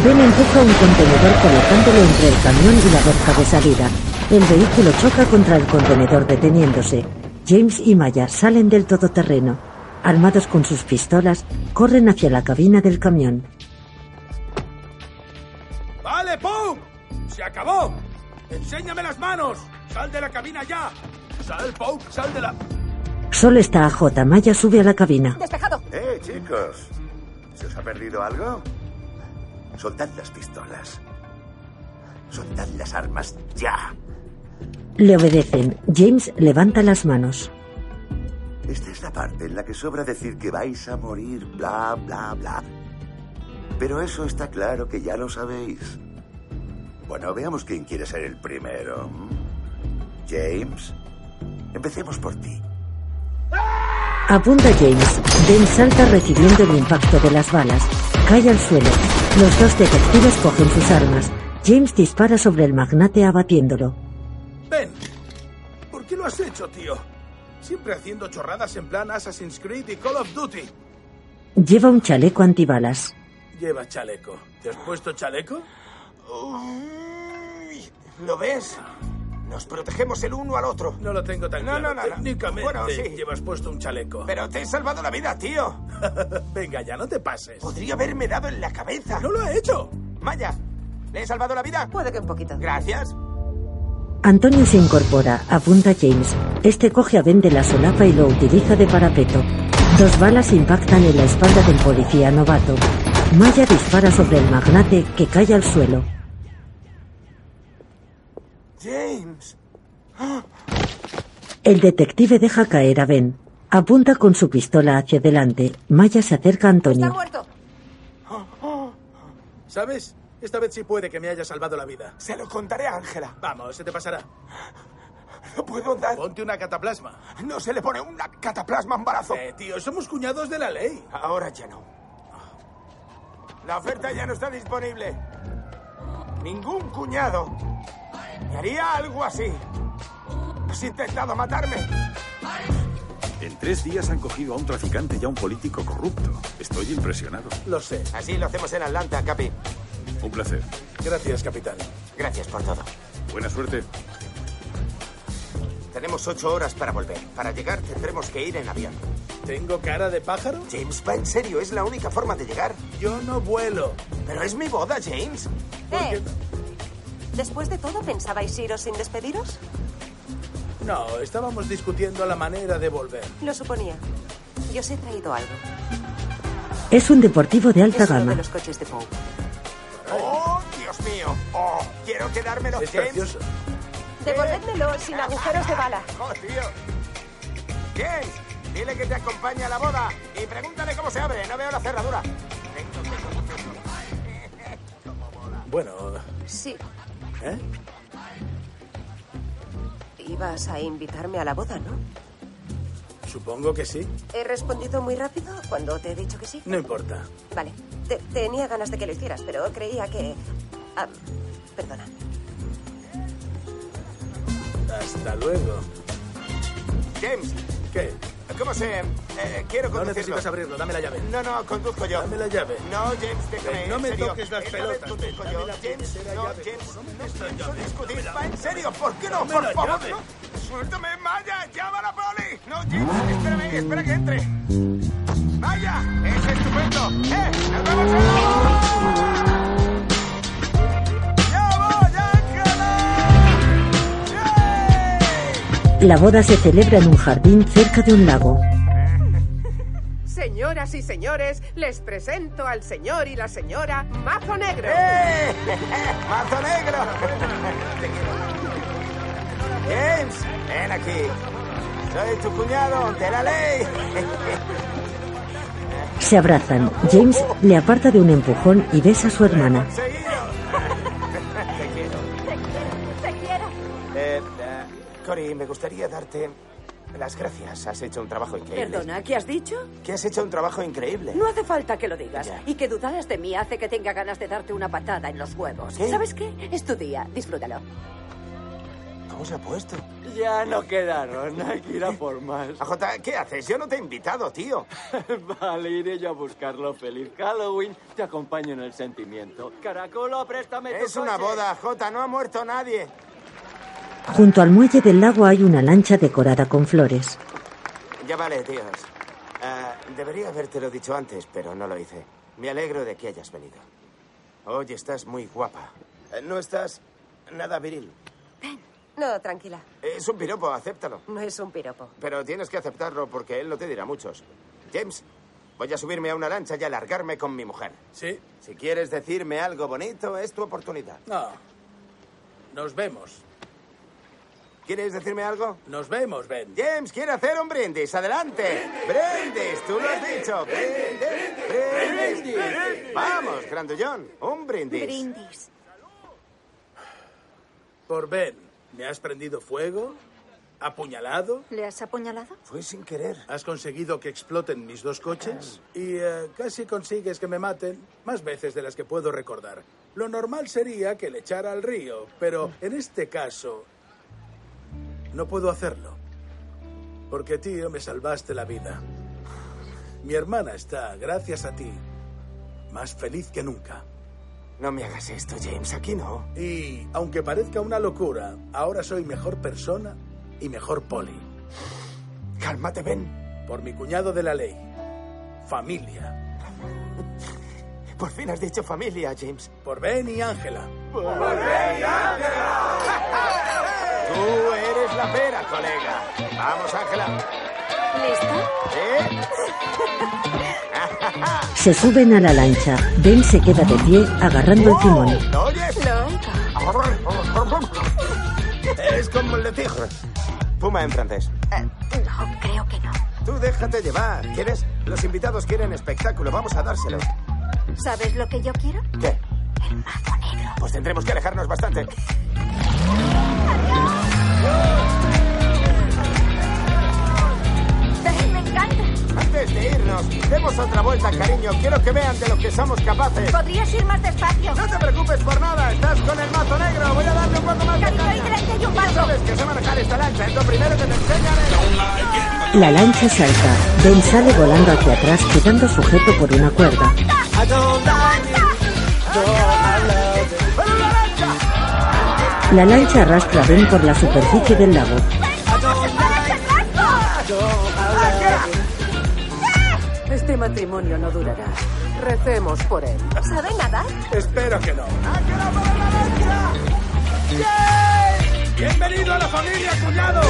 Speaker 1: Ben empuja un contenedor colocándolo entre el camión y la verja de salida. El vehículo choca contra el contenedor deteniéndose. James y Maya salen del todoterreno. Armados con sus pistolas, corren hacia la cabina del camión.
Speaker 6: ¡Vale, Pum! ¡Se acabó! ¡Enséñame las manos!
Speaker 29: ¡Sal de la cabina ya! ¡Sal, Pope! ¡Sal de la.
Speaker 1: Sol está a J. Maya sube a la cabina.
Speaker 17: ¡Despejado!
Speaker 2: ¡Eh, chicos! ¿Se os ha perdido algo? Soltad las pistolas. Soltad las armas ya.
Speaker 1: Le obedecen. James levanta las manos.
Speaker 2: Esta es la parte en la que sobra decir que vais a morir, bla, bla, bla. Pero eso está claro que ya lo sabéis. Bueno, veamos quién quiere ser el primero. ¿m? James, empecemos por ti.
Speaker 1: Apunta James. Ben salta recibiendo el impacto de las balas. Cae al suelo. Los dos detectives cogen sus armas. James dispara sobre el magnate abatiéndolo.
Speaker 6: Ven. ¿Por qué lo has hecho, tío? Siempre haciendo chorradas en plan Assassin's Creed y Call of Duty.
Speaker 1: Lleva un chaleco antibalas.
Speaker 6: Lleva chaleco. ¿Te has puesto chaleco?
Speaker 11: Uy, ¿Lo ves? Nos protegemos el uno al otro.
Speaker 6: No lo tengo tan
Speaker 11: No,
Speaker 6: claro.
Speaker 11: no, no, no.
Speaker 6: Técnicamente
Speaker 11: Bueno, sí.
Speaker 6: llevas puesto un chaleco.
Speaker 11: Pero te he salvado la vida, tío.
Speaker 6: Venga, ya no te pases.
Speaker 11: Podría haberme dado en la cabeza.
Speaker 6: ¡No lo ha hecho!
Speaker 11: Maya, ¿le he salvado la vida?
Speaker 17: Puede que un poquito.
Speaker 11: Gracias.
Speaker 1: Antonio se incorpora, apunta a James. Este coge a Ben de la solapa y lo utiliza de parapeto. Dos balas impactan en la espalda del policía novato. Maya dispara sobre el magnate que cae al suelo.
Speaker 11: James.
Speaker 9: Oh,
Speaker 1: El detective deja caer a Ben. Apunta con su pistola hacia delante. Maya se acerca a Antonio.
Speaker 17: muerto!
Speaker 6: ¿Sabes? Esta vez sí puede que me haya salvado la vida.
Speaker 11: Se lo contaré a Ángela.
Speaker 6: Vamos, se te pasará.
Speaker 11: No puedo dar.
Speaker 6: Ponte una cataplasma.
Speaker 11: No se le pone una cataplasma embarazo.
Speaker 6: Eh, tío, somos cuñados de la ley.
Speaker 11: Ahora ya no. La oferta ya no está disponible. Ningún cuñado me haría algo así. Has intentado matarme.
Speaker 10: En tres días han cogido a un traficante y a un político corrupto. Estoy impresionado.
Speaker 6: Lo sé.
Speaker 11: Así lo hacemos en Atlanta, Capi.
Speaker 10: Un placer.
Speaker 6: Gracias, capitán.
Speaker 11: Gracias por todo.
Speaker 10: Buena suerte.
Speaker 11: Tenemos ocho horas para volver. Para llegar tendremos que ir en avión.
Speaker 6: ¿Tengo cara de pájaro?
Speaker 11: James, va en serio, es la única forma de llegar.
Speaker 6: Yo no vuelo.
Speaker 11: Pero es mi boda, James.
Speaker 17: Eh, Después de todo, ¿pensabais iros sin despediros?
Speaker 6: No, estábamos discutiendo la manera de volver.
Speaker 17: Lo suponía. Yo os he traído algo.
Speaker 1: Es un deportivo de alta
Speaker 17: es uno de
Speaker 1: gama.
Speaker 17: los coches de Poe.
Speaker 11: ¡Oh, Dios mío! ¡Oh, quiero quedármelo,
Speaker 6: Es
Speaker 11: James!
Speaker 6: precioso.
Speaker 17: Devolvédmelo sin agujeros de bala.
Speaker 11: ¡Oh, tío! James, dile que te acompaña a la boda y pregúntale cómo se abre. No veo la cerradura. Tengo que conocerlo.
Speaker 6: Bueno,
Speaker 17: Sí,
Speaker 6: ¿eh?
Speaker 17: ibas a invitarme a la boda, ¿no?
Speaker 6: Supongo que sí.
Speaker 17: ¿He respondido muy rápido cuando te he dicho que sí?
Speaker 6: No importa.
Speaker 17: Vale. Te- tenía ganas de que lo hicieras, pero creía que... ah, perdona.
Speaker 6: Hasta luego.
Speaker 11: James,
Speaker 6: ¿Qué?
Speaker 11: ¿cómo se...? eh, quiero
Speaker 6: No
Speaker 11: conducirlo.
Speaker 6: necesitas abrirlo, dame la llave.
Speaker 11: No, no, conduzco yo.
Speaker 6: Dame la llave.
Speaker 11: No, James, déjame.
Speaker 6: Ven, no
Speaker 11: en
Speaker 6: me
Speaker 11: serio.
Speaker 6: toques las
Speaker 11: Esta vez
Speaker 6: pelotas,
Speaker 11: conduzco
Speaker 6: dame
Speaker 11: yo.
Speaker 6: la
Speaker 11: James,
Speaker 6: puñetera
Speaker 11: no,
Speaker 6: llave,
Speaker 11: James,
Speaker 6: no me
Speaker 11: no
Speaker 6: des la
Speaker 11: pienso
Speaker 6: llave,
Speaker 11: discutir.
Speaker 6: dame la
Speaker 11: Va, en serio, ¿por qué no?
Speaker 6: Dame
Speaker 11: Por
Speaker 6: la
Speaker 11: favor,
Speaker 6: llave.
Speaker 11: no. Suéltame, Maya, llámala, Broly. No, James, espérame, espera que entre. Maya, es estupendo. ¡Eh! ¡Nos vemos! luego! ¡Ya voy, Ángela! ¡Yay!
Speaker 1: La boda se celebra en un jardín cerca de un lago.
Speaker 3: Señoras y señores, les presento al señor y la señora Mazo Negro.
Speaker 11: ¡Eh! ¡Mazo negro! Te quiero. James, ven aquí. Soy tu cuñado de la ley.
Speaker 1: Se abrazan. James le aparta de un empujón y besa a su hermana.
Speaker 11: Seguido. Te quiero.
Speaker 30: Te quiero, te quiero.
Speaker 11: Eh, eh, Cory, me gustaría darte las gracias. Has hecho un trabajo increíble.
Speaker 14: Perdona, ¿qué has dicho?
Speaker 11: Que has hecho un trabajo increíble.
Speaker 14: No hace falta que lo digas.
Speaker 11: Ya.
Speaker 14: Y que dudaras de mí hace que tenga ganas de darte una patada en los huevos.
Speaker 11: ¿Qué?
Speaker 14: ¿Sabes qué? Es tu día. Disfrútalo.
Speaker 11: ¿Cómo se ha puesto?
Speaker 31: Ya no quedaron, hay que ir a por más.
Speaker 11: AJ, ¿qué haces? Yo no te he invitado, tío.
Speaker 31: Vale, iré yo a buscarlo. Feliz Halloween. Te acompaño en el sentimiento. Caracolo, préstame tu
Speaker 11: Es una
Speaker 31: coche.
Speaker 11: boda, Jota. No ha muerto nadie.
Speaker 1: Junto al muelle del lago hay una lancha decorada con flores.
Speaker 11: Ya vale, tíos. Ah, debería habértelo dicho antes, pero no lo hice. Me alegro de que hayas venido. Hoy estás muy guapa. Eh, No estás nada viril.
Speaker 17: No, tranquila.
Speaker 11: Es un piropo, acéptalo.
Speaker 17: No es un piropo.
Speaker 11: Pero tienes que aceptarlo porque él no te dirá muchos. James, voy a subirme a una lancha y a largarme con mi mujer.
Speaker 6: Sí.
Speaker 11: Si quieres decirme algo bonito, es tu oportunidad.
Speaker 6: No. Nos vemos.
Speaker 11: ¿Quieres decirme algo?
Speaker 6: Nos vemos, Ben.
Speaker 11: James quiere hacer un brindis. Adelante. Brindis, tú lo has dicho. Brindis. Brindis. Vamos, grandullón. Un brindis.
Speaker 15: Brindis.
Speaker 6: Por Ben, ¿me has prendido fuego? ¿Apuñalado?
Speaker 15: ¿Le has apuñalado?
Speaker 11: Fue sin querer.
Speaker 6: ¿Has conseguido que exploten mis dos coches? Y eh, casi consigues que me maten más veces de las que puedo recordar. Lo normal sería que le echara al río, pero en este caso no puedo hacerlo. Porque, tío, me salvaste la vida. Mi hermana está, gracias a ti, más feliz que nunca.
Speaker 11: No me hagas esto, James, aquí no.
Speaker 6: Y, aunque parezca una locura, ahora soy mejor persona y mejor poli.
Speaker 11: Cálmate, Ben.
Speaker 6: Por mi cuñado de la ley. Familia.
Speaker 11: Por fin has dicho familia, James.
Speaker 6: Por Ben y Ángela.
Speaker 7: ¡Por Ben y Ángela!
Speaker 11: Tú eres la pera, colega. Vamos, Ángela.
Speaker 15: ¿Lista?
Speaker 11: ¿Eh?
Speaker 1: Se suben a la lancha. Ben se queda de pie agarrando el timón.
Speaker 11: ¿Lo oyes? Es como el de tigre. Puma en francés.
Speaker 15: Eh, no, creo que no.
Speaker 11: Tú déjate llevar. ¿Quieres? Los invitados quieren espectáculo. Vamos a dárselo.
Speaker 15: ¿Sabes lo que yo quiero?
Speaker 11: ¿Qué?
Speaker 15: El mazo negro.
Speaker 11: Pues tendremos que alejarnos bastante.
Speaker 16: ¡Me encanta!
Speaker 11: Antes de irnos, demos otra vuelta, cariño. Quiero que vean de lo que somos capaces.
Speaker 16: Podrías ir más despacio.
Speaker 11: No te preocupes por nada. Estás con el mazo negro. Voy a darle un poco más de
Speaker 16: Cariño, hay
Speaker 11: caña.
Speaker 16: delante y un
Speaker 11: Ya
Speaker 16: barco.
Speaker 11: sabes que se manejar esta lancha. Es lo primero que te enseñan en...
Speaker 1: La lancha salta. Ben sale volando hacia atrás quedando sujeto por una cuerda. La lancha arrastra a Ben por la superficie del lago.
Speaker 20: Este matrimonio no durará. Recemos por él.
Speaker 17: ¿Sabe nadar?
Speaker 6: Espero que no. ¡Bienvenido a la familia, cuñado!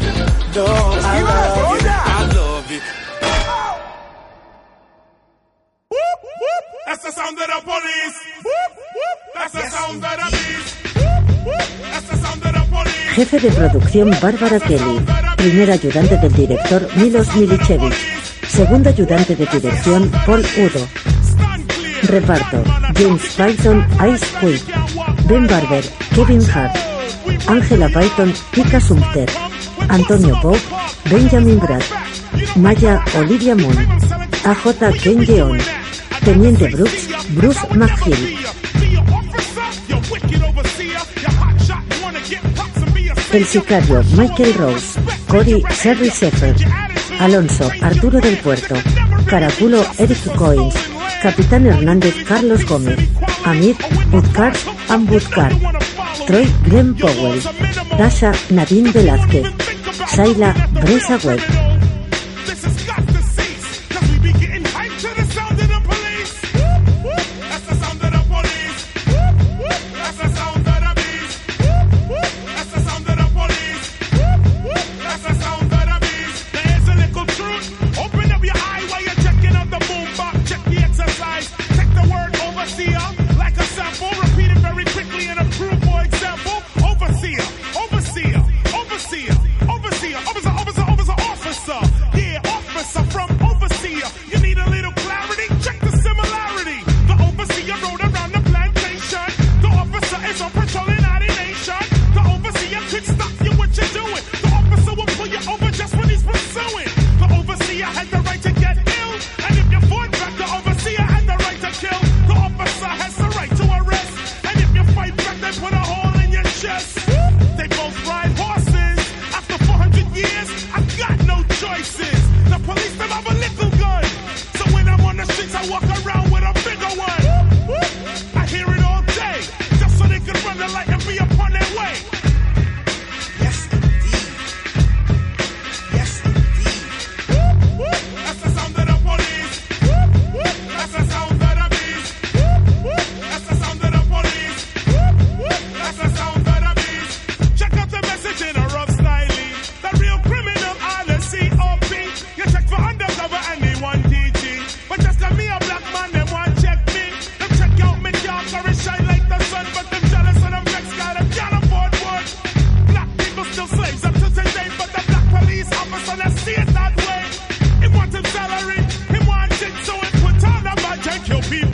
Speaker 11: ¡Esquiva la cebolla!
Speaker 7: That's the sound of the police. That's the sound of the beast. That's the sound of the police.
Speaker 1: Jefe de producción Bárbara Kelly. Primer ayudante del director Milos Milichevich. Segundo ayudante de dirección Paul Udo. Reparto. James Python, Ice Quake. Ben Barber, Kevin Hart. Angela Python, Pika Sumter. Antonio Pope, Benjamin Brad. Maya Olivia Moon. AJ Ken Yeon. Teniente Brooks, Bruce McGill. El sicario Michael Rose, Cody Sherry Sheffer, Alonso Arturo del Puerto, Caraculo Eric Coins, Capitán Hernández Carlos Gómez, Amit Utkar Ambudkar, Troy Glenn Powell, Tasha Nadine Velázquez, Shaila Bresa Webb.
Speaker 7: Overseer, overseer, overseer, officer, officer, officer, officer, your people.